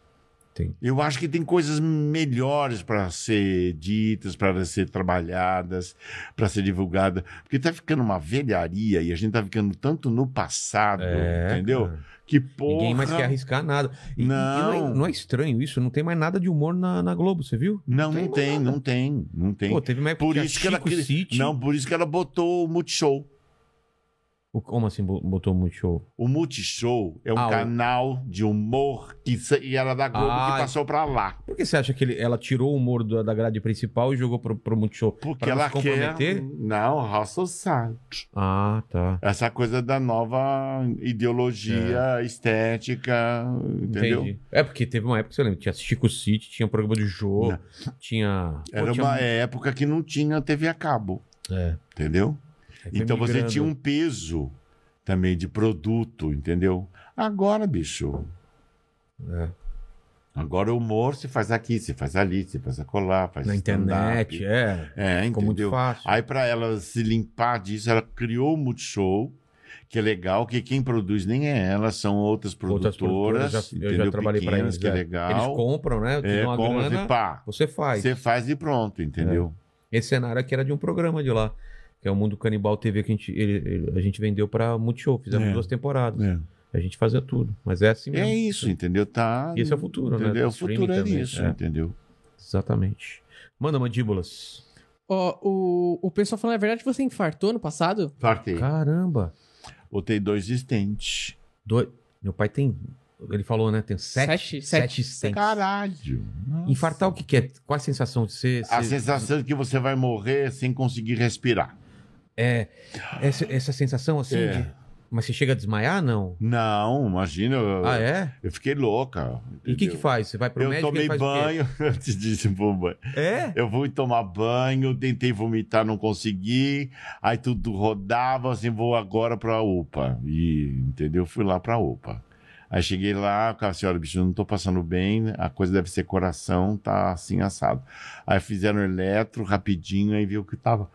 Speaker 3: Eu acho que tem coisas melhores para ser ditas, para ser trabalhadas, para ser divulgada, porque tá ficando uma velharia e a gente tá ficando tanto no passado,
Speaker 1: É,
Speaker 3: entendeu?
Speaker 1: cara.
Speaker 3: Que porra.
Speaker 1: Ninguém mais quer arriscar nada. E- e- e não. é,
Speaker 3: Não.
Speaker 1: não é estranho isso? Não tem mais nada de humor na, na Globo, você viu?
Speaker 3: Não, não
Speaker 1: mais
Speaker 3: tem,
Speaker 1: nada.
Speaker 3: não tem, não tem.
Speaker 1: Pô, teve uma época
Speaker 3: É Por
Speaker 1: tinha
Speaker 3: isso que ela
Speaker 1: é Chico
Speaker 3: queria-
Speaker 1: City.
Speaker 3: Não, por isso que ela botou o Multishow.
Speaker 1: O- Como assim bo- botou muito show?
Speaker 3: O Multishow é um
Speaker 1: Ah, o-
Speaker 3: canal de humor que sa- e era da Globo
Speaker 1: Ah,
Speaker 3: que passou para lá.
Speaker 1: Por que você acha que ele- ela tirou o humor da, da grade principal e jogou pro, pro Multishow?
Speaker 3: Porque
Speaker 1: Pra não
Speaker 3: ela
Speaker 1: se
Speaker 3: quer.
Speaker 1: comprometer?
Speaker 3: Não, House Society.
Speaker 1: Ah, tá.
Speaker 3: Essa coisa da nova ideologia estética, entendeu?
Speaker 1: É. Entendi. É porque teve uma época, você lembra, tinha Chico City, tinha um programa de jogo, tinha... Pô,
Speaker 3: Era
Speaker 1: tinha- um-
Speaker 3: uma época que não tinha TV a cabo,
Speaker 1: É.
Speaker 3: entendeu?
Speaker 1: Aí foi
Speaker 3: Então você
Speaker 1: migrando.
Speaker 3: tinha um peso também de produto, entendeu? Agora, bicho,
Speaker 1: É.
Speaker 3: Agora o humor se faz aqui, se faz ali, se faz acolá, faz
Speaker 1: Na internet,
Speaker 3: stand-up.
Speaker 1: é.
Speaker 3: É,
Speaker 1: Ficou muito
Speaker 3: entendeu?
Speaker 1: fácil.
Speaker 3: Aí pra ela se limpar disso, ela criou o Multishow, que é legal, que quem produz nem é ela, são outras produtoras,
Speaker 1: Outras produtoras, já- eu
Speaker 3: entendeu?
Speaker 1: já trabalhei pra
Speaker 3: Pequenas,
Speaker 1: eles.
Speaker 3: que é
Speaker 1: é. Eles
Speaker 3: legal.
Speaker 1: compram, né? Te
Speaker 3: é,
Speaker 1: dão uma
Speaker 3: como
Speaker 1: grana,
Speaker 3: se pá,
Speaker 1: você faz.
Speaker 3: você faz e pronto, entendeu?
Speaker 1: Esse cenário aqui era de um programa de lá, que é o Mundo Canibal TV, que a gente, ele- ele- a gente vendeu pra Multishow. Fizemos
Speaker 3: É.
Speaker 1: duas temporadas.
Speaker 3: É.
Speaker 1: A gente fazia tudo, mas é assim
Speaker 3: É
Speaker 1: mesmo.
Speaker 3: isso, entendeu? Tá,
Speaker 1: Esse é o futuro, né?
Speaker 3: entendeu?
Speaker 1: Do
Speaker 3: O futuro é
Speaker 1: streaming também,
Speaker 3: isso,
Speaker 1: é.
Speaker 3: entendeu?
Speaker 1: Exatamente. Manda mandíbulas.
Speaker 2: Ó, o, o pessoal falando, é verdade que você infartou no passado?
Speaker 3: Fartei.
Speaker 1: Caramba.
Speaker 3: Botei dois estentes.
Speaker 1: Doi- Meu pai tem. Ele falou, né? Tem sete.
Speaker 2: Sete, sete,
Speaker 1: estentes.
Speaker 3: Caralho. Nossa.
Speaker 1: Infartar o que, que é? Qual a sensação de ser.
Speaker 3: A
Speaker 1: ser-
Speaker 3: sensação de que você vai morrer sem conseguir respirar.
Speaker 1: É. Essa, essa sensação assim.
Speaker 3: É.
Speaker 1: de- Mas você chega a desmaiar? Não.
Speaker 3: Não, imagina. eu-
Speaker 1: Ah, é?
Speaker 3: Eu fiquei louca.
Speaker 1: E o que, que
Speaker 3: entendeu?
Speaker 1: faz? Você vai pro
Speaker 3: Eu
Speaker 1: médico
Speaker 3: tomei
Speaker 1: ele faz o quê?
Speaker 3: banho, eu te disse, vou banho.
Speaker 1: É?
Speaker 3: Eu fui tomar banho, tentei vomitar, não consegui. Aí tudo rodava, assim, vou agora pra UPA. E, entendeu? Fui lá pra UPA. Aí cheguei lá, cara, assim, olha, bicho, eu não tô passando bem, né? a coisa deve ser coração, tá assim assado. Aí fizeram eletro rapidinho, aí viu que tava.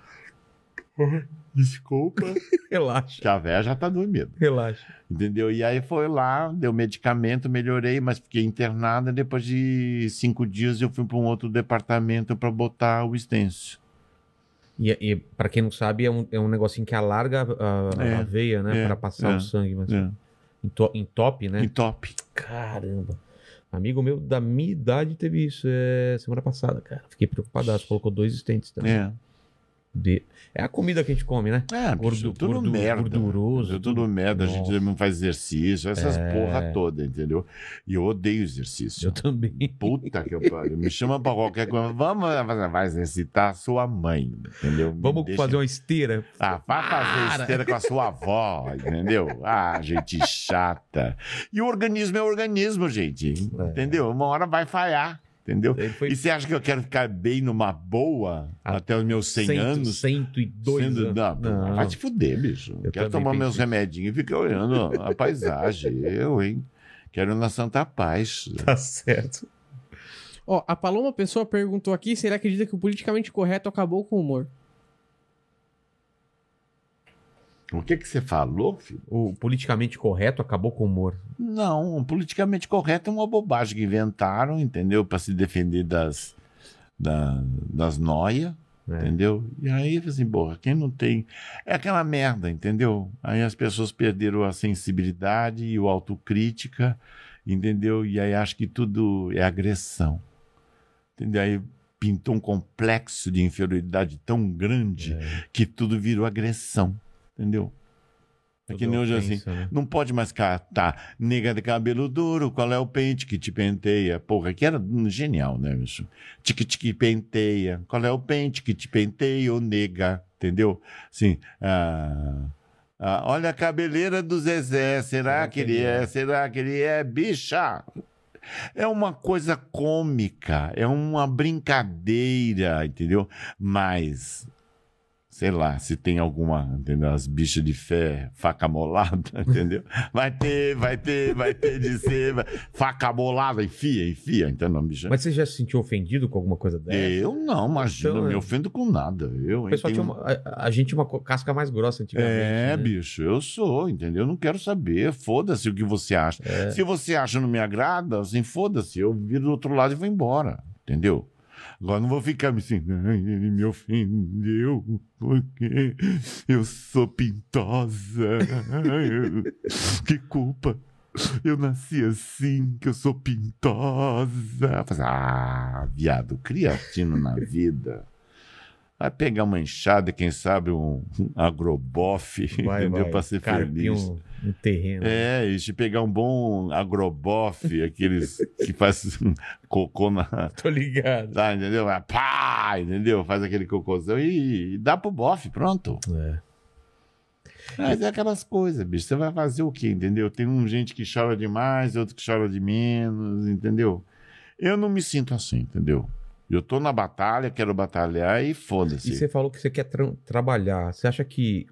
Speaker 3: Desculpa.
Speaker 1: Relaxa,
Speaker 3: Que a véia já tá dormindo.
Speaker 1: relaxa.
Speaker 3: Entendeu? E aí foi lá, deu medicamento, melhorei, mas fiquei internada. Depois de cinco dias, eu fui para um outro departamento para botar o extenso.
Speaker 1: E, e para quem não sabe, é um, é um negocinho que alarga a, a-
Speaker 3: É,
Speaker 1: a veia, né?
Speaker 3: é,
Speaker 1: pra passar
Speaker 3: é,
Speaker 1: o sangue. Mas
Speaker 3: É.
Speaker 1: Into- entope, né?
Speaker 3: E top.
Speaker 1: Caramba. Amigo meu da minha idade teve isso é, semana passada, cara. Fiquei preocupadaço. Colocou dois estentes também.
Speaker 3: É,
Speaker 1: De- É a comida que a gente come, né?
Speaker 3: é bicho,
Speaker 1: Gordu-
Speaker 3: tudo
Speaker 1: gordu-
Speaker 3: merda.
Speaker 1: gorduroso,
Speaker 3: Tudo, merda. A gente
Speaker 1: Nossa. É.
Speaker 3: não faz exercício, essas porra toda, entendeu? E eu odeio exercício.
Speaker 1: Eu também.
Speaker 3: Puta que eu pariu. Me chama pra qualquer coisa. Vamos fazer, vai exercitar a sua mãe, entendeu? Me
Speaker 1: Vamos
Speaker 3: deixa
Speaker 1: fazer uma esteira.
Speaker 3: Ah, vai fazer
Speaker 1: Para.
Speaker 3: esteira com a sua avó, entendeu? Ah, gente chata. E o organismo é organismo, gente. Entendeu? Uma hora vai falhar, entendeu?
Speaker 1: Ele É. foi
Speaker 3: E você acha que eu quero ficar bem numa boa
Speaker 1: Ah,
Speaker 3: até os meus 100
Speaker 1: cento-
Speaker 3: anos?
Speaker 1: 102
Speaker 3: Sendo-
Speaker 1: anos.
Speaker 3: Não,
Speaker 1: Não.
Speaker 3: vai te fuder, bicho.
Speaker 1: Eu
Speaker 3: quero
Speaker 1: também
Speaker 3: tomar meus
Speaker 1: pensei.
Speaker 3: remedinhos e ficar olhando a paisagem. Eu, hein? Quero ir na Santa Paz.
Speaker 1: Tá certo.
Speaker 2: Ó, a Paloma Pessoa perguntou aqui se ele acredita que o politicamente correto acabou com o humor.
Speaker 3: O que, que você falou, filho?
Speaker 1: O politicamente correto acabou com o humor.
Speaker 3: Não, o politicamente correto é uma bobagem que inventaram, entendeu? Para se defender das, da- das noias.
Speaker 1: né?
Speaker 3: Entendeu? E aí, assim, porra, quem não tem. É aquela merda, entendeu? Aí as pessoas perderam a sensibilidade e o autocrítica, entendeu? E aí acho que tudo é agressão. Entendeu? Aí pintou um complexo de inferioridade tão grande
Speaker 1: É.
Speaker 3: que tudo virou agressão, entendeu? É que
Speaker 1: Tudo
Speaker 3: nem hoje assim.
Speaker 1: ofensa, né?
Speaker 3: Não pode mais catar. Nega de cabelo duro, qual é o pente que te penteia? Porra, que era hum, genial, né, bicho? Tique-tique penteia. Qual é o pente que te penteia, ô nega? Entendeu? Sim. ah, ah, olha a cabeleira do Zezé. Será que ele é? Será que ele é? Bicha! É uma coisa cômica, é uma brincadeira, entendeu? Mas sei lá, se tem alguma, entendeu? As bichas de fé, faca molada, entendeu? Vai ter, vai ter, vai ter de ser, vai- faca molada, enfia, enfia, entendeu, bicha?
Speaker 1: Mas você já se sentiu ofendido com alguma coisa dessa?
Speaker 3: Eu não, imagina,
Speaker 1: Então,
Speaker 3: eu me
Speaker 1: é.
Speaker 3: ofendo com nada.
Speaker 1: O
Speaker 3: Eu, hein, um
Speaker 1: pessoal
Speaker 3: tenho-
Speaker 1: tinha uma- a, a gente tinha uma co- casca mais grossa antigamente. né?
Speaker 3: É, bicho, eu sou, entendeu? Eu não quero saber, foda-se o que você acha.
Speaker 1: É.
Speaker 3: Se você acha não me agrada, assim, foda-se, eu viro do outro lado e vou embora, entendeu? Agora não vou ficar me assim, "Ai, ele me ofendeu, porque eu sou pintosa. Ai, que culpa. Eu nasci assim, que eu sou pintosa. Fala assim, Ah, viado, criatino na vida. Vai pegar uma enxada, quem sabe um agrobofe,
Speaker 1: Vai,
Speaker 3: entendeu?
Speaker 1: vai. um-
Speaker 3: Pra ser
Speaker 1: Carpinho
Speaker 3: feliz.
Speaker 1: no terreno.
Speaker 3: É, e se pegar um bom agrobofe, aqueles que faz um cocô na.
Speaker 1: Tô ligado.
Speaker 3: Tá, entendeu? Vai Pá, entendeu? Faz aquele cocôzão e, e dá pro bofe, pronto.
Speaker 1: É.
Speaker 3: Mas é aquelas coisas, bicho. Você vai fazer o quê, entendeu? Tem um gente que chora demais, outro que chora de menos, entendeu? Eu não me sinto assim, entendeu? Eu tô na batalha, quero batalhar e
Speaker 1: E
Speaker 3: foda-se.
Speaker 1: você falou que você quer tra- trabalhar. Você acha que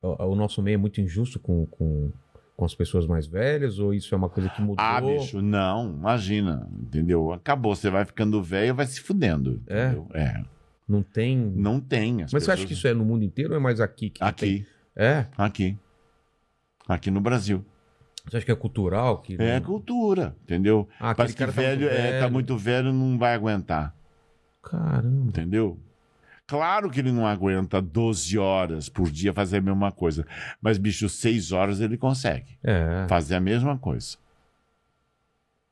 Speaker 1: o, o nosso meio é muito injusto com, com, com as pessoas mais velhas? Ou isso é uma coisa que mudou?
Speaker 3: Ah, bicho, não, imagina, entendeu? Acabou, você vai ficando velho, vai se fudendo,
Speaker 1: É?
Speaker 3: entendeu? É,
Speaker 1: Não tem.
Speaker 3: não tem. as
Speaker 1: Mas você acha
Speaker 3: pessoas-
Speaker 1: que isso é no mundo inteiro ou é mais aqui? Que tem?
Speaker 3: Aqui,
Speaker 1: É?
Speaker 3: aqui, aqui no Brasil.
Speaker 1: Você acha que é cultural? Que
Speaker 3: É cultura, entendeu?
Speaker 1: Ah, aquele
Speaker 3: Parece que
Speaker 1: cara tá
Speaker 3: velho,
Speaker 1: muito
Speaker 3: é, tá muito velho, não vai aguentar.
Speaker 1: Caramba.
Speaker 3: Entendeu? Claro que ele não aguenta 12 horas por dia fazer a mesma coisa. Mas, bicho, 6 horas ele consegue
Speaker 1: É,
Speaker 3: fazer a mesma coisa.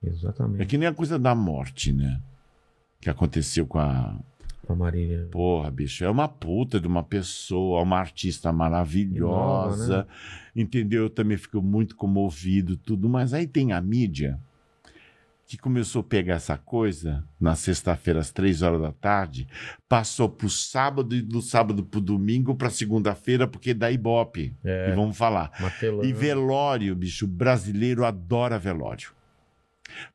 Speaker 3: É
Speaker 1: exatamente.
Speaker 3: que nem a coisa da morte, né? Que aconteceu com a.
Speaker 1: Com a Marília.
Speaker 3: Porra, bicho, é uma puta de uma pessoa, uma artista maravilhosa.
Speaker 1: Nova, né?
Speaker 3: Entendeu? Eu também fico muito comovido, tudo. Mas aí tem a mídia que começou a pegar essa coisa na sexta-feira, às três horas da tarde, passou pro sábado e do sábado pro domingo, pra segunda-feira, porque dá ibope.
Speaker 1: É. Uhum.
Speaker 3: E vamos falar.
Speaker 1: Matelã.
Speaker 3: E velório, bicho, brasileiro adora velório.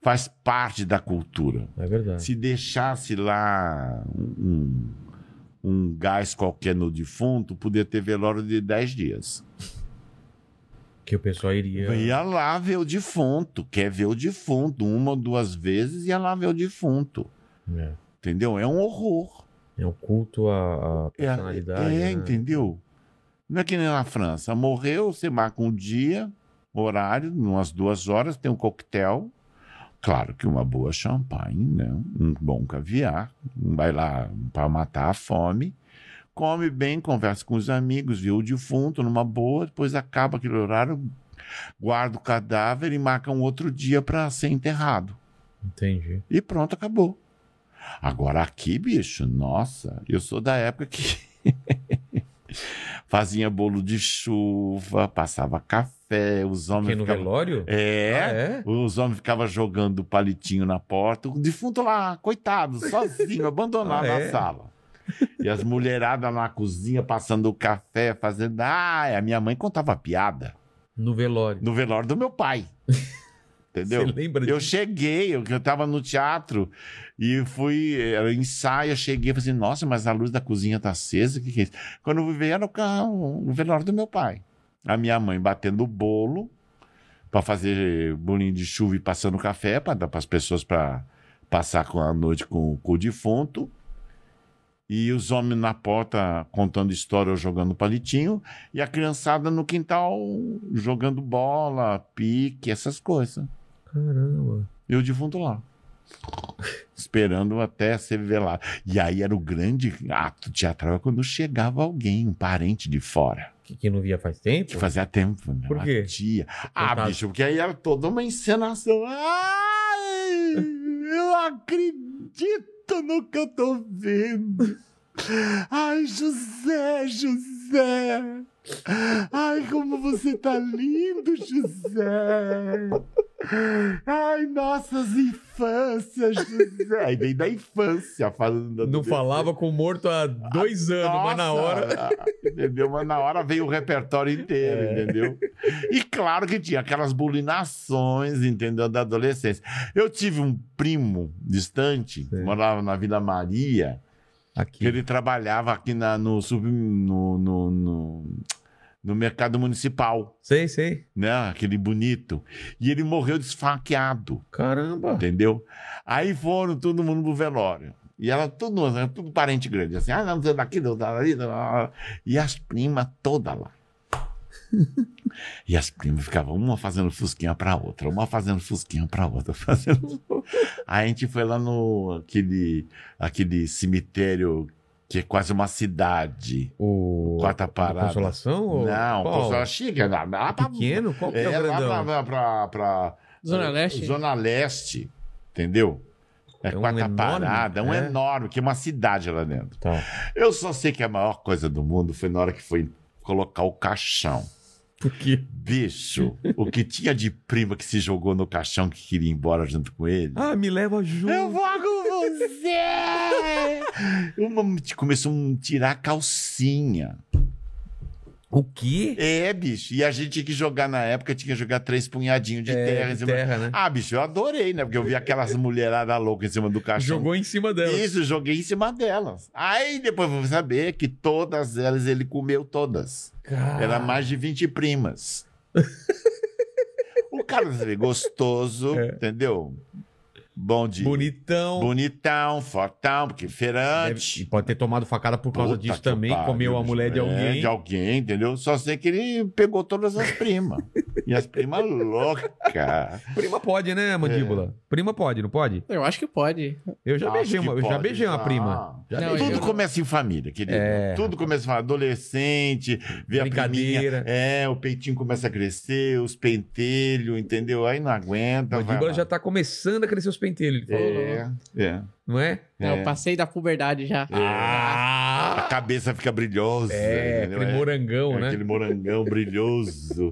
Speaker 3: Faz parte da cultura.
Speaker 1: É verdade.
Speaker 3: Se deixasse lá um, um- um gás qualquer no defunto, podia ter velório de 10 dias.
Speaker 1: Que o pessoal iria.
Speaker 3: Ia lá ver o defunto, quer ver o defunto, uma ou duas vezes, ia lá ver o defunto.
Speaker 1: É.
Speaker 3: Entendeu? É um horror.
Speaker 1: É um culto à, à
Speaker 3: É,
Speaker 1: personalidade.
Speaker 3: é,
Speaker 1: né?
Speaker 3: entendeu? Não é que nem na França. Morreu, você marca um dia, horário, umas duas horas, tem um coquetel. Claro que uma boa champanhe, né? Um bom caviar. Um Vai lá para matar a fome. Come bem, conversa com os amigos, viu o defunto numa boa, depois acaba aquele horário, guarda o cadáver e marca um outro dia para ser enterrado.
Speaker 1: Entendi.
Speaker 3: E pronto, acabou. Agora aqui, bicho, nossa, eu sou da época que fazia bolo de chuva, passava café, os
Speaker 1: Quem
Speaker 3: homens
Speaker 1: no
Speaker 3: ficavam...
Speaker 1: velório?
Speaker 3: É,
Speaker 1: Ah, é?
Speaker 3: os homens ficavam jogando palitinho na porta, o defunto lá, coitado, sozinho, abandonado
Speaker 1: Ah, é?
Speaker 3: na sala. E as mulheradas na cozinha passando o café, fazendo. Ah, a minha mãe contava piada
Speaker 1: No velório.
Speaker 3: no velório do meu pai. Entendeu?
Speaker 1: Você lembra
Speaker 3: Eu
Speaker 1: disso?
Speaker 3: cheguei, eu, eu tava no teatro e fui, era um ensaio, eu cheguei e falei assim, nossa, mas a luz da cozinha tá acesa, o que que é isso? Quando eu vi, era o, carro, o velório do meu pai. A minha mãe batendo o bolo para fazer bolinho de chuva e passando café para dar para as pessoas para passar com a noite com, com o defunto. E os homens na porta contando história ou jogando palitinho. E a criançada no quintal jogando bola, pique, essas coisas.
Speaker 1: Caramba.
Speaker 3: E o defunto lá. Esperando até ser velado. E aí era o grande ato teatral é quando chegava alguém, um parente de fora.
Speaker 1: Que, que não via faz tempo?
Speaker 3: Que fazia tempo, né?
Speaker 1: Por
Speaker 3: Uma
Speaker 1: quê?
Speaker 3: tia. Ah,
Speaker 1: Coitado.
Speaker 3: bicho, porque aí era toda uma encenação. Ai, eu acredito no que eu tô vendo. Ai, José, José. Ai, como você tá lindo, José. Ai, nossas infâncias, José. Aí vem da infância falando.
Speaker 1: Não
Speaker 3: desse-
Speaker 1: falava com o morto há dois
Speaker 3: Ah,
Speaker 1: anos, mas na hora. É.
Speaker 3: Entendeu? Mas na hora veio o repertório inteiro, entendeu? E claro que tinha aquelas bulinações, entendeu? Da adolescência. Eu tive um primo distante, que
Speaker 1: Sim.
Speaker 3: morava na Vila Maria, que
Speaker 1: Aqui.
Speaker 3: ele trabalhava aqui na- no, sub, no, no, no, no mercado municipal,
Speaker 1: Sei, sei.
Speaker 3: né? Aquele bonito. E ele morreu desfaqueado.
Speaker 1: Caramba.
Speaker 3: Entendeu? Aí foram todo mundo pro velório. E ela, tudo, era tudo parente grande, assim, ah, não, você daqui, não, tá ali, não, não, não. e as primas todas lá. e as primas ficavam uma fazendo fusquinha pra outra, uma fazendo fusquinha pra outra, fazendo. Aí a gente foi lá no aquele, aquele cemitério que é quase uma cidade,
Speaker 1: O.
Speaker 3: quarta
Speaker 1: o
Speaker 3: parada.
Speaker 1: Consolação? ou-
Speaker 3: Não,
Speaker 1: Qual?
Speaker 3: Consolação Chique, é lá, lá pra,
Speaker 1: Pequeno? Qual que é,
Speaker 3: é,
Speaker 1: o grandão?
Speaker 3: lá pra, pra, pra
Speaker 2: Zona Leste?
Speaker 3: É, Zona Leste, entendeu? É,
Speaker 1: É um
Speaker 3: quarta
Speaker 1: enorme,
Speaker 3: parada, é um
Speaker 1: é?
Speaker 3: enorme, que é uma cidade lá dentro.
Speaker 1: Tá.
Speaker 3: Eu só sei que é a maior coisa do mundo foi na hora que foi colocar o caixão.
Speaker 1: Por quê?
Speaker 3: Bicho, o que tinha de prima que se jogou no caixão que queria ir embora junto com ele.
Speaker 1: Ah, me leva junto.
Speaker 3: Eu vou com você! Uma, começou a um tirar a calcinha.
Speaker 1: O quê?
Speaker 3: É, bicho. E a gente tinha que jogar na época, tinha que jogar três punhadinhos de
Speaker 1: É,
Speaker 3: terra em
Speaker 1: de
Speaker 3: cima.
Speaker 1: terra, né?
Speaker 3: Ah, bicho, eu adorei, né? Porque eu vi aquelas mulheradas loucas em cima do caixão.
Speaker 1: Jogou em cima dela.
Speaker 3: Isso, joguei em cima delas. Aí depois eu vou saber que todas elas ele comeu todas.
Speaker 1: Cara.
Speaker 3: Era mais de 20 primas. o cara sabe, gostoso,
Speaker 1: É.
Speaker 3: entendeu? Bom de
Speaker 1: Bonitão.
Speaker 3: bonitão, fortão, porque feirante.
Speaker 1: Deve- e pode ter tomado facada por causa
Speaker 3: Puta
Speaker 1: disso
Speaker 3: que
Speaker 1: também.
Speaker 3: pariu,
Speaker 1: comeu a
Speaker 3: bicho.
Speaker 1: mulher de
Speaker 3: É,
Speaker 1: alguém.
Speaker 3: de alguém, entendeu? Só sei que ele pegou todas as primas. e as primas loucas.
Speaker 1: Prima pode, né, mandíbula? Prima pode, não pode?
Speaker 2: Eu acho que pode.
Speaker 1: Eu já
Speaker 3: É. Acho
Speaker 1: beijei
Speaker 3: que
Speaker 1: uma, eu já
Speaker 3: pode,
Speaker 1: beijei uma
Speaker 3: já.
Speaker 1: prima. Já
Speaker 2: Não,
Speaker 1: beijei.
Speaker 3: Tudo
Speaker 2: eu-
Speaker 3: começa em família, querido.
Speaker 1: É.
Speaker 3: Tudo começa em família. Adolescente, vê a
Speaker 1: Brincadeira.
Speaker 3: priminha. É, o peitinho começa a crescer, os pentelhos, entendeu? Aí não aguenta. vai
Speaker 1: mandíbula
Speaker 3: lá.
Speaker 1: já tá começando a crescer os pentelhos, ele falou,
Speaker 3: É, é.
Speaker 1: não é?
Speaker 2: Não,
Speaker 3: É.
Speaker 2: eu passei da puberdade já.
Speaker 3: A
Speaker 1: Ah!
Speaker 3: cabeça fica brilhosa.
Speaker 1: É,
Speaker 3: entendeu?
Speaker 1: aquele
Speaker 3: É.
Speaker 1: morangão,
Speaker 3: É
Speaker 1: né?
Speaker 3: Aquele morangão brilhoso.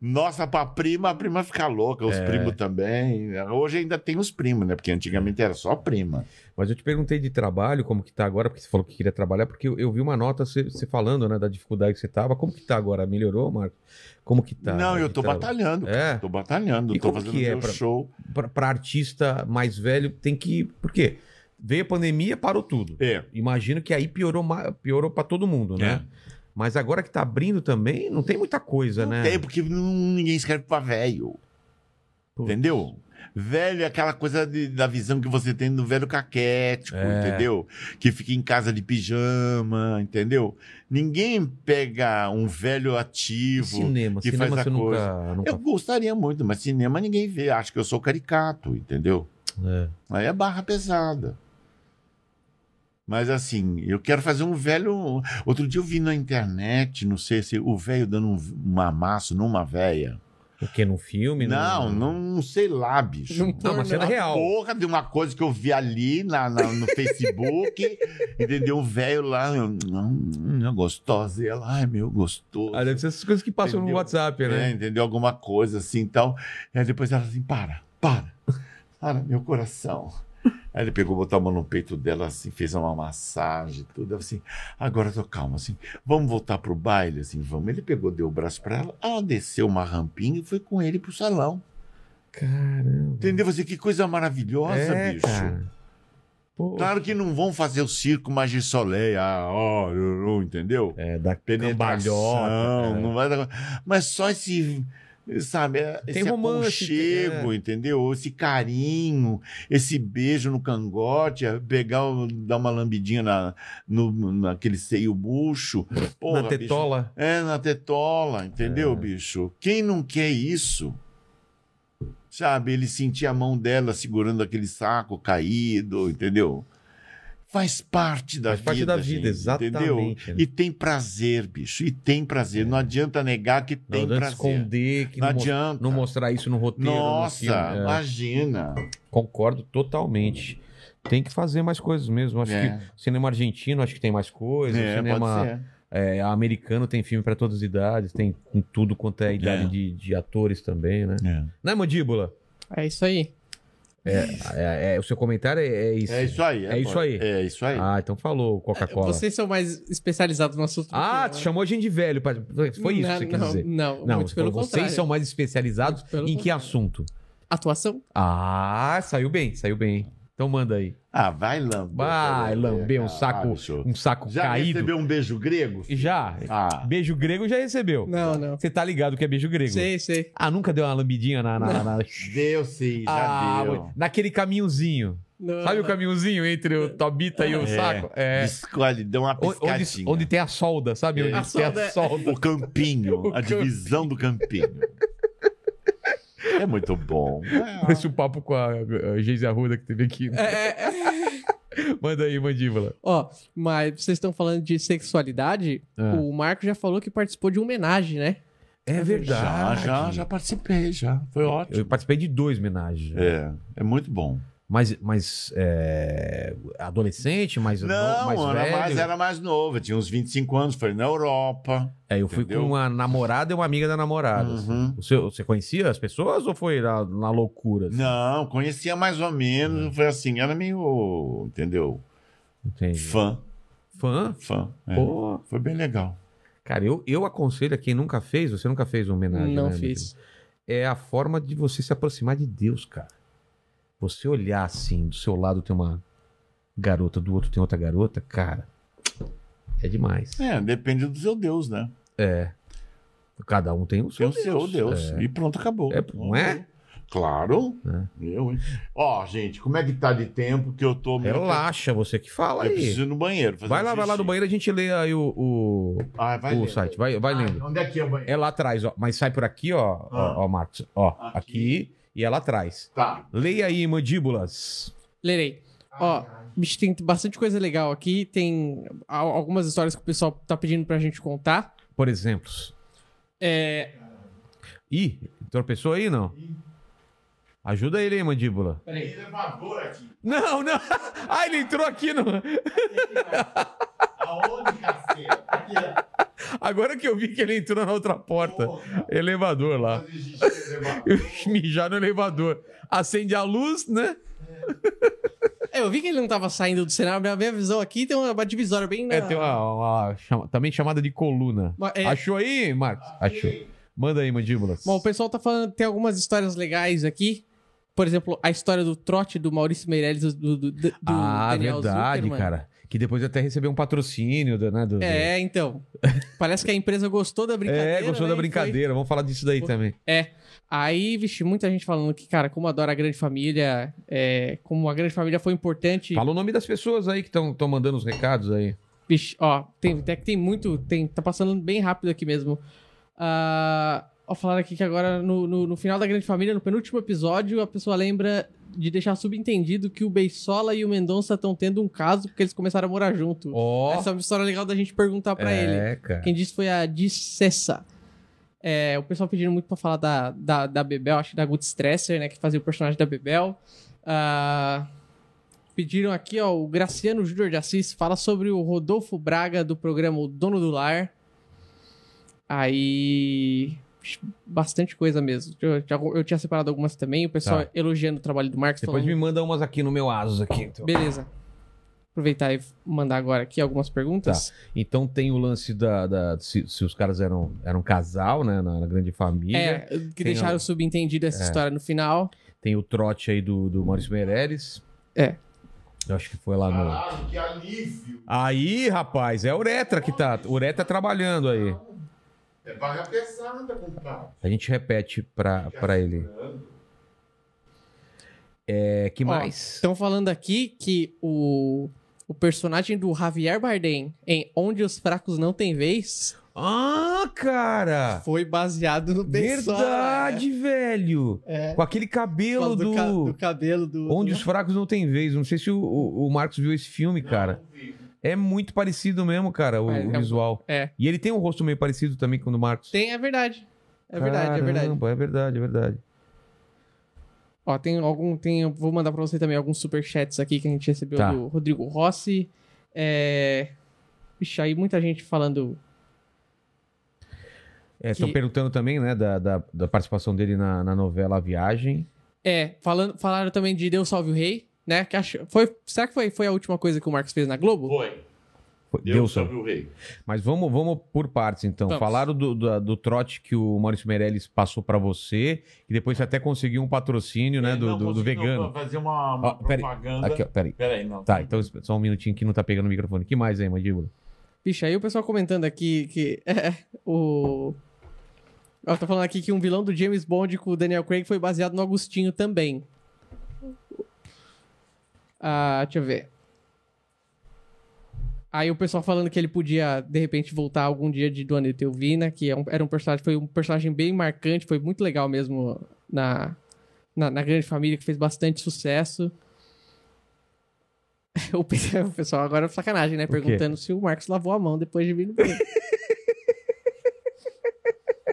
Speaker 3: Nossa, pra prima, a prima fica louca,
Speaker 1: É.
Speaker 3: os primos também. Hoje ainda tem os primos, né? Porque antigamente era só prima.
Speaker 1: Mas eu te perguntei de trabalho, como que tá agora, porque você falou que queria trabalhar, porque eu, eu vi uma nota você você falando, né, da dificuldade que você tava. Como que tá agora? Melhorou, Marco? Como que tá?
Speaker 3: Não,
Speaker 1: né,
Speaker 3: eu
Speaker 1: de
Speaker 3: tô
Speaker 1: tra-
Speaker 3: batalhando.
Speaker 1: É?
Speaker 3: Tô batalhando,
Speaker 1: E
Speaker 3: tô
Speaker 1: como
Speaker 3: fazendo
Speaker 1: que é
Speaker 3: meu
Speaker 1: pra-
Speaker 3: show.
Speaker 1: Pra, pra artista mais velho, tem que... Por quê? Veio a pandemia, parou tudo.
Speaker 3: É.
Speaker 1: Imagino que aí piorou, ma- piorou pra todo mundo, né? Mas agora que tá abrindo também, não tem muita coisa,
Speaker 3: Não
Speaker 1: né?
Speaker 3: tem, porque não- ninguém escreve pra velho.
Speaker 1: Putz.
Speaker 3: Entendeu? Velho é aquela coisa de- da visão que você tem do velho caquético,
Speaker 1: É.
Speaker 3: entendeu? Que fica em casa de pijama, entendeu? Ninguém pega um velho
Speaker 1: E
Speaker 3: ativo.
Speaker 1: cinema, tá.
Speaker 3: que
Speaker 1: cinema
Speaker 3: faz
Speaker 1: você
Speaker 3: a
Speaker 1: nunca...
Speaker 3: Eu
Speaker 1: nunca...
Speaker 3: gostaria muito, mas cinema ninguém vê. Acho que eu sou caricato, entendeu?
Speaker 1: É.
Speaker 3: Aí é barra pesada. Mas assim, eu quero fazer um velho. Outro dia eu vi na internet, não sei se o velho dando um, um amasso numa véia.
Speaker 1: O que, num filme? num-
Speaker 3: Não, não, sei lá, bicho.
Speaker 2: Num
Speaker 1: Não, mas cena
Speaker 3: A
Speaker 1: real.
Speaker 3: Porra de uma coisa que eu vi ali na, na- no Facebook, entendeu? Um velho lá, hum, hum, gostosa. E ela, ai meu, gostoso.
Speaker 1: Ah, deve ser essas coisas que passam no
Speaker 3: Entendeu?
Speaker 1: WhatsApp,
Speaker 3: É,
Speaker 1: né?
Speaker 3: entendeu? Alguma coisa assim e tal. Aí depois ela assim, para, para, para, meu coração. Aí ele pegou, botou a mão no peito dela, assim, fez uma massagem, tudo assim. Agora eu tô calma, assim, vamos voltar pro baile, assim, vamos. Ele pegou, deu o braço pra ela, ela desceu uma rampinha e foi com ele pro salão.
Speaker 1: Caramba.
Speaker 3: Entendeu? Você, que coisa maravilhosa,
Speaker 1: é,
Speaker 3: bicho.
Speaker 1: Cara. Pô,
Speaker 3: Claro que não vão fazer o circo Magis Soleil, ah, ó, entendeu?
Speaker 1: É, da
Speaker 3: penetração,
Speaker 1: cambalhota. é. cara.
Speaker 3: não vai dar... Mas só esse Sabe, é,
Speaker 1: Tem é.
Speaker 3: esse
Speaker 1: romance,
Speaker 3: aconchego, entendeu? Esse carinho, esse beijo no cangote, é pegar, o- dar uma lambidinha na, no, naquele seio bucho. Porra,
Speaker 1: Na
Speaker 3: bicho.
Speaker 1: tetola.
Speaker 3: É, na tetola,
Speaker 1: É.
Speaker 3: entendeu, bicho? Quem não quer isso? Sabe, ele sentir a mão dela segurando aquele saco caído, entendeu? Faz parte da
Speaker 1: Faz parte
Speaker 3: vida.
Speaker 1: da vida,
Speaker 3: gente,
Speaker 1: exatamente,
Speaker 3: Entendeu?
Speaker 1: né? É.
Speaker 3: E tem prazer, bicho. E tem prazer. Não adianta negar que
Speaker 1: Não
Speaker 3: tem
Speaker 1: adianta
Speaker 3: prazer.
Speaker 1: esconder, que
Speaker 3: não
Speaker 1: não, mo-
Speaker 3: adianta.
Speaker 1: não mostrar isso no roteiro. no
Speaker 3: Tá. Nossa,
Speaker 1: filme. É,
Speaker 3: imagina.
Speaker 1: concordo totalmente. Tem que fazer mais coisas mesmo. Acho
Speaker 3: É.
Speaker 1: que cinema argentino, acho que tem mais coisa.
Speaker 3: É, pode
Speaker 1: cinema
Speaker 3: ser.
Speaker 1: é, americano tem filme pra todas as idades, tem com tudo quanto é idade
Speaker 3: É.
Speaker 1: De, de atores também, né?
Speaker 3: É.
Speaker 1: Né, Mandíbula?
Speaker 2: É isso aí.
Speaker 1: É, é, o seu comentário é, é isso.
Speaker 3: É isso aí.
Speaker 1: É isso aí.
Speaker 3: É isso aí.
Speaker 1: Ah, então falou, Coca-Cola.
Speaker 2: Vocês são mais especializados no assunto. do
Speaker 1: Ah,
Speaker 2: que
Speaker 1: tu
Speaker 2: eu, né?
Speaker 1: chamou a gente de velho. pra- Foi isso
Speaker 2: não,
Speaker 1: que você quis
Speaker 2: não,
Speaker 1: dizer.
Speaker 2: Não,
Speaker 1: Não,
Speaker 2: muito
Speaker 1: você
Speaker 2: pelo
Speaker 1: falou,
Speaker 2: contrário.
Speaker 1: vocês são mais especializados
Speaker 2: Muito pelo
Speaker 1: em que
Speaker 2: contrário.
Speaker 1: assunto?
Speaker 2: Atuação?
Speaker 1: Ah, saiu bem, saiu bem. Então manda aí.
Speaker 3: Ah, vai lamber.
Speaker 1: Vai lamber um saco,
Speaker 3: Ah, bicho.
Speaker 1: um saco
Speaker 3: Já
Speaker 1: caído.
Speaker 3: recebeu um beijo grego?
Speaker 1: Já.
Speaker 3: Ah.
Speaker 1: Beijo grego já recebeu.
Speaker 2: Não, não.
Speaker 1: Você tá ligado que é beijo grego?
Speaker 2: Sei, sei.
Speaker 1: Ah, nunca deu uma lambidinha na. na, na-
Speaker 3: Deu sim, já
Speaker 1: Ah,
Speaker 3: deu.
Speaker 1: mãe, naquele caminhozinho.
Speaker 2: Não,
Speaker 1: Sabe o
Speaker 2: não.
Speaker 1: caminhozinho entre o Tobita e o
Speaker 3: É.
Speaker 1: saco? É.
Speaker 3: Escolhe, dá uma
Speaker 1: Onde-
Speaker 3: piscadinha.
Speaker 1: Onde, onde tem a solda, sabe?
Speaker 3: É.
Speaker 1: Onde
Speaker 3: A
Speaker 1: tem
Speaker 2: solda é-
Speaker 1: a solda.
Speaker 3: O campinho,
Speaker 1: O
Speaker 3: a divisão do campinho. É muito bom. É,
Speaker 1: Esse o papo com a, a Geise Arruda que teve aqui.
Speaker 2: É, é, é.
Speaker 1: Manda aí, mandíbula.
Speaker 2: Ó, mas vocês estão falando de sexualidade.
Speaker 1: Ah.
Speaker 2: O Marco já falou que participou de uma homenagem, né?
Speaker 1: É
Speaker 3: Já, já, já participei, já. Foi
Speaker 1: Eu
Speaker 3: ótimo.
Speaker 1: participei de dois homenagens.
Speaker 3: É, é muito bom.
Speaker 1: Mas, mas é, adolescente, mais, no- mais
Speaker 3: Não, era
Speaker 1: velho.
Speaker 3: mais, era mais nova, tinha uns 25 anos, foi na Europa.
Speaker 1: É, eu fui
Speaker 3: Entendeu?
Speaker 1: com uma namorada e uma amiga da namorada. assim.
Speaker 3: Uhum.
Speaker 1: O seu- Você, conhecia as pessoas ou foi na, na loucura? assim?
Speaker 3: Não, conhecia mais ou
Speaker 1: Hum.
Speaker 3: menos, foi assim, era meio, entendeu?
Speaker 1: Entendi.
Speaker 3: Fã,
Speaker 1: Fã?
Speaker 3: fã. é.
Speaker 1: Pô,
Speaker 3: Foi bem legal.
Speaker 1: cara, eu, eu aconselho a quem nunca fez, você nunca fez uma homenagem,
Speaker 2: não
Speaker 1: né,
Speaker 2: fiz.
Speaker 1: é a forma de você se aproximar de Deus, cara. Você olhar assim, do seu lado tem uma garota, do outro tem outra garota, cara, é demais.
Speaker 3: É, depende do seu Deus, né?
Speaker 1: Cada um tem o
Speaker 3: Tem
Speaker 1: seu
Speaker 3: o seu Deus. E pronto, acabou.
Speaker 1: É, não é?
Speaker 3: Claro. Eu, hein? Ó, gente, como é que tá de tempo que eu tô... meio-
Speaker 1: Relaxa, você que fala
Speaker 3: Eu
Speaker 1: aí.
Speaker 3: preciso ir no banheiro. fazer
Speaker 1: Vai
Speaker 3: um
Speaker 1: lá, vai lá no
Speaker 3: xixi.
Speaker 1: banheiro, a gente lê aí o, o,
Speaker 3: Ah, vai
Speaker 1: o
Speaker 3: lendo.
Speaker 1: site. Vai, vai lendo.
Speaker 3: Ah, onde é que é o banheiro?
Speaker 1: É lá atrás, ó. Mas sai por aqui, ó,
Speaker 3: Ah.
Speaker 1: ó, ó, Marcos. Ó,
Speaker 3: Aqui.
Speaker 1: aqui. e é lá atrás.
Speaker 3: Tá.
Speaker 1: Leia aí, mandíbulas.
Speaker 2: Lerei. Ó, bicho, tem bastante coisa legal aqui. Tem al- algumas histórias que o pessoal tá pedindo pra gente contar.
Speaker 1: Por exemplo.
Speaker 2: É.
Speaker 1: Ih, tropeçou aí, não? Ajuda ele aí, mandíbula.
Speaker 2: Peraí.
Speaker 3: elevador aqui.
Speaker 1: Não, não. Ah, ele entrou aqui no.
Speaker 3: Aonde, cacete? Aqui é.
Speaker 1: Agora que eu vi que ele entrou na outra porta.
Speaker 3: Porra.
Speaker 1: Elevador lá.
Speaker 3: Fazer xixi no elevador.
Speaker 1: Mijar no elevador. Acende a luz, né?
Speaker 2: É, Eu vi que ele não tava saindo do cenário. Minha, minha visão aqui tem uma divisória bem. na-
Speaker 1: É, tem uma, uma chama- também chamada de coluna.
Speaker 2: Ma- é.
Speaker 1: Achou aí, Marcos? Achou. Manda aí, mandíbulas.
Speaker 2: Bom, o pessoal tá falando que tem algumas histórias legais aqui. Por exemplo, a história do trote do Maurício Meirelles do, do, do do
Speaker 1: ah,
Speaker 2: Daniel
Speaker 1: verdade,
Speaker 2: Zuckerman.
Speaker 1: cara. Que depois até recebeu um patrocínio, do- né? do-
Speaker 2: É, então. Parece que a empresa gostou da
Speaker 1: do-
Speaker 2: brincadeira.
Speaker 1: É, gostou
Speaker 2: né,
Speaker 1: da
Speaker 2: e foi-
Speaker 1: brincadeira. Vamos falar disso daí
Speaker 2: Foi.
Speaker 1: também.
Speaker 2: Aí, vixe, muita gente falando que, cara, como adora a grande família, é, como a grande família foi importante.
Speaker 1: Fala o nome das pessoas aí que estão mandando os recados aí.
Speaker 2: É Vixe, ó, tem, até que tem muito. Tem, tá passando bem rápido aqui mesmo. Ah, ó, falaram aqui que agora, no, no, no final da grande família, no penúltimo episódio, a pessoa lembra de deixar subentendido que o Beisola e o Mendonça estão tendo um caso porque eles começaram a morar junto.
Speaker 1: Ó.
Speaker 2: Essa é uma história legal da gente perguntar pra ele.
Speaker 1: É, cara.
Speaker 2: Quem disse foi a Dissessa. É, o pessoal pedindo muito pra falar da, da, da Bebel, acho que da Good Stresser, né? Que fazia o personagem da Bebel. Ah, pediram aqui, ó, o Graciano Júnior de Assis fala sobre o Rodolfo Braga do programa O Dono do Lar. Aí. Bastante coisa mesmo. Eu, eu tinha- eu tinha separado algumas também, o pessoal
Speaker 1: Tá.
Speaker 2: elogiando o trabalho do Marcos.
Speaker 1: Depois
Speaker 2: falando-
Speaker 1: me manda umas aqui no meu Asus aqui. então.
Speaker 2: Beleza. Aproveitar e mandar agora aqui algumas perguntas.
Speaker 1: Então tem o lance da. da- se, se os caras eram, eram casal, né? Na, na grande família.
Speaker 2: É, que
Speaker 1: Tem
Speaker 2: deixaram
Speaker 1: um-
Speaker 2: subentendido essa história no final.
Speaker 1: Tem o trote aí do, do Maurício Meirelles.
Speaker 2: É.
Speaker 1: Eu acho que foi lá no.
Speaker 3: Caralho, que alívio.
Speaker 1: Aí, rapaz, é a uretra que tá. Uretra trabalhando aí.
Speaker 3: É barra pesada, compadre.
Speaker 1: A gente repete pra, pra ele. É, que mais?
Speaker 2: Estão falando aqui que o, o personagem do Javier Bardem em Onde os Fracos Não Têm Vez
Speaker 1: Ah, cara!
Speaker 2: foi baseado no Persona.
Speaker 1: Verdade, velho!
Speaker 2: né? É.
Speaker 1: Com aquele
Speaker 2: Por
Speaker 1: cabelo
Speaker 2: causa
Speaker 1: do.
Speaker 2: do, ca- do cabelo do.
Speaker 1: Onde
Speaker 2: do-
Speaker 1: os fracos não têm vez. Não sei se o, o, o Marcos viu esse filme, cara. É muito parecido mesmo, cara, o,
Speaker 2: É,
Speaker 1: o
Speaker 2: é um-
Speaker 1: visual.
Speaker 2: é.
Speaker 1: E ele tem um rosto meio parecido também com o do Marcos.
Speaker 2: Tem, é verdade. É verdade, é verdade.
Speaker 1: Caramba, É verdade, é verdade.
Speaker 2: Ó, tem algum. Tem, eu vou mandar pra você também alguns superchats aqui que a gente recebeu
Speaker 1: Tá.
Speaker 2: do Rodrigo Rossi. É. Vixe, aí muita gente falando.
Speaker 1: Estão
Speaker 2: Que-
Speaker 1: É, perguntando também, né, da, da, da participação dele na, na novela A Viagem.
Speaker 2: É, falando, falaram também de Deus Salve o Rei, né? Que acho, foi, será que foi, foi a última coisa que o Marcos fez na Globo?
Speaker 5: Foi.
Speaker 1: Foi-
Speaker 5: Deus,
Speaker 1: Deus,
Speaker 5: sobre o rei.
Speaker 1: Mas vamos, vamos por partes, então.
Speaker 2: Vamos.
Speaker 1: Falaram do, da- do, trote que o Maurício Meirelles passou pra você, e depois você até conseguiu um patrocínio, né,
Speaker 5: Ele
Speaker 1: do,
Speaker 5: não
Speaker 1: do, do
Speaker 5: conseguiu
Speaker 1: vegano.
Speaker 5: Fazer uma, uma
Speaker 1: Ó, peraí.
Speaker 5: propaganda.
Speaker 1: Aqui, ó, peraí.
Speaker 5: Peraí, não.
Speaker 1: Tá, então só um minutinho que não tá pegando o microfone. que mais aí, Mandíbula?
Speaker 2: Vixe, aí o pessoal comentando aqui que. É, o. Ó, tá falando aqui que um vilão do James Bond com o Daniel Craig foi baseado no Agostinho também. Ah, deixa eu ver. Aí o pessoal falando que ele podia, de repente, voltar algum dia de Duane e Teovina, que é um- era um personagem, foi um personagem bem marcante, foi muito legal mesmo na, na, na Grande Família, que fez bastante sucesso. O pe- o pessoal agora é sacanagem, né?
Speaker 1: quê?
Speaker 2: Perguntando se o Marcos lavou a mão depois de vir no banheiro.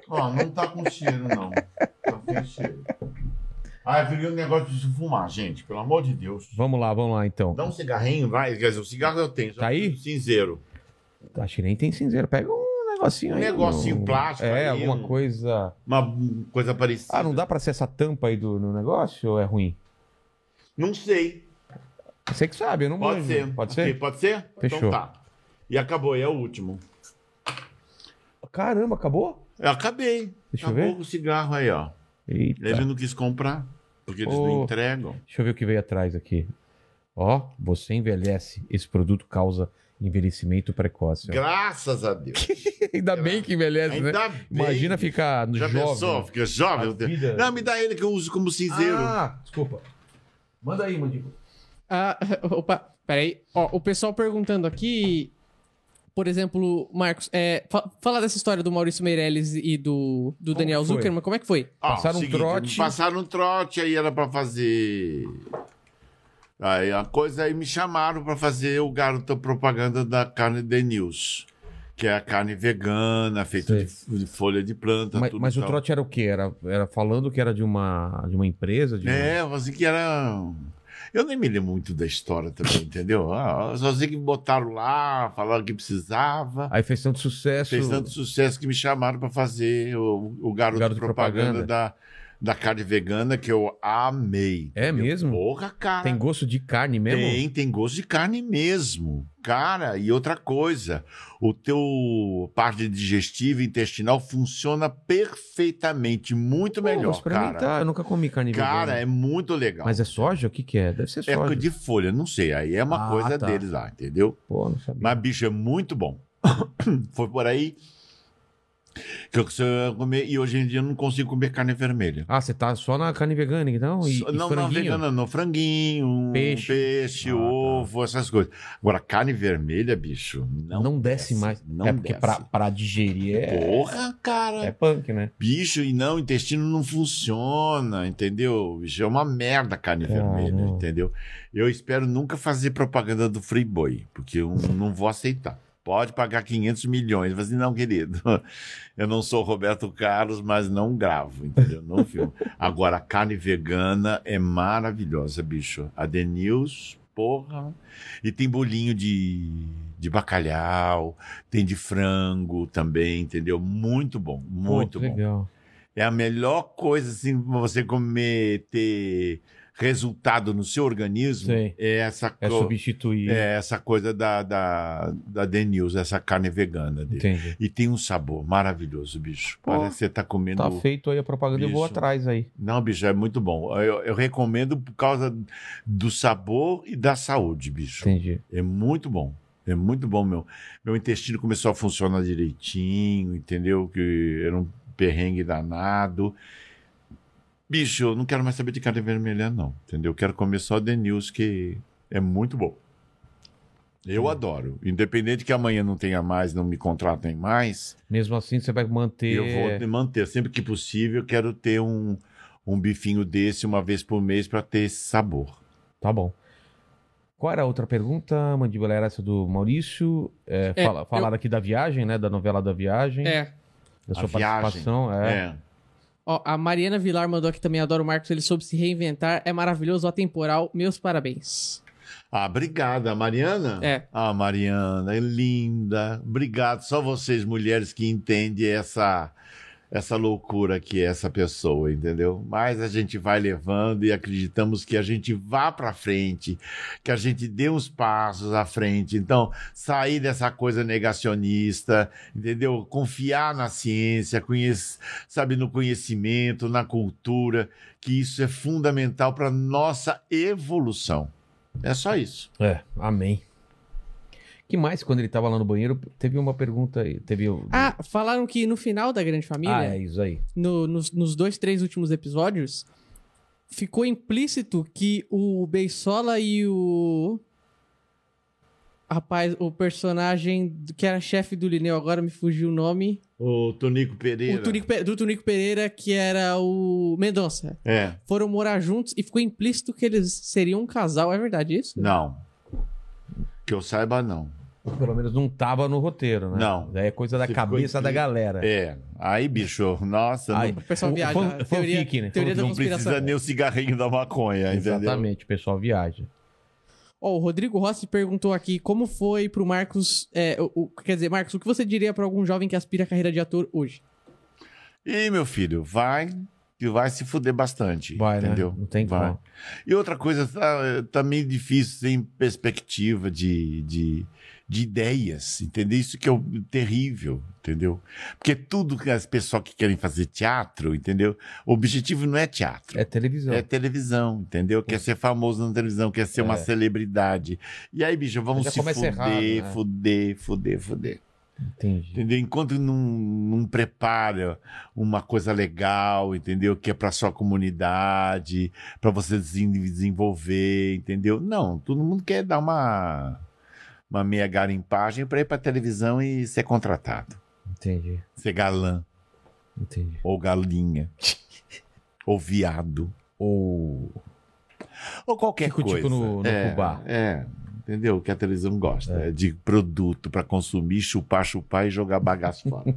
Speaker 3: Ó, não tá com cheiro, não. Tá sem cheiro. Ah, eu virei um negócio de fumar, gente. Pelo amor de Deus.
Speaker 1: Vamos lá, vamos lá, então.
Speaker 3: Dá um cigarrinho, vai. Quer dizer, o cigarro eu tenho. só
Speaker 1: Tá aí?
Speaker 3: Cinzeiro.
Speaker 1: Tá, Acho que nem tem cinzeiro. Pega um negocinho
Speaker 3: Um
Speaker 1: aí.
Speaker 3: negocinho plástico
Speaker 1: É,
Speaker 3: aí,
Speaker 1: alguma
Speaker 3: um-
Speaker 1: coisa...
Speaker 3: Uma coisa parecida.
Speaker 1: Ah, não dá pra ser essa tampa aí do no negócio ou é ruim?
Speaker 3: Não sei.
Speaker 1: Você que sabe, eu não
Speaker 3: Pode
Speaker 1: manjo.
Speaker 3: ser.
Speaker 1: Pode
Speaker 3: Ok,
Speaker 1: ser?
Speaker 3: Pode ser?
Speaker 1: Fechou.
Speaker 3: Então tá. E acabou, e é o último.
Speaker 1: Caramba, acabou?
Speaker 3: Eu acabei.
Speaker 1: Deixa eu
Speaker 3: acabou
Speaker 1: ver.
Speaker 3: com o cigarro aí, ó.
Speaker 1: Eita.
Speaker 3: Ele não quis comprar, porque eles
Speaker 1: Ô.
Speaker 3: não entregam.
Speaker 1: Deixa eu ver o que veio atrás aqui. Ó, você envelhece. Esse produto causa envelhecimento precoce. ó.
Speaker 3: Graças a Deus.
Speaker 1: Ainda bem que envelhece, né?
Speaker 3: Ainda bem.
Speaker 1: Imagina ficar
Speaker 3: Já
Speaker 1: jovem.
Speaker 3: pensou? Fica jovem.
Speaker 1: A vida-
Speaker 3: Não, me dá ele que eu uso como cinzeiro.
Speaker 1: Ah, desculpa. Manda aí, mandíbula.
Speaker 2: Ah, opa, peraí. Ó, o pessoal perguntando aqui, por exemplo, Marcos, é, fa- falar dessa história do Maurício Meirelles e do, do Daniel
Speaker 1: foi?
Speaker 2: Zuckerman, como é que foi?
Speaker 3: Ó,
Speaker 1: passaram um trote.
Speaker 3: Ah, Passaram um trote, aí era pra fazer. Aí a coisa, aí me chamaram pra fazer o garoto propaganda da carne de News. Que é a carne vegana, feita de, de folha de planta,
Speaker 1: mas
Speaker 3: Tá tudo então.
Speaker 1: mas
Speaker 3: e
Speaker 1: o
Speaker 3: tal.
Speaker 1: trote era o quê? Era, era falando que era de uma, de uma empresa? De
Speaker 3: É, eu assim que era. Eu nem me lembro muito da história também, entendeu? Ah, eu Só sei que botaram lá, falaram que precisava.
Speaker 1: Aí fez tanto sucesso.
Speaker 3: Fez tanto sucesso que me chamaram para fazer o, o garoto,
Speaker 1: Garoto
Speaker 3: propaganda,
Speaker 1: Propaganda.
Speaker 3: da, da carne vegana, que eu amei.
Speaker 1: É
Speaker 3: Eu,
Speaker 1: mesmo?
Speaker 3: Porra, cara.
Speaker 1: Tem gosto de carne mesmo?
Speaker 3: Tem, tem gosto de carne mesmo. Cara, e outra coisa, o teu parte digestiva e intestinal funciona perfeitamente, muito
Speaker 1: Pô, vou
Speaker 3: melhor,
Speaker 1: experimentar.
Speaker 3: cara.
Speaker 1: tá, Eu nunca comi carne
Speaker 3: Cara,
Speaker 1: vegana.
Speaker 3: é muito legal.
Speaker 1: Mas é soja? O que que é? Deve ser
Speaker 3: É
Speaker 1: soja.
Speaker 3: de folha, não sei. Aí é uma
Speaker 1: Ah,
Speaker 3: coisa
Speaker 1: tá.
Speaker 3: deles lá, entendeu?
Speaker 1: Pô, não sabia.
Speaker 3: Mas, bicho, é muito bom. Foi por aí que eu comecei a comer. E hoje em dia eu não consigo comer carne vermelha.
Speaker 1: Ah, você tá só na carne vegana, então? E,
Speaker 3: Só-
Speaker 1: e
Speaker 3: não, não
Speaker 1: franguinho?
Speaker 3: vegana, não. Franguinho, um
Speaker 1: Peixe.
Speaker 3: peixe,
Speaker 1: Ah, tá.
Speaker 3: ovo, essas coisas. Agora, carne vermelha, bicho,
Speaker 1: Não,
Speaker 3: não.
Speaker 1: desce mais.
Speaker 3: Não
Speaker 1: é porque
Speaker 3: desce.
Speaker 1: pra, pra digerir é,
Speaker 3: Porra, cara.
Speaker 1: é punk, né?
Speaker 3: Bicho, e não, o intestino não funciona, entendeu? Bicho, é uma merda a carne
Speaker 1: Caramba.
Speaker 3: vermelha, entendeu? Eu espero nunca fazer propaganda do Free Boy, porque eu não vou aceitar. Pode pagar 500 milhões, mas não, querido. Eu não sou Roberto Carlos, mas não gravo, entendeu? Não filmo. Agora, a carne vegana é maravilhosa, bicho. A Denils, porra. E tem bolinho de, de bacalhau, tem de frango também, entendeu? Muito bom,
Speaker 1: Pô,
Speaker 3: muito
Speaker 1: que
Speaker 3: bom.
Speaker 1: legal.
Speaker 3: É a melhor coisa, assim, pra você comer, ter resultado no seu organismo.
Speaker 1: Sei.
Speaker 3: É essa,
Speaker 1: É
Speaker 3: co-
Speaker 1: substituir.
Speaker 3: é essa coisa da, da, da Denils, essa carne vegana dele.
Speaker 1: Entende?
Speaker 3: E tem um sabor maravilhoso, bicho.
Speaker 1: Pô,
Speaker 3: Parece que você tá comendo.
Speaker 1: Tá feito aí a propaganda, eu vou
Speaker 3: Bicho.
Speaker 1: atrás aí.
Speaker 3: Não, bicho, é muito bom. Eu, eu recomendo por causa do sabor e da saúde, bicho.
Speaker 1: Entendi.
Speaker 3: É muito bom. É muito bom, meu. Meu intestino começou a funcionar direitinho, entendeu? Que era um perrengue danado. Bicho, eu não quero mais saber de carne vermelha, não, entendeu? Eu quero comer só The News, que é muito bom. Eu adoro. Independente que amanhã não tenha mais, não me contratem mais,
Speaker 1: Mesmo assim, você vai manter.
Speaker 3: eu vou me manter. Sempre que possível, eu quero ter um, um bifinho desse uma vez por mês para ter esse sabor.
Speaker 1: Tá bom. Qual era a outra pergunta, Mandíbula? Era essa do Maurício. É,
Speaker 2: É,
Speaker 1: fala-
Speaker 2: eu-
Speaker 1: falar aqui da viagem, né? Da novela da viagem.
Speaker 2: É.
Speaker 1: Da
Speaker 3: A
Speaker 1: sua
Speaker 3: viagem.
Speaker 1: participação. É.
Speaker 3: é.
Speaker 2: Ó, a Mariana Vilar mandou aqui também, adoro o Marcos, ele soube se reinventar, é maravilhoso, atemporal, meus parabéns.
Speaker 3: Ah, obrigada, Mariana.
Speaker 2: É.
Speaker 3: Ah, Mariana, é linda. Obrigado. Só vocês, mulheres, que entendem essa, essa loucura que é essa pessoa, entendeu? Mas a gente vai levando e acreditamos que a gente vá para frente, que a gente dê uns passos à frente. Então, sair dessa coisa negacionista, entendeu? Confiar na ciência, conhece- sabe, no conhecimento, na cultura, que isso é fundamental para nossa evolução. É só isso.
Speaker 1: É, amém. que mais quando ele tava lá no banheiro? Teve uma pergunta aí. Teve o.
Speaker 2: Ah, falaram que no final da Grande Família,
Speaker 1: Ah, é isso aí.
Speaker 2: no- nos, nos dois, três últimos episódios, ficou implícito que o Beisola e o... Rapaz, o personagem do- que era chefe do Lineu, agora me fugiu o nome.
Speaker 3: O Tonico Pereira.
Speaker 2: O Tunico Pe- do Tunico Pereira, que era o Mendonça.
Speaker 3: É.
Speaker 2: Foram morar juntos e ficou implícito que eles seriam um casal. É verdade isso?
Speaker 3: Não. Que eu saiba, não.
Speaker 1: Pelo menos não tava no roteiro, né?
Speaker 3: Não.
Speaker 1: Daí é coisa da
Speaker 3: Se ficou
Speaker 1: cabeça da
Speaker 3: implí-
Speaker 1: galera.
Speaker 3: É. Aí, bicho, nossa,
Speaker 1: Aí,
Speaker 2: O pessoal
Speaker 1: o-
Speaker 2: viaja.
Speaker 1: fan-
Speaker 2: teoria,
Speaker 1: fanfic, né?
Speaker 2: teoria da
Speaker 3: não, não
Speaker 2: conspiração.
Speaker 3: precisa nem o cigarrinho da maconha, é, entendeu?
Speaker 1: Exatamente, o pessoal viaja.
Speaker 2: Ó, o Rodrigo Rossi perguntou aqui como foi pro Marcos. é, o- o- quer dizer, Marcos, o que você diria pra algum jovem que aspira a carreira de ator hoje?
Speaker 3: E, meu filho, vai que vai se fuder bastante.
Speaker 1: Vai,
Speaker 3: entendeu?
Speaker 1: né? Não tem
Speaker 3: vai.
Speaker 1: como.
Speaker 3: E outra coisa, tá, tá meio difícil sem perspectiva de, de, de ideias, entendeu? Isso que é o terrível, entendeu? Porque tudo que as pessoas que querem fazer teatro, entendeu? O objetivo não é teatro.
Speaker 1: É televisão.
Speaker 3: É televisão, entendeu? Quer ser famoso na televisão, quer ser uma
Speaker 1: É.
Speaker 3: celebridade. E aí, bicho, vamos
Speaker 1: Já
Speaker 3: se
Speaker 1: começa
Speaker 3: fuder,
Speaker 1: errado, né?
Speaker 3: fuder, fuder, fuder.
Speaker 1: Entendi.
Speaker 3: Entendeu? Enquanto não, não prepara uma coisa legal, entendeu? Que é pra sua comunidade, pra você desen- desenvolver, entendeu? Não, todo mundo quer dar uma, uma meia garimpagem pra ir pra televisão e ser contratado.
Speaker 1: Entendi.
Speaker 3: Ser galã,
Speaker 1: Entendi.
Speaker 3: ou galinha, ou viado.
Speaker 1: Ou.
Speaker 3: Ou qualquer
Speaker 1: Tico-tico
Speaker 3: coisa.
Speaker 1: tipo, no- no
Speaker 3: é,
Speaker 1: fubá.
Speaker 3: É, entendeu? O que a televisão gosta. É. de produto pra consumir, chupar, chupar e jogar bagaço fora.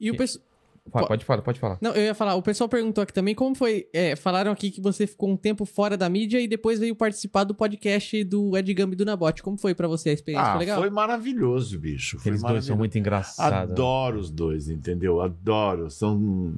Speaker 2: E o pessoal.
Speaker 1: Fala,
Speaker 2: Po-
Speaker 1: pode falar, pode falar.
Speaker 2: Não, eu ia falar, o pessoal perguntou aqui também como foi. é, falaram aqui que você ficou um tempo fora da mídia e depois veio participar do podcast do Ed Gambi e do Nabote. Como foi pra você a experiência?
Speaker 3: ah,
Speaker 2: foi legal?
Speaker 3: foi maravilhoso, bicho. Foi
Speaker 1: Aqueles dois
Speaker 3: maravilhoso.
Speaker 1: são muito engraçados. né?
Speaker 3: Adoro os dois, entendeu? Adoro. São.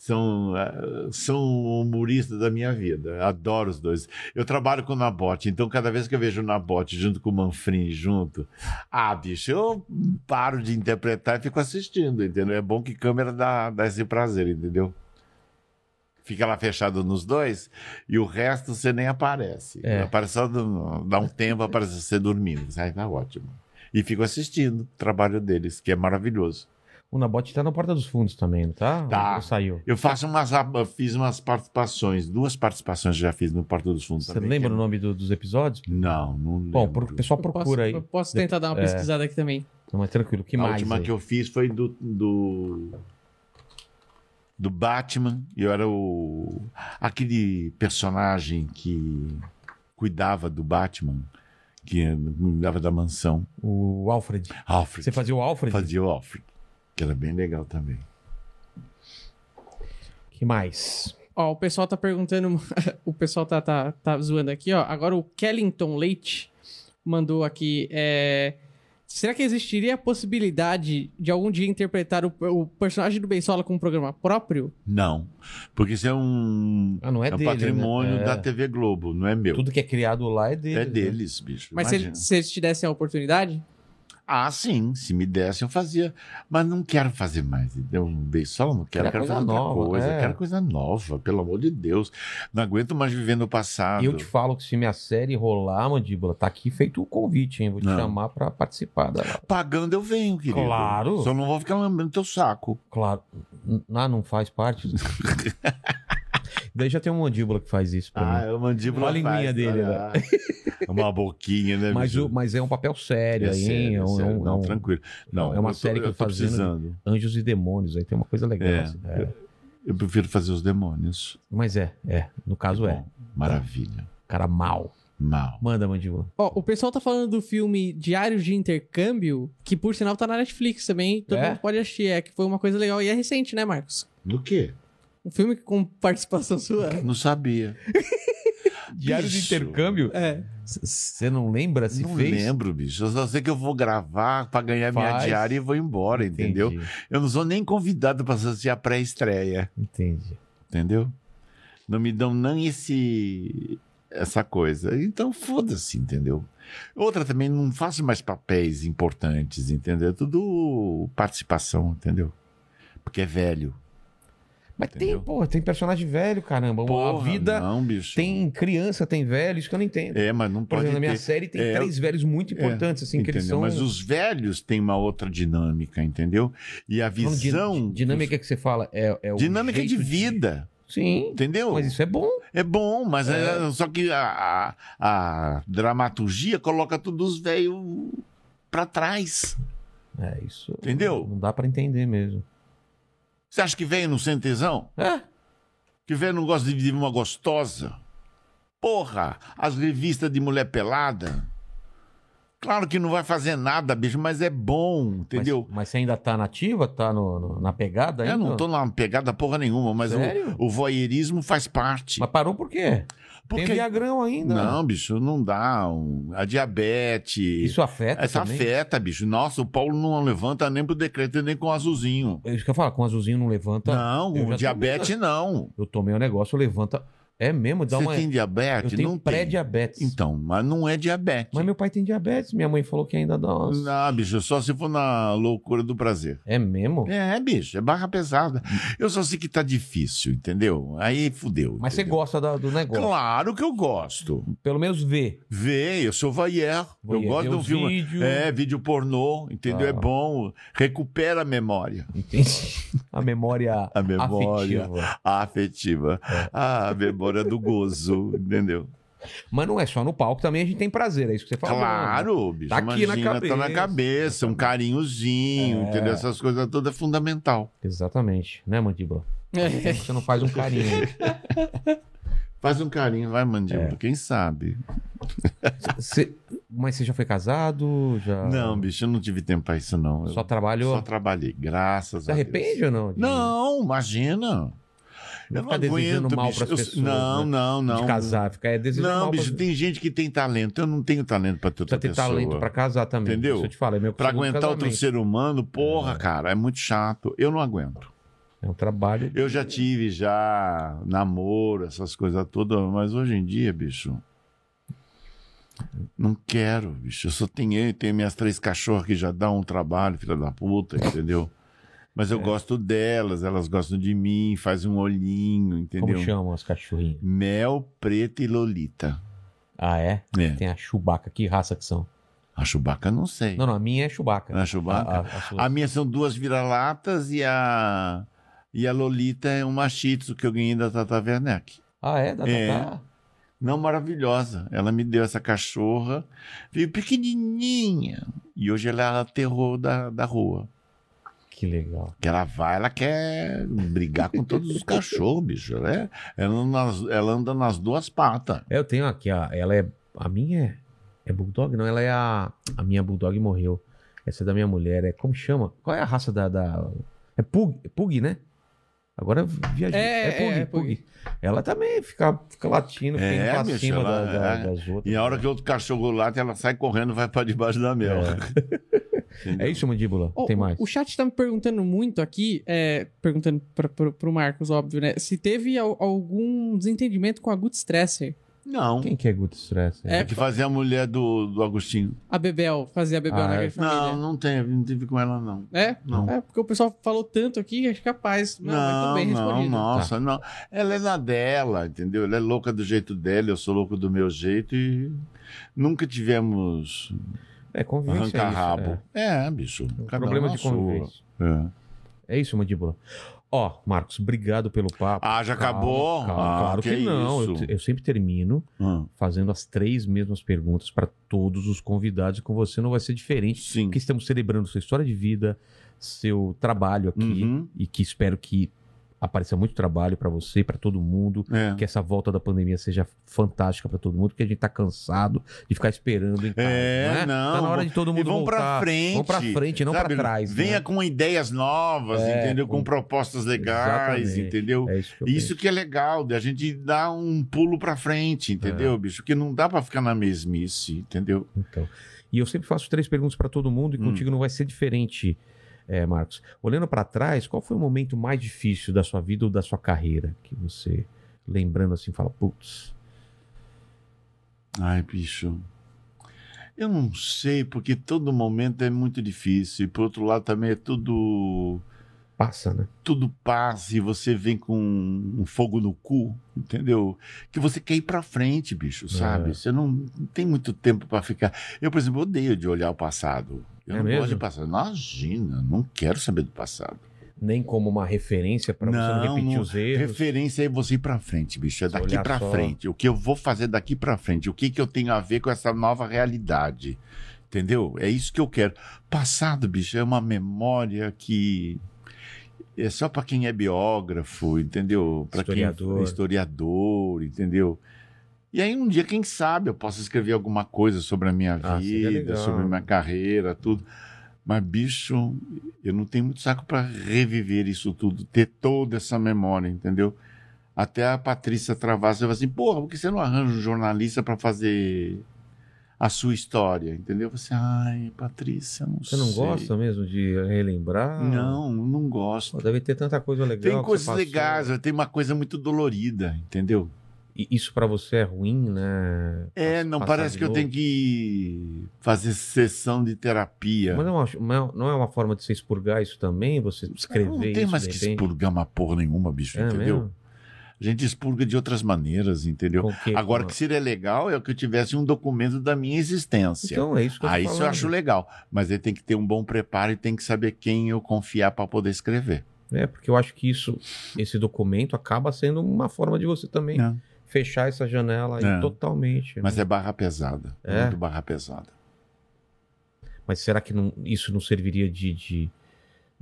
Speaker 3: São, eh, são humoristas da minha vida. Adoro os dois. Eu trabalho com o Nabote, então cada vez que eu vejo o Nabote junto com o Manfrim junto, ah, bicho, eu paro de interpretar e fico assistindo, entendeu? É bom que câmera dá, dá esse prazer, entendeu? Fica lá fechado nos dois e o resto você nem aparece.
Speaker 1: É.
Speaker 3: Aparece só, do- dá um tempo, aparece você dormindo. Aí tá ótimo. E fico assistindo o trabalho deles, que é maravilhoso.
Speaker 1: O Nabote tá na porta dos fundos também, não tá?
Speaker 3: Tá.
Speaker 1: Ou saiu.
Speaker 3: Eu faço umas, eu fiz umas participações, duas participações já fiz no Porto dos Fundos
Speaker 1: Você
Speaker 3: também.
Speaker 1: lembra
Speaker 3: que
Speaker 1: o
Speaker 3: é-
Speaker 1: nome do- dos episódios?
Speaker 3: Não, não lembro.
Speaker 1: Bom, pro- o pessoal
Speaker 2: Eu
Speaker 1: procura
Speaker 2: posso,
Speaker 1: aí. É.
Speaker 2: eu posso tentar dar uma pesquisada aqui também.
Speaker 1: Não, mas tranquilo, que
Speaker 3: a
Speaker 1: mais?
Speaker 3: última
Speaker 1: aí?
Speaker 3: que eu fiz foi do, do do Batman. e Eu era o aquele personagem que cuidava do Batman, que cuidava da mansão.
Speaker 1: O Alfred.
Speaker 3: Alfred.
Speaker 1: Você fazia o Alfred?
Speaker 3: Fazia o Alfred, que era bem legal também.
Speaker 1: Que mais?
Speaker 2: Ó, o pessoal tá perguntando. o pessoal tá, tá, tá zoando aqui, ó. Agora o Kellington Leite mandou aqui. É, será que existiria a possibilidade de algum dia interpretar o, o personagem do Beisola com um programa próprio?
Speaker 3: Não, porque isso é um,
Speaker 1: Ah, não é
Speaker 3: é um
Speaker 1: dele,
Speaker 3: patrimônio
Speaker 1: né? É.
Speaker 3: da TV Globo, não é meu.
Speaker 1: Tudo que é criado lá é dele.
Speaker 3: é deles, bicho.
Speaker 2: Mas se,
Speaker 3: imagina.
Speaker 2: ele- se eles te dessem a oportunidade?
Speaker 3: Ah, sim, se me desse eu fazia. Mas não quero fazer mais. Deu um beijo só, não quero,
Speaker 1: Quer
Speaker 3: quero
Speaker 1: coisa
Speaker 3: fazer outra
Speaker 1: nova,
Speaker 3: coisa.
Speaker 1: é.
Speaker 3: Quero coisa nova, pelo amor de Deus. Não aguento mais viver no passado.
Speaker 1: E eu te falo que se minha série rolar, mandíbula, tá aqui feito o convite, hein? Vou te
Speaker 3: Não.
Speaker 1: chamar pra participar da.
Speaker 3: Pagando eu venho, querido.
Speaker 1: Claro.
Speaker 3: Só não vou ficar lembrando teu saco.
Speaker 1: Claro. N- Ah, não faz parte. Daí já tem um mandíbula que faz isso pra mim.
Speaker 3: Ah, eu mandíbula.
Speaker 1: Olha a linguinha
Speaker 3: faz,
Speaker 1: dele,
Speaker 3: ah, Uma boquinha, né?
Speaker 1: Mas,
Speaker 3: bicho?
Speaker 1: o, mas é um papel
Speaker 3: É
Speaker 1: sério aí, hein?
Speaker 3: sério,
Speaker 1: É
Speaker 3: é
Speaker 1: um-
Speaker 3: sério.
Speaker 1: é um-
Speaker 3: não,
Speaker 1: é um-
Speaker 3: tranquilo. Não,
Speaker 1: é uma
Speaker 3: eu tô-
Speaker 1: série que
Speaker 3: eu
Speaker 1: eu
Speaker 3: tô
Speaker 1: fazendo de-
Speaker 3: precisando.
Speaker 1: Anjos e Demônios, aí tem uma coisa legal.
Speaker 3: É.
Speaker 1: assim. É.
Speaker 3: Eu prefiro fazer os demônios.
Speaker 1: Mas é, é. No caso é.
Speaker 3: Bom, maravilha.
Speaker 1: Cara mal.
Speaker 3: Mal.
Speaker 1: Manda, mandíbula.
Speaker 2: Ó, o pessoal tá falando do filme Diário de Intercâmbio, que por sinal tá na Netflix também, todo
Speaker 1: É?
Speaker 2: mundo pode assistir, é que foi uma coisa legal e é recente, né, Marcos?
Speaker 3: No quê?
Speaker 2: Um filme com participação sua.
Speaker 3: Não sabia.
Speaker 1: Diário de
Speaker 3: Bicho.
Speaker 1: intercâmbio?
Speaker 2: É.
Speaker 1: Você não lembra se
Speaker 3: não
Speaker 1: fez?
Speaker 3: lembro, bicho. Eu só sei que eu vou gravar pra ganhar minha
Speaker 1: Faz.
Speaker 3: diária e vou embora, entendeu?
Speaker 1: Entendi,
Speaker 3: Eu não sou nem convidado pra assistir a pré-estreia,
Speaker 1: Entendi.
Speaker 3: entendeu? Não me dão nem esse essa coisa. Então foda-se, entendeu? Outra também não faço mais papéis importantes, entendeu? É Tudo participação, entendeu? Porque é velho.
Speaker 1: Mas
Speaker 3: Entendeu?
Speaker 1: tem, porra, tem personagem velho, caramba. Então, a
Speaker 3: Porra,
Speaker 1: vida
Speaker 3: não, bicho.
Speaker 1: tem criança, tem velho, isso que eu não entendo.
Speaker 3: É, mas não
Speaker 1: Por
Speaker 3: pode
Speaker 1: exemplo, na minha
Speaker 3: ter.
Speaker 1: série tem
Speaker 3: É,
Speaker 1: três velhos muito
Speaker 3: é,
Speaker 1: importantes, assim, que eles
Speaker 3: Entendeu?
Speaker 1: são.
Speaker 3: Mas os velhos têm uma outra dinâmica, entendeu? E a
Speaker 1: Falando de-
Speaker 3: visão.
Speaker 1: de- dinâmica que você fala é, é o.
Speaker 3: dos- dinâmica de
Speaker 1: jeito
Speaker 3: vida,
Speaker 1: Sim.
Speaker 3: entendeu?
Speaker 1: Mas isso é bom.
Speaker 3: É bom, mas é- só que a, a- a dramaturgia coloca todos os velhos pra trás.
Speaker 1: É isso.
Speaker 3: Entendeu?
Speaker 1: Não dá pra entender mesmo.
Speaker 3: Você acha que velho não sente tesão?
Speaker 1: É.
Speaker 3: Que velho não gosta de viver uma gostosa? Porra, as revistas de mulher pelada. Claro que não vai fazer nada, bicho, mas é bom, entendeu?
Speaker 1: Mas, mas você ainda tá nativa? Tá no- no- na pegada ainda?
Speaker 3: Eu não tô numa pegada porra nenhuma, mas o,
Speaker 1: Sério?
Speaker 3: o voyeurismo faz parte.
Speaker 1: Mas parou por quê? Tem
Speaker 3: Porque...
Speaker 1: Viagrão ainda. né?
Speaker 3: Não, bicho, não dá. um- A diabetes.
Speaker 1: Isso afeta
Speaker 3: Essa
Speaker 1: também?
Speaker 3: afeta, bicho. Nossa, o Paulo não levanta nem pro decreto e nem com o azulzinho.
Speaker 1: É Isso que eu falo, com azulzinho não levanta.
Speaker 3: não,
Speaker 1: Tá. eu já
Speaker 3: o
Speaker 1: tô
Speaker 3: diabetes não.
Speaker 1: Eu tomei o negócio, levanta. É mesmo, dá
Speaker 3: Você
Speaker 1: uma.
Speaker 3: tem diabetes?
Speaker 1: eu tenho
Speaker 3: não tem.
Speaker 1: pré-diabetes.
Speaker 3: Então, mas não é diabetes.
Speaker 1: Mas meu pai tem diabetes, minha mãe falou que ainda dá umas...
Speaker 3: Não, bicho, só se for na loucura do prazer.
Speaker 1: É mesmo?
Speaker 3: É, bicho, é barra pesada. Eu só sei que tá difícil, entendeu? Aí fudeu.
Speaker 1: Mas você
Speaker 3: entendeu?
Speaker 1: gosta da- do negócio.
Speaker 3: Claro que eu gosto.
Speaker 1: Pelo menos vê.
Speaker 3: Vê, eu sou voyeur. Eu
Speaker 1: Voyeur,
Speaker 3: gosto
Speaker 1: vê
Speaker 3: de um
Speaker 1: os
Speaker 3: filme.
Speaker 1: vídeos.
Speaker 3: É, vídeo pornô, entendeu?
Speaker 1: Ah.
Speaker 3: É bom. Recupera a memória.
Speaker 1: Entende? A memória,
Speaker 3: A memória.
Speaker 1: afetiva.
Speaker 3: A afetiva.
Speaker 1: É.
Speaker 3: A memória do gozo, entendeu?
Speaker 1: Mas não é só no palco, também a gente tem prazer, é isso que você falou. né?
Speaker 3: Claro, bicho.
Speaker 1: Tá aqui na
Speaker 3: imagina, Tá na
Speaker 1: cabeça. É.
Speaker 3: cabeça, um carinhozinho, entendeu? Essas coisas todas é fundamental.
Speaker 1: Exatamente, né, Mandíbula? Você não faz um carinho.
Speaker 3: Faz um carinho, vai,
Speaker 1: É.
Speaker 3: mandíbula. Quem sabe?
Speaker 1: Você- Mas você já foi casado? Já...
Speaker 3: Não, bicho, eu não tive tempo pra isso, não. Eu
Speaker 1: Ah. Só trabalhou.
Speaker 3: só trabalhei, graças
Speaker 1: Se
Speaker 3: a Deus.
Speaker 1: arrepende ou não? de-
Speaker 3: Não, imagina. Eu não
Speaker 1: Ficar desejando
Speaker 3: aguento,
Speaker 1: mal
Speaker 3: bicho.
Speaker 1: pras
Speaker 3: Eu-
Speaker 1: pessoas,
Speaker 3: não,
Speaker 1: né?
Speaker 3: não, não.
Speaker 1: De casar, ficar é desejando
Speaker 3: Não,
Speaker 1: mal
Speaker 3: bicho,
Speaker 1: pra-
Speaker 3: tem gente que tem talento. Eu não tenho talento pra ter outra
Speaker 1: Precisa ter
Speaker 3: pessoa.
Speaker 1: talento pra casar também.
Speaker 3: Entendeu?
Speaker 1: Isso eu te falo, é meu
Speaker 3: Pra
Speaker 1: segundo
Speaker 3: aguentar outro
Speaker 1: casamento.
Speaker 3: ser humano, porra, cara, é muito chato. Eu não aguento.
Speaker 1: É um trabalho.
Speaker 3: Eu já tive já namoro, essas coisas todas, mas hoje em dia, bicho, não quero, bicho. Eu só tenho eu e tenho minhas três cachorras que já dão um trabalho, filha da puta, entendeu? Mas
Speaker 1: É.
Speaker 3: eu gosto delas, elas gostam de mim, faz um olhinho,
Speaker 1: Como
Speaker 3: entendeu?
Speaker 1: chamam as cachorrinhas?
Speaker 3: Mel, Preta e Lolita.
Speaker 1: Ah, é?
Speaker 3: É.
Speaker 1: Tem a Chewbacca. Que raça que são?
Speaker 3: A Chewbacca não sei.
Speaker 1: Não, não, a minha é Chewbacca.
Speaker 3: A Chewbacca?
Speaker 1: A, a- a sua.
Speaker 3: A minha são duas vira-latas e a e a Lolita é uma shih tzu que eu ganhei da Tata Werneck.
Speaker 1: Ah, é? Da
Speaker 3: É.
Speaker 1: Tatá?
Speaker 3: Não maravilhosa. Ela me deu essa cachorra, veio pequenininha. E hoje ela é a terror da, da rua.
Speaker 1: Que legal.
Speaker 3: Que ela vai, ela quer brigar com todos os cachorros, bicho. Ela, é- ela, anda nas- ela anda nas duas patas.
Speaker 1: É, Eu tenho aqui, a, ela é. A minha é. É Bulldog? Não, ela é a. A minha Bulldog morreu. Essa é da minha mulher. É, como chama? Qual é a raça da. da- é Pug, é Pug, né? Agora eu viajei.
Speaker 2: É,
Speaker 1: Pug,
Speaker 2: é, é
Speaker 1: Pug. Ela também fica, fica latindo, fica
Speaker 3: É,
Speaker 1: indo pra
Speaker 3: bicho,
Speaker 1: cima
Speaker 3: ela-
Speaker 1: da- da-
Speaker 3: é.
Speaker 1: das outras.
Speaker 3: E a hora que o outro cachorro late, ela sai correndo e vai pra debaixo da mel.
Speaker 1: É isso, mandíbula?
Speaker 2: Ó,
Speaker 1: Tem
Speaker 2: o-
Speaker 1: mais.
Speaker 2: O chat tá me perguntando muito aqui, é, perguntando pra, pro, pro Marcos, óbvio, né? Se teve al- algum desentendimento com a Good Stresser.
Speaker 3: Não.
Speaker 1: Quem que é Good Stress?
Speaker 2: É.
Speaker 3: O que fazia a mulher do, do Agostinho?
Speaker 2: A Bebel fazia a Bebel
Speaker 1: Ah,
Speaker 2: na
Speaker 1: é?
Speaker 2: grande família.
Speaker 3: Não, não teve, não teve com ela, não.
Speaker 2: É?
Speaker 3: Não.
Speaker 2: É, porque o pessoal falou tanto aqui, acho capaz. Não,
Speaker 3: Não,
Speaker 2: muito bem
Speaker 3: não,
Speaker 2: respondido.
Speaker 3: nossa,
Speaker 1: Tá.
Speaker 3: não. Ela é na dela, entendeu? Ela é louca do jeito dela, eu sou louco do meu jeito e nunca tivemos
Speaker 1: É convivência. é isso,
Speaker 3: arranca-rabo. É. bicho.
Speaker 1: é. Um
Speaker 3: Cada um
Speaker 1: problema
Speaker 3: na
Speaker 1: de
Speaker 3: sua.
Speaker 1: convivência.
Speaker 3: É.
Speaker 1: É isso, mandíbula. Ó, Marcos, obrigado pelo papo.
Speaker 3: Ah, já acabou?
Speaker 1: Calma,
Speaker 3: Ah,
Speaker 1: claro que,
Speaker 3: que
Speaker 1: não. Eu,
Speaker 3: isso.
Speaker 1: te- eu sempre termino
Speaker 3: Ah,
Speaker 1: fazendo as três mesmas perguntas para todos os convidados. e Com você não vai ser diferente,
Speaker 3: Sim.
Speaker 1: porque estamos celebrando sua história de vida, seu trabalho aqui
Speaker 3: Uhum.
Speaker 1: e que espero que apareça muito trabalho para você, para todo mundo.
Speaker 3: É.
Speaker 1: Que essa volta da pandemia seja fantástica para todo mundo, porque a gente tá cansado de ficar esperando. Em casa,
Speaker 3: É,
Speaker 1: né?
Speaker 3: não.
Speaker 1: Tá na hora de todo
Speaker 3: E
Speaker 1: mundo
Speaker 3: vão
Speaker 1: voltar.
Speaker 3: pra frente.
Speaker 1: Vamos pra frente, não
Speaker 3: sabe?
Speaker 1: pra trás.
Speaker 3: Venha
Speaker 1: né?
Speaker 3: com ideias novas,
Speaker 1: É,
Speaker 3: entendeu? Com,
Speaker 1: com-
Speaker 3: propostas legais,
Speaker 1: Exatamente.
Speaker 3: entendeu?
Speaker 1: É isso que eu
Speaker 3: Isso que é legal, de a gente dar um pulo pra frente, entendeu,
Speaker 1: É.
Speaker 3: bicho? Porque não dá pra ficar na mesmice, entendeu?
Speaker 1: Então, e eu sempre faço três perguntas para todo mundo e
Speaker 3: Hum.
Speaker 1: contigo não vai ser diferente, é, Marcos. Olhando para trás, qual foi o momento mais difícil da sua vida ou da sua carreira que você lembrando assim fala, putz,
Speaker 3: Ai, bicho. Eu não sei, porque todo momento é muito difícil. E por outro lado também é tudo.
Speaker 1: passa, né?
Speaker 3: Tudo passa e você vem com um fogo no cu, entendeu? Que você quer ir pra frente, bicho,
Speaker 1: É.
Speaker 3: sabe? Você não, não tem muito tempo pra ficar. Eu, por exemplo, odeio de olhar o passado. Eu
Speaker 1: É
Speaker 3: não gosto
Speaker 1: mesmo?
Speaker 3: de passado. Imagina, não quero saber do passado.
Speaker 1: Nem como uma referência para você não
Speaker 3: Não,
Speaker 1: repetir
Speaker 3: não-
Speaker 1: os erros.
Speaker 3: Referência é você ir pra frente, bicho. É
Speaker 1: Você
Speaker 3: daqui
Speaker 1: olhar
Speaker 3: pra
Speaker 1: só.
Speaker 3: frente. O que eu vou fazer daqui pra frente? O que, que eu tenho a ver com essa nova realidade? Entendeu? É isso que eu quero. Passado, bicho, é uma memória que. É só pra quem é biógrafo, entendeu? Pra
Speaker 1: Historiador.
Speaker 3: quem é historiador, entendeu? E aí um dia, quem sabe, eu posso escrever alguma coisa sobre a minha
Speaker 1: Ah, seria
Speaker 3: vida,
Speaker 1: legal.
Speaker 3: sobre a minha carreira, tudo. Mas, bicho, eu não tenho muito saco para reviver isso tudo, ter toda essa memória, entendeu? Até a Patrícia Travassi falou assim: porra, por que você não arranja um jornalista para fazer a sua história, entendeu? Você, ai, Patrícia, não
Speaker 1: Você
Speaker 3: sei.
Speaker 1: não gosta mesmo de relembrar?
Speaker 3: Não, não
Speaker 1: Pô,
Speaker 3: gosto.
Speaker 1: deve ter tanta coisa legal. que
Speaker 3: Tem
Speaker 1: você
Speaker 3: coisas
Speaker 1: passou.
Speaker 3: legais, mas tem uma coisa muito dolorida, entendeu?
Speaker 1: E isso para você é ruim, né?
Speaker 3: É, não
Speaker 1: Passar
Speaker 3: parece
Speaker 1: de
Speaker 3: que eu
Speaker 1: novo.
Speaker 3: tenho que fazer sessão de terapia.
Speaker 1: Mas não, é uma- não é uma forma de você expurgar isso também? Você escrever
Speaker 3: não tem
Speaker 1: isso
Speaker 3: mais
Speaker 1: de
Speaker 3: que
Speaker 1: repente?
Speaker 3: expurgar uma porra nenhuma, bicho,
Speaker 1: É
Speaker 3: entendeu?
Speaker 1: mesmo?
Speaker 3: A gente expurga de outras maneiras, entendeu?
Speaker 1: Com o quê?
Speaker 3: Agora, o
Speaker 1: Com-
Speaker 3: que seria legal é que eu tivesse um documento da minha existência.
Speaker 1: Então, é isso que eu tô
Speaker 3: ah, isso eu
Speaker 1: falando.
Speaker 3: acho legal. Mas ele tem que ter um bom preparo e tem que saber quem eu confiar para poder escrever.
Speaker 1: É, porque eu acho que isso, esse documento acaba sendo uma forma de você também
Speaker 3: É.
Speaker 1: fechar essa janela aí
Speaker 3: É.
Speaker 1: totalmente. né? Mas,
Speaker 3: Mas é barra pesada.
Speaker 1: É?
Speaker 3: Muito barra pesada.
Speaker 1: será que não- isso não serviria de. de-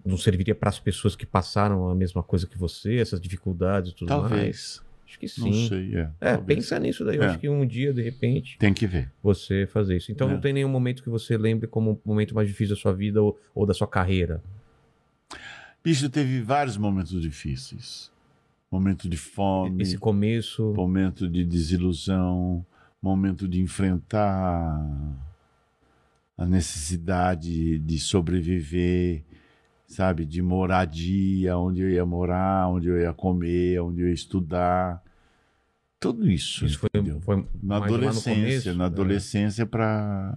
Speaker 1: não serviria para as pessoas que passaram a mesma coisa que você, essas dificuldades e tudo mais?
Speaker 3: Talvez.
Speaker 1: Acho que
Speaker 3: Não
Speaker 1: sim.
Speaker 3: sei. É,
Speaker 1: É,
Speaker 3: Talvez.
Speaker 1: pensa nisso daí. Eu
Speaker 3: É.
Speaker 1: acho que um dia, de repente,
Speaker 3: Tem que ver.
Speaker 1: você fazer isso. Então
Speaker 3: É.
Speaker 1: não tem nenhum momento que você lembre como um momento mais difícil da sua vida ou, ou da sua carreira.
Speaker 3: Bicho, teve vários momentos difíceis. Momento de fome.
Speaker 1: Esse começo.
Speaker 3: momento de desilusão, momento de enfrentar a necessidade de sobreviver, sabe, de moradia, onde eu ia morar, onde eu ia comer, onde eu ia estudar, tudo isso.
Speaker 1: isso foi,
Speaker 3: entendeu?
Speaker 1: foi
Speaker 3: na
Speaker 1: mais lá no
Speaker 3: adolescência,
Speaker 1: começo,
Speaker 3: na
Speaker 1: né?
Speaker 3: adolescência para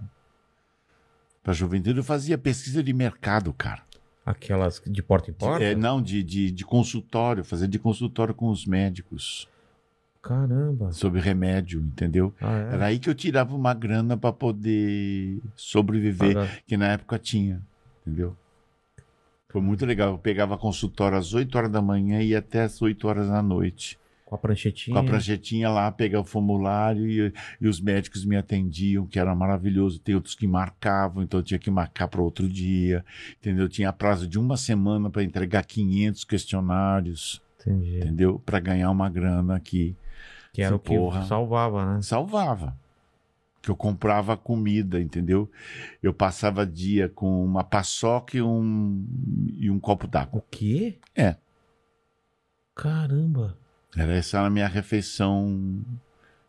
Speaker 3: para juventude eu fazia pesquisa de mercado, cara.
Speaker 1: Aquelas de porta em porta?
Speaker 3: É, não de, de, de consultório, fazer de consultório com os médicos
Speaker 1: Caramba.
Speaker 3: sobre remédio, entendeu?
Speaker 1: Ah, é?
Speaker 3: Era aí que eu tirava uma grana para poder sobreviver,
Speaker 1: Pagar.
Speaker 3: que na época tinha, entendeu? Foi muito legal. Eu pegava consultório às 8 horas da manhã e ia até às 8 horas da noite.
Speaker 1: Com a pranchetinha.
Speaker 3: Com a pranchetinha lá, pegava o formulário e, e os médicos me atendiam, que era maravilhoso. Tem outros que marcavam, então eu tinha que marcar para outro dia, entendeu? Tinha prazo de uma semana para entregar 500 questionários,
Speaker 1: Entendi.
Speaker 3: entendeu? Para ganhar uma grana aqui
Speaker 1: Que era o que
Speaker 3: Porra.
Speaker 1: salvava, né?
Speaker 3: salvava. Que eu comprava comida, entendeu? Eu passava dia com uma paçoca e um, e um copo
Speaker 1: O
Speaker 3: d'água.
Speaker 1: quê?
Speaker 3: É.
Speaker 1: Caramba.
Speaker 3: Era essa a minha refeição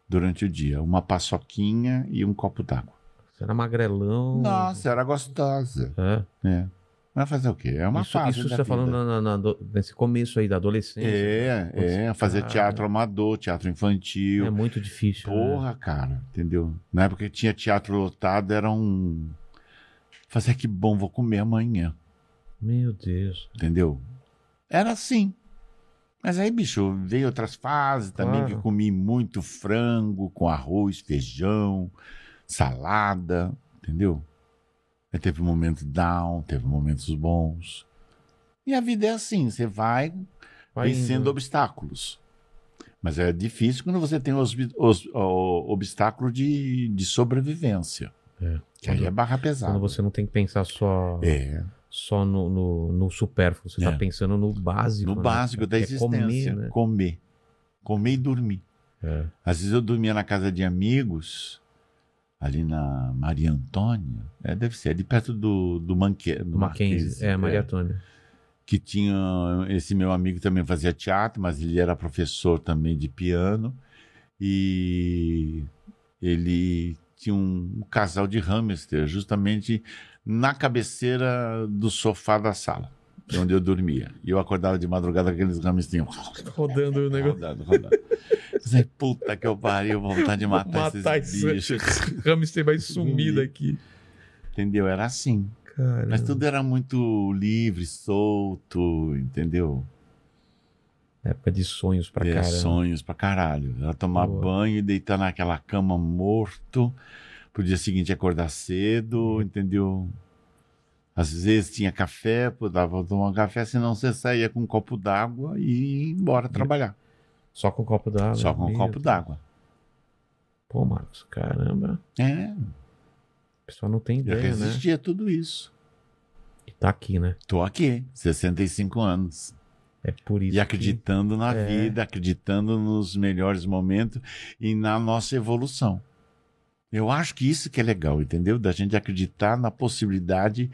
Speaker 3: durante o dia. Uma paçoquinha e um copo d'água.
Speaker 1: Você era magrelão.
Speaker 3: Nossa, era gostosa.
Speaker 1: É.
Speaker 3: É. Mas fazer o quê? É uma
Speaker 1: isso,
Speaker 3: fase
Speaker 1: isso
Speaker 3: da
Speaker 1: você tá
Speaker 3: vida.
Speaker 1: falando na- na- na- nesse começo aí da adolescência. né?
Speaker 3: É,
Speaker 1: Putz,
Speaker 3: é, fazer
Speaker 1: cara.
Speaker 3: teatro amador, teatro infantil.
Speaker 1: É muito difícil. né?
Speaker 3: Porra, cara, entendeu? Na época que tinha teatro lotado, era um. Fazer que bom, vou comer amanhã,
Speaker 1: Meu Deus.
Speaker 3: entendeu? Era assim. Mas aí, bicho, veio outras fases também,
Speaker 1: Claro.
Speaker 3: que eu comi muito frango com arroz, feijão, salada, entendeu? Aí teve um momento down, teve momentos bons. E a vida é assim, você vai
Speaker 1: Vai indo,
Speaker 3: vencendo
Speaker 1: né?
Speaker 3: obstáculos. Mas é difícil quando você tem os, os- o obstáculo de, de sobrevivência.
Speaker 1: É.
Speaker 3: Que aí é barra pesada.
Speaker 1: Quando você não tem que pensar só,
Speaker 3: É,
Speaker 1: só no, no, no supérfluo. Você
Speaker 3: É.
Speaker 1: tá pensando no básico.
Speaker 3: no
Speaker 1: né?
Speaker 3: básico da
Speaker 1: É
Speaker 3: existência.
Speaker 1: Comer, né?
Speaker 3: comer. Comer e dormir.
Speaker 1: É.
Speaker 3: Às vezes eu dormia na casa de amigos, ali na Maria Antônia, é, deve ser, ali perto do, do, Manque, do
Speaker 1: Mackenzie.
Speaker 3: Marquês,
Speaker 1: É, Maria Antônia.
Speaker 3: que tinha esse meu amigo também fazia teatro, mas ele era professor também de piano e ele tinha um casal de hamster justamente na cabeceira do sofá da sala, de onde eu dormia. E eu acordava de madrugada com aqueles hamsterinhos
Speaker 1: Tá Rodando o negócio.
Speaker 3: rodando, rodando. Eu Falei, puta que eu pariu, vou vontade de matar,
Speaker 1: Matar
Speaker 3: esses
Speaker 1: esse-
Speaker 3: bichos.
Speaker 1: hamster vai
Speaker 3: sumir
Speaker 1: daqui.
Speaker 3: Entendeu? Era assim.
Speaker 1: Cara.
Speaker 3: Mas tudo era muito livre, solto, entendeu?
Speaker 1: Época de sonhos pra
Speaker 3: Ter
Speaker 1: cara.
Speaker 3: É, sonhos pra caralho. Era tomar
Speaker 1: Boa.
Speaker 3: banho e deitar naquela cama morto. Pro dia seguinte acordar
Speaker 1: Uhum.
Speaker 3: cedo, entendeu? Às vezes tinha café, pô, dava pra tomar um café, senão você saía com um copo d'água e ia embora trabalhar.
Speaker 1: Só com o copo d'água.
Speaker 3: Só com um
Speaker 1: Meu
Speaker 3: copo
Speaker 1: Deus.
Speaker 3: d'água.
Speaker 1: Pô, Marcos, caramba.
Speaker 3: É,
Speaker 1: O pessoal não tem
Speaker 3: eu
Speaker 1: ideia, né?
Speaker 3: resistia a tudo isso.
Speaker 1: E tá aqui, né?
Speaker 3: Tô aqui, 65 anos.
Speaker 1: É por isso.
Speaker 3: E acreditando na
Speaker 1: É.
Speaker 3: vida, acreditando nos melhores momentos e na nossa evolução. Eu acho que isso que é legal, entendeu? Da gente acreditar na possibilidade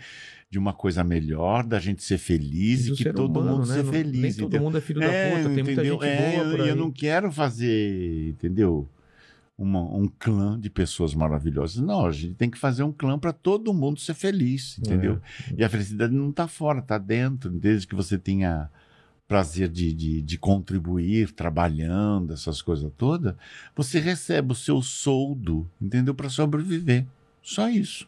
Speaker 3: de uma coisa melhor, da gente ser
Speaker 1: que,
Speaker 3: feliz
Speaker 1: do
Speaker 3: e que
Speaker 1: ser
Speaker 3: todo
Speaker 1: humano,
Speaker 3: mundo
Speaker 1: né?
Speaker 3: ser
Speaker 1: Não-
Speaker 3: feliz.
Speaker 1: Nem todo
Speaker 3: entendeu?
Speaker 1: mundo é filho
Speaker 3: É,
Speaker 1: da puta. Tem muita
Speaker 3: entendeu?
Speaker 1: gente
Speaker 3: É,
Speaker 1: boa por
Speaker 3: eu,
Speaker 1: aí.
Speaker 3: eu não quero fazer, entendeu? Uma- um clã de pessoas maravilhosas. Não, a gente tem que fazer um clã para todo mundo ser
Speaker 1: É.
Speaker 3: feliz, entendeu? E a felicidade não está fora, está dentro, desde que você tenha prazer de, de, de contribuir, trabalhando, essas coisas todas, você recebe o seu soldo, entendeu? Para sobreviver. Só isso.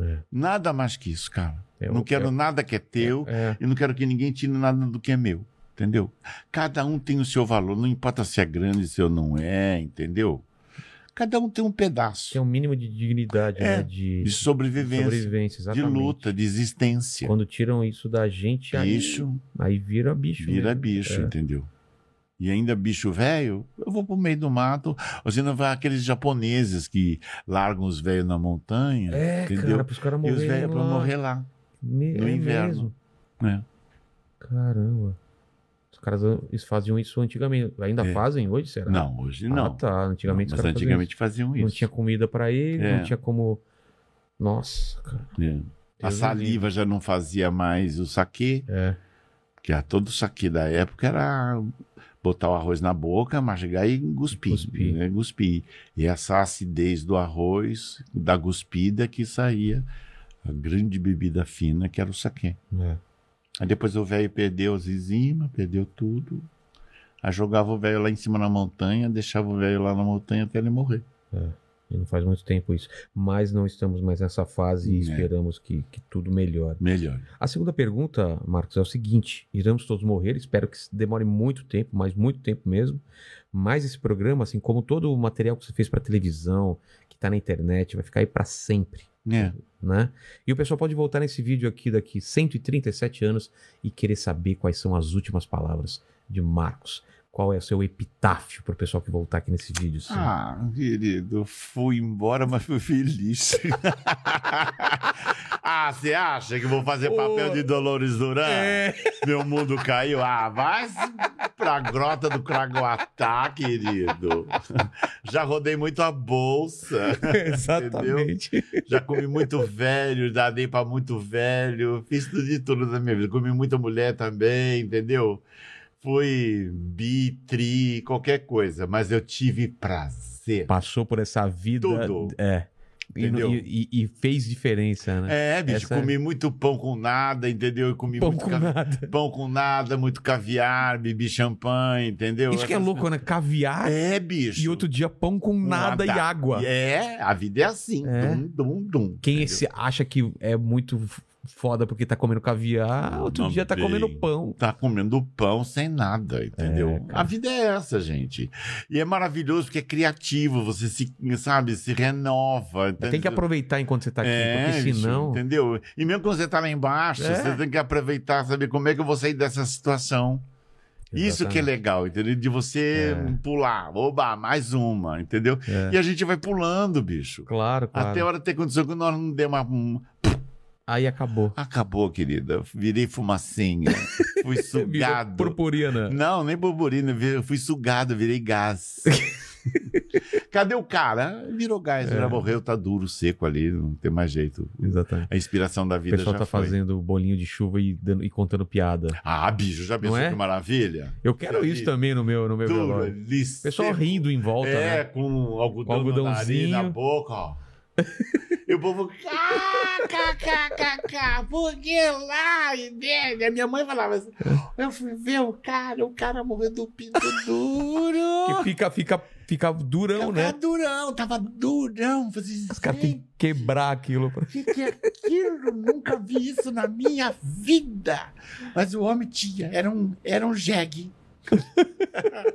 Speaker 1: É.
Speaker 3: Nada mais que isso, cara.
Speaker 1: É,
Speaker 3: não
Speaker 1: eu-
Speaker 3: quero
Speaker 1: eu-
Speaker 3: nada que é teu
Speaker 1: É,
Speaker 3: e não quero que ninguém tire nada do que é meu, entendeu? Cada um tem o seu valor, não importa se é grande, se eu não é, entendeu? Cada um tem um pedaço
Speaker 1: tem um mínimo de dignidade,
Speaker 3: É,
Speaker 1: né? De,
Speaker 3: de sobrevivência,
Speaker 1: sobrevivência,
Speaker 3: de
Speaker 1: exatamente.
Speaker 3: luta, de existência.
Speaker 1: Quando tiram isso da gente, aí,
Speaker 3: Isso.
Speaker 1: aí vira bicho.
Speaker 3: Vira
Speaker 1: mesmo.
Speaker 3: bicho,
Speaker 1: É.
Speaker 3: entendeu? E ainda bicho velho, eu vou pro meio do mato. Você não vai aqueles japoneses que largam os velhos na montanha
Speaker 1: É,
Speaker 3: Entendeu?
Speaker 1: cara, pros caras
Speaker 3: e os
Speaker 1: morrerem.
Speaker 3: velhos pra
Speaker 1: lá.
Speaker 3: morrer lá.
Speaker 1: Me-
Speaker 3: no
Speaker 1: é
Speaker 3: inverno.
Speaker 1: mesmo.
Speaker 3: É.
Speaker 1: Caramba. Os caras eles faziam isso antigamente. Ainda
Speaker 3: É.
Speaker 1: fazem hoje, será?
Speaker 3: Não, hoje
Speaker 1: Ah,
Speaker 3: não.
Speaker 1: tá. Antigamente os
Speaker 3: Mas
Speaker 1: caras faziam
Speaker 3: antigamente faziam
Speaker 1: isso.
Speaker 3: isso.
Speaker 1: Não tinha comida pra ele,
Speaker 3: É.
Speaker 1: não tinha como. Nossa, cara.
Speaker 3: É. A
Speaker 1: Deus me livre.
Speaker 3: saliva já não fazia mais o saquê,
Speaker 1: É.
Speaker 3: porque a todo saquê da época era botar o arroz na boca, mastigar e guspir.
Speaker 1: Cuspir.
Speaker 3: né? Guspir. E essa acidez do arroz, da guspida que saía a grande bebida fina que era o saquê.
Speaker 1: é.
Speaker 3: Aí depois o velho perdeu as enzimas, perdeu tudo. Aí jogava o velho lá em cima na montanha, deixava o velho lá na montanha até ele morrer.
Speaker 1: E não faz muito tempo isso. Mas não estamos mais nessa fase e
Speaker 3: É.
Speaker 1: esperamos que, que tudo melhore.
Speaker 3: Melhor.
Speaker 1: A segunda pergunta, Marcos, é o seguinte: iremos todos morrer, espero que demore muito tempo, mas muito tempo mesmo. Mas esse programa, assim como todo o material que você fez para televisão, que tá na internet, vai ficar aí para sempre,
Speaker 3: Né?
Speaker 1: né? E o pessoal pode voltar nesse vídeo aqui daqui 137 anos e querer saber quais são as últimas palavras de Marcos. Qual é o seu epitáfio pro pessoal que voltar aqui nesse vídeo? assim?
Speaker 3: Ah, querido, fui embora, mas fui feliz. ah, você acha que eu vou fazer papel de Dolores Duran?
Speaker 1: É.
Speaker 3: Meu mundo caiu. Ah, vai se- pra grota do Craguatá, querido. Já rodei muito a bolsa. Exatamente. Já comi muito velho, já dei pra muito velho, fiz tudo de tudo na minha vida. Comi muita mulher também, entendeu? Fui bi, tri, qualquer coisa, mas eu tive prazer.
Speaker 1: Passou por essa vida.
Speaker 3: Tudo.
Speaker 1: É. E,
Speaker 3: Entendeu?
Speaker 1: e- e- e fez diferença, né?
Speaker 3: É, bicho,
Speaker 1: Essa-
Speaker 3: comi muito pão com nada, entendeu? Eu comi
Speaker 1: Pão
Speaker 3: muito
Speaker 1: com
Speaker 3: ca-
Speaker 1: nada.
Speaker 3: pão com nada, muito caviar, bebi champanhe, entendeu?
Speaker 1: Isso que é
Speaker 3: Essas-
Speaker 1: louco, né? Caviar
Speaker 3: É, bicho.
Speaker 1: e outro dia pão com nada, e água.
Speaker 3: É, a vida é assim.
Speaker 1: É.
Speaker 3: Dum, dum, dum.
Speaker 1: Quem
Speaker 3: entendeu?
Speaker 1: se acha que é muito f- foda porque tá comendo caviar, outro
Speaker 3: Não
Speaker 1: dia tá
Speaker 3: tem.
Speaker 1: comendo pão.
Speaker 3: Tá comendo pão sem nada, entendeu?
Speaker 1: É, cara.
Speaker 3: a vida é essa, gente. E é maravilhoso porque é criativo, você se, sabe, se renova.
Speaker 1: Tem que
Speaker 3: entendeu?
Speaker 1: aproveitar enquanto você tá aqui, porque
Speaker 3: É, bicho,
Speaker 1: senão.
Speaker 3: entendeu? E mesmo quando você tá lá embaixo,
Speaker 1: É.
Speaker 3: você tem que aproveitar, saber como é que eu vou sair dessa situação. Isso que é legal, entendeu? De você
Speaker 1: É.
Speaker 3: pular. Oba, mais uma, entendeu?
Speaker 1: É.
Speaker 3: E a gente vai pulando, bicho.
Speaker 1: Claro, claro.
Speaker 3: Até a hora que tem condição que nós não demos uma. um-
Speaker 1: Aí acabou.
Speaker 3: Acabou, querida. Virei fumacinha. Fui
Speaker 1: Virou
Speaker 3: sugado.
Speaker 1: Purpurina.
Speaker 3: Não, nem burburina. vi- Eu fui sugado, virei gás. Cadê o cara? Virou
Speaker 1: É.
Speaker 3: gás, já morreu, tá duro, seco ali, não tem mais jeito.
Speaker 1: Exatamente.
Speaker 3: A inspiração da
Speaker 1: O
Speaker 3: vida
Speaker 1: pessoal
Speaker 3: já
Speaker 1: tá
Speaker 3: foi.
Speaker 1: fazendo bolinho de chuva e, dando- e contando piada.
Speaker 3: Ah, bicho, já pensou
Speaker 1: Não é?
Speaker 3: que maravilha?
Speaker 1: Eu quero isso também no meu, no meu
Speaker 3: Duro,
Speaker 1: velório.
Speaker 3: ali,
Speaker 1: O pessoal
Speaker 3: seco.
Speaker 1: rindo em volta,
Speaker 3: É,
Speaker 1: né?
Speaker 3: com algodão
Speaker 1: Com
Speaker 3: no nariz, na
Speaker 1: algodãozinho.
Speaker 3: boca, ó. E o povo, kkkk, por que lá? E dele? A minha mãe falava assim,
Speaker 1: É.
Speaker 3: eu fui ver o cara, o cara morreu do pinto duro.
Speaker 1: Que fica, fica, fica durão,
Speaker 3: Tava
Speaker 1: né?
Speaker 3: durão, tava durão. Falei,
Speaker 1: Os caras têm que quebrar aquilo. pra-
Speaker 3: que, que é aquilo? Nunca vi isso na minha vida. Mas o homem tinha, era um, era um jegue.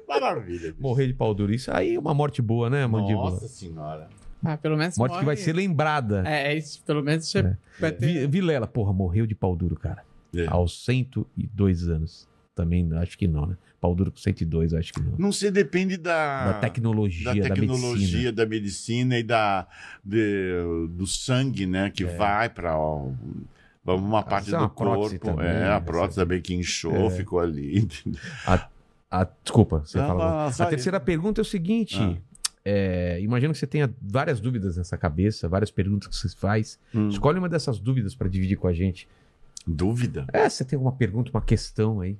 Speaker 3: Maravilha. bicho.
Speaker 1: Morrer de pau duro. Isso aí é uma morte boa, né, mandíbula?
Speaker 3: Nossa senhora.
Speaker 2: Ah, pelo menos
Speaker 1: morte que vai
Speaker 2: morre-
Speaker 1: ser lembrada.
Speaker 2: É, é isso. Pelo menos você
Speaker 1: É.
Speaker 2: vai
Speaker 1: Vi-
Speaker 2: ter...
Speaker 1: Vilela, porra, morreu de pau duro, cara.
Speaker 3: É.
Speaker 1: Aos 102 anos. Também acho que não, né? Pau duro com 102, acho que não.
Speaker 3: Não sei, depende da,
Speaker 1: da tecnologia,
Speaker 3: Ah, da
Speaker 1: da, medicina.
Speaker 3: tecnologia, da medicina e da, de- do sangue, né? Que vai para uma parte
Speaker 1: É. isso é
Speaker 3: do
Speaker 1: uma prótese
Speaker 3: corpo.
Speaker 1: também,
Speaker 3: é,
Speaker 1: né?
Speaker 3: a prótese também que inchou, ficou ali. entendeu? Ah,
Speaker 1: Ah, desculpa, você
Speaker 3: Não,
Speaker 1: fala.
Speaker 3: não, não, só
Speaker 1: A terceira pergunta é o seguinte.
Speaker 3: Ah.
Speaker 1: é, imagino que você tenha várias dúvidas nessa cabeça, várias perguntas que você faz.
Speaker 3: Hum.
Speaker 1: Escolhe uma dessas dúvidas para dividir com a gente.
Speaker 3: Dúvida?
Speaker 1: É, você tem alguma pergunta, uma questão aí?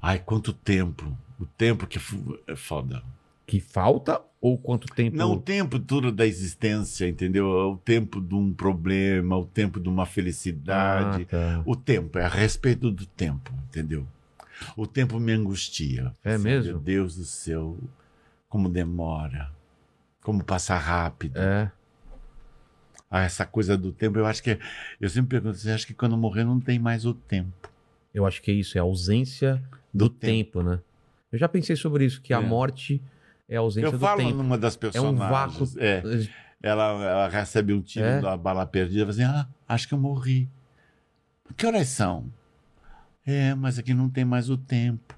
Speaker 3: Ai, quanto tempo. O tempo que fu- é foda.
Speaker 1: Que falta ou quanto tempo?
Speaker 3: Não, o tempo todo da existência, entendeu? É O tempo de um problema, o tempo de uma
Speaker 1: Ah,
Speaker 3: felicidade.
Speaker 1: tá.
Speaker 3: O tempo, é a respeito do tempo, entendeu? O tempo me angustia.
Speaker 1: É mesmo?
Speaker 3: Meu Deus do céu, como demora, como passa rápido.
Speaker 1: É.
Speaker 3: Ah, essa coisa do tempo, eu acho que. é- Eu sempre pergunto assim, acho que quando eu morrer não tem mais o tempo.
Speaker 1: Eu acho que é isso, é a ausência
Speaker 3: Do,
Speaker 1: tempo, né? Eu já pensei sobre isso, que a
Speaker 3: É.
Speaker 1: morte é a ausência
Speaker 3: Eu
Speaker 1: do
Speaker 3: falo né?
Speaker 1: tempo.
Speaker 3: numa das
Speaker 1: É um
Speaker 3: personagens.
Speaker 1: vácuo.
Speaker 3: É. Ela, ela recebe um tiro
Speaker 1: É?
Speaker 3: da bala perdida e fala assim: Ah, acho que eu morri. Que horas são? É, mas aqui não tem mais o tempo.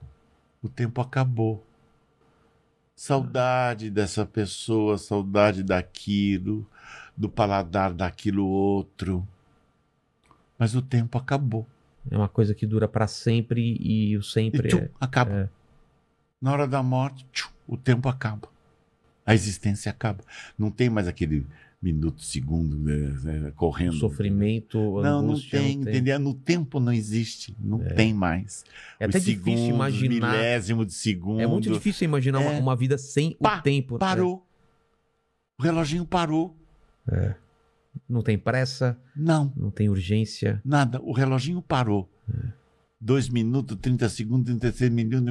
Speaker 3: O tempo acabou. Saudade dessa pessoa, saudade daquilo, do paladar daquilo outro. Mas o tempo acabou.
Speaker 1: É uma coisa que dura pra sempre e o
Speaker 3: E
Speaker 1: sempre
Speaker 3: tchum,
Speaker 1: é.
Speaker 3: acaba.
Speaker 1: é.
Speaker 3: Na hora da morte, tchum, o tempo acaba. A existência acaba. Não tem mais aquele minuto, segundo, né, né, correndo.
Speaker 1: Sofrimento,
Speaker 3: Não, não
Speaker 1: angústia,
Speaker 3: tem, entendeu? No tempo não existe, não tem mais.
Speaker 1: É até
Speaker 3: Os
Speaker 1: difícil
Speaker 3: segundos,
Speaker 1: imaginar.
Speaker 3: milésimo de segundo.
Speaker 1: É muito difícil imaginar uma,
Speaker 3: É.
Speaker 1: uma vida sem
Speaker 3: Pá,
Speaker 1: o tempo.
Speaker 3: Parou. O reloginho parou.
Speaker 1: né? Não tem pressa,
Speaker 3: Não,
Speaker 1: não tem urgência.
Speaker 3: nada. O reloginho parou.
Speaker 1: É.
Speaker 3: Dois minutos, 30 segundos, 36 minutos,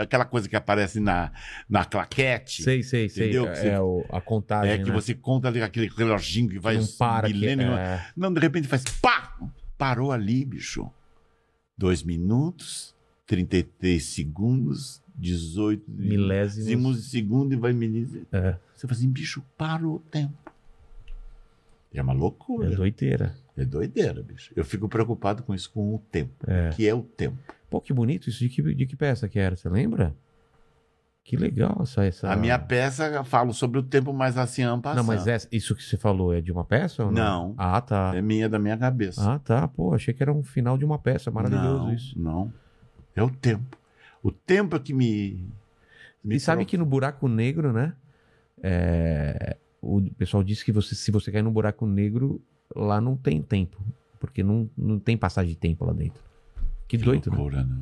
Speaker 3: aquela coisa que aparece na, na claquete.
Speaker 1: Sei, sei, sei.
Speaker 3: Entendeu?
Speaker 1: É,
Speaker 3: Você-
Speaker 1: é o- a contagem.
Speaker 3: É que
Speaker 1: né?
Speaker 3: você conta ali aquele reloginho que vai
Speaker 1: não para. Que,
Speaker 3: milênio.
Speaker 1: é,
Speaker 3: Não, de repente faz pá! Parou ali, bicho. Dois minutos, 33 segundos, 18
Speaker 1: Milésimos.
Speaker 3: de segundo e vai me dizer.
Speaker 1: É.
Speaker 3: Você fala assim, bicho, parou o tempo. É uma
Speaker 1: é
Speaker 3: loucura. É,
Speaker 1: doideira.
Speaker 3: doideira, bicho. Eu fico preocupado com isso, com o tempo.
Speaker 1: É.
Speaker 3: Que é o tempo.
Speaker 1: Pô, que bonito isso. De que, de que peça que era? Você lembra? Que legal essa. essa...
Speaker 3: A minha peça eu falo sobre o tempo, mas assim, ampassando.
Speaker 1: Tá. Não, mas essa- isso que você falou é de uma peça ou não?
Speaker 3: Não.
Speaker 1: Ah, tá.
Speaker 3: É minha, da minha cabeça.
Speaker 1: Ah, tá. Pô, achei que era um final de uma peça. Maravilhoso
Speaker 3: não,
Speaker 1: isso.
Speaker 3: Não. É o tempo. O tempo é que me. me
Speaker 1: e sabe que no buraco negro, né? é, o pessoal diz que você, se você cair no buraco negro, lá não tem tempo. Porque não, não tem passagem de tempo lá dentro. Que,
Speaker 3: Que
Speaker 1: doido, né?
Speaker 3: loucura, né?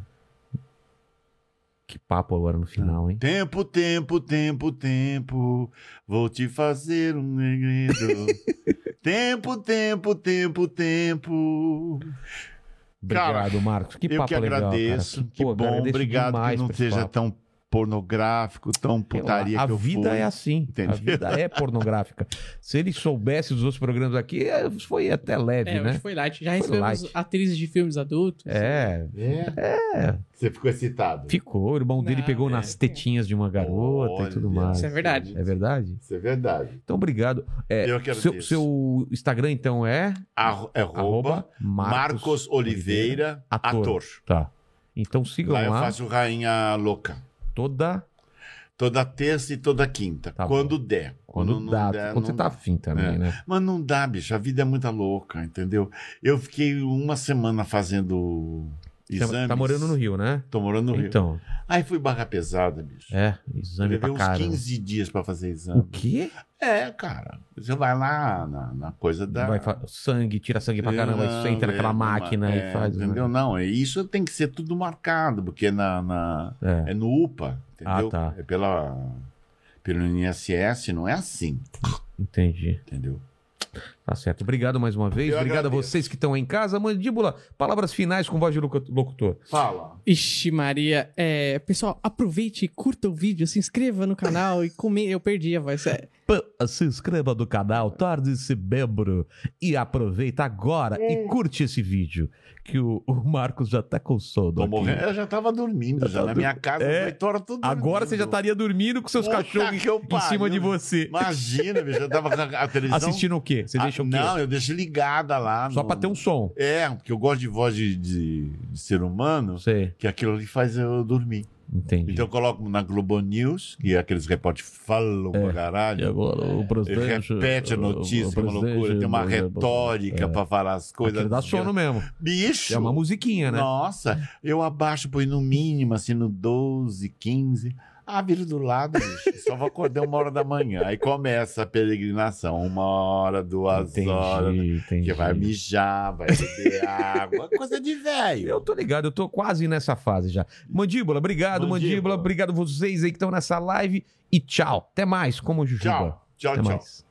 Speaker 1: Que papo agora no final, hein?
Speaker 3: Tempo, tempo, tempo, tempo, vou te fazer um segredo. tempo, tempo, tempo, tempo.
Speaker 1: Obrigado, Marcos. Que
Speaker 3: eu
Speaker 1: papo
Speaker 3: que
Speaker 1: legal, cara.
Speaker 3: agradeço. Que
Speaker 1: Pô,
Speaker 3: bom,
Speaker 1: agradeço
Speaker 3: obrigado que
Speaker 1: demais
Speaker 3: não
Speaker 1: por esse
Speaker 3: seja
Speaker 1: papo.
Speaker 3: tão pornográfico, tão putaria
Speaker 1: a
Speaker 3: que eu fui.
Speaker 1: vida é assim. A
Speaker 3: Entendeu?
Speaker 1: vida é pornográfica. Se ele soubesse dos outros programas aqui, eh, foi até leve,
Speaker 2: É, hoje
Speaker 1: né?
Speaker 2: foi light. Já
Speaker 1: Foi
Speaker 2: recebemos
Speaker 1: light.
Speaker 2: atrizes de filmes adultos.
Speaker 1: É,
Speaker 3: É. Você ficou excitado.
Speaker 1: ficou. O irmão dele
Speaker 2: Não,
Speaker 1: pegou
Speaker 2: é,
Speaker 1: nas
Speaker 2: é.
Speaker 1: tetinhas de uma garota e tudo
Speaker 3: Olha.
Speaker 1: mais.
Speaker 2: Isso é verdade.
Speaker 1: É verdade?
Speaker 3: Isso é verdade.
Speaker 1: Então, obrigado. É,
Speaker 3: Eu que agradeço.
Speaker 1: seu, seu Instagram, então, é
Speaker 3: Arro- arroba
Speaker 1: arroba
Speaker 3: Marcos, Oliveira,
Speaker 1: ator.
Speaker 3: ator.
Speaker 1: Tá. Então sigam
Speaker 3: Lá
Speaker 1: lá,
Speaker 3: eu faço Rainha Louca.
Speaker 1: toda
Speaker 3: Toda terça e toda quinta.
Speaker 1: Tá bom.
Speaker 3: quando der.
Speaker 1: quando
Speaker 3: não
Speaker 1: dá.
Speaker 3: der,
Speaker 1: quando
Speaker 3: não
Speaker 1: você tá afim também,
Speaker 3: É.
Speaker 1: né?
Speaker 3: Mas não dá, bicho. A vida é muito louca, entendeu? Eu fiquei uma semana fazendo
Speaker 1: Você
Speaker 3: exames.
Speaker 1: Tá morando no Rio, né?
Speaker 3: Tô morando no Rio.
Speaker 1: Então,
Speaker 3: Aí fui barra pesada, bicho.
Speaker 1: é, exame
Speaker 3: Levei
Speaker 1: pra
Speaker 3: uns
Speaker 1: cara.
Speaker 3: 15 dias pra fazer
Speaker 1: O
Speaker 3: exame.
Speaker 1: quê?
Speaker 3: É, cara. Você vai lá na, na coisa da...
Speaker 1: Vai fa- sangue, tira sangue pra caramba,
Speaker 3: Não,
Speaker 1: isso entra naquela
Speaker 3: é,
Speaker 1: máquina
Speaker 3: é,
Speaker 1: e faz. né?
Speaker 3: Entendeu? Não, isso tem que ser tudo marcado, porque na, na-
Speaker 1: É.
Speaker 3: é no UPA, entendeu?
Speaker 1: Ah, tá.
Speaker 3: É pela, pelo INSS, não é assim,
Speaker 1: Entendi.
Speaker 3: entendeu?
Speaker 1: Tá certo. Obrigado mais uma vez.
Speaker 3: Eu
Speaker 1: Obrigado a
Speaker 3: agradeço.
Speaker 1: vocês que estão aí em casa. Mandíbula, palavras finais com voz de locu- locutor.
Speaker 3: Fala.
Speaker 2: Ixi, Maria. É, pessoal, aproveite, curta o vídeo, se inscreva no canal e comente. Eu perdi a voz. É,
Speaker 4: Pã, Se inscreva no canal, torne-se membro e aproveita agora e curte esse vídeo que o, o Marcos já tá com sono.
Speaker 3: Tô
Speaker 4: aqui.
Speaker 3: morrendo, eu já tava dormindo, já na minha casa,
Speaker 4: É.
Speaker 3: é. 8 horas tudo
Speaker 4: Agora você já
Speaker 1: tá
Speaker 4: estaria dormindo com seus
Speaker 3: Puta
Speaker 4: cachorros
Speaker 3: que eu
Speaker 4: em cima
Speaker 3: pariu.
Speaker 4: de você.
Speaker 3: Imagina, bicho, eu tava com a a televisão...
Speaker 4: Assistindo o quê? Você
Speaker 3: Ah,
Speaker 4: deixa o quê?
Speaker 3: Não, eu deixo ligada lá.
Speaker 4: Só
Speaker 3: no-
Speaker 4: pra ter um som.
Speaker 3: É, porque eu gosto de voz de, de- de ser humano,
Speaker 1: Não sei.
Speaker 3: que aquilo ali faz eu dormir.
Speaker 1: Entendi.
Speaker 3: Então eu coloco na Globo News, que é aqueles repórteres falam
Speaker 1: É,
Speaker 3: pra
Speaker 4: E
Speaker 3: caralho.
Speaker 4: agora o presidente.
Speaker 3: É, Repete a
Speaker 4: o-
Speaker 3: notícia,
Speaker 4: o
Speaker 3: que é uma
Speaker 4: presidente-
Speaker 3: loucura. Tem uma retórica assim, pra falar as coisas.
Speaker 4: Aquilo dá sono mesmo.
Speaker 3: Bicho!
Speaker 1: É uma musiquinha, né?
Speaker 3: Nossa, eu abaixo, põe no mínimo, assim, no 12, 15. Ah, vira do lado, bicho. Só vou acordar uma hora da manhã. Aí começa a peregrinação. Uma hora, duas horas.
Speaker 1: Entendi, entendi.
Speaker 3: né? Que vai mijar, vai beber água. Coisa de
Speaker 1: Eu
Speaker 3: velho.
Speaker 1: tô ligado, eu tô quase nessa fase já. Mandíbula, obrigado, mandíbula.
Speaker 3: Mandíbula.
Speaker 1: Obrigado vocês aí que estão nessa live. E tchau. Até mais, como Jujuba.
Speaker 3: Tchau, tchau,
Speaker 1: Até
Speaker 3: tchau.
Speaker 1: mais.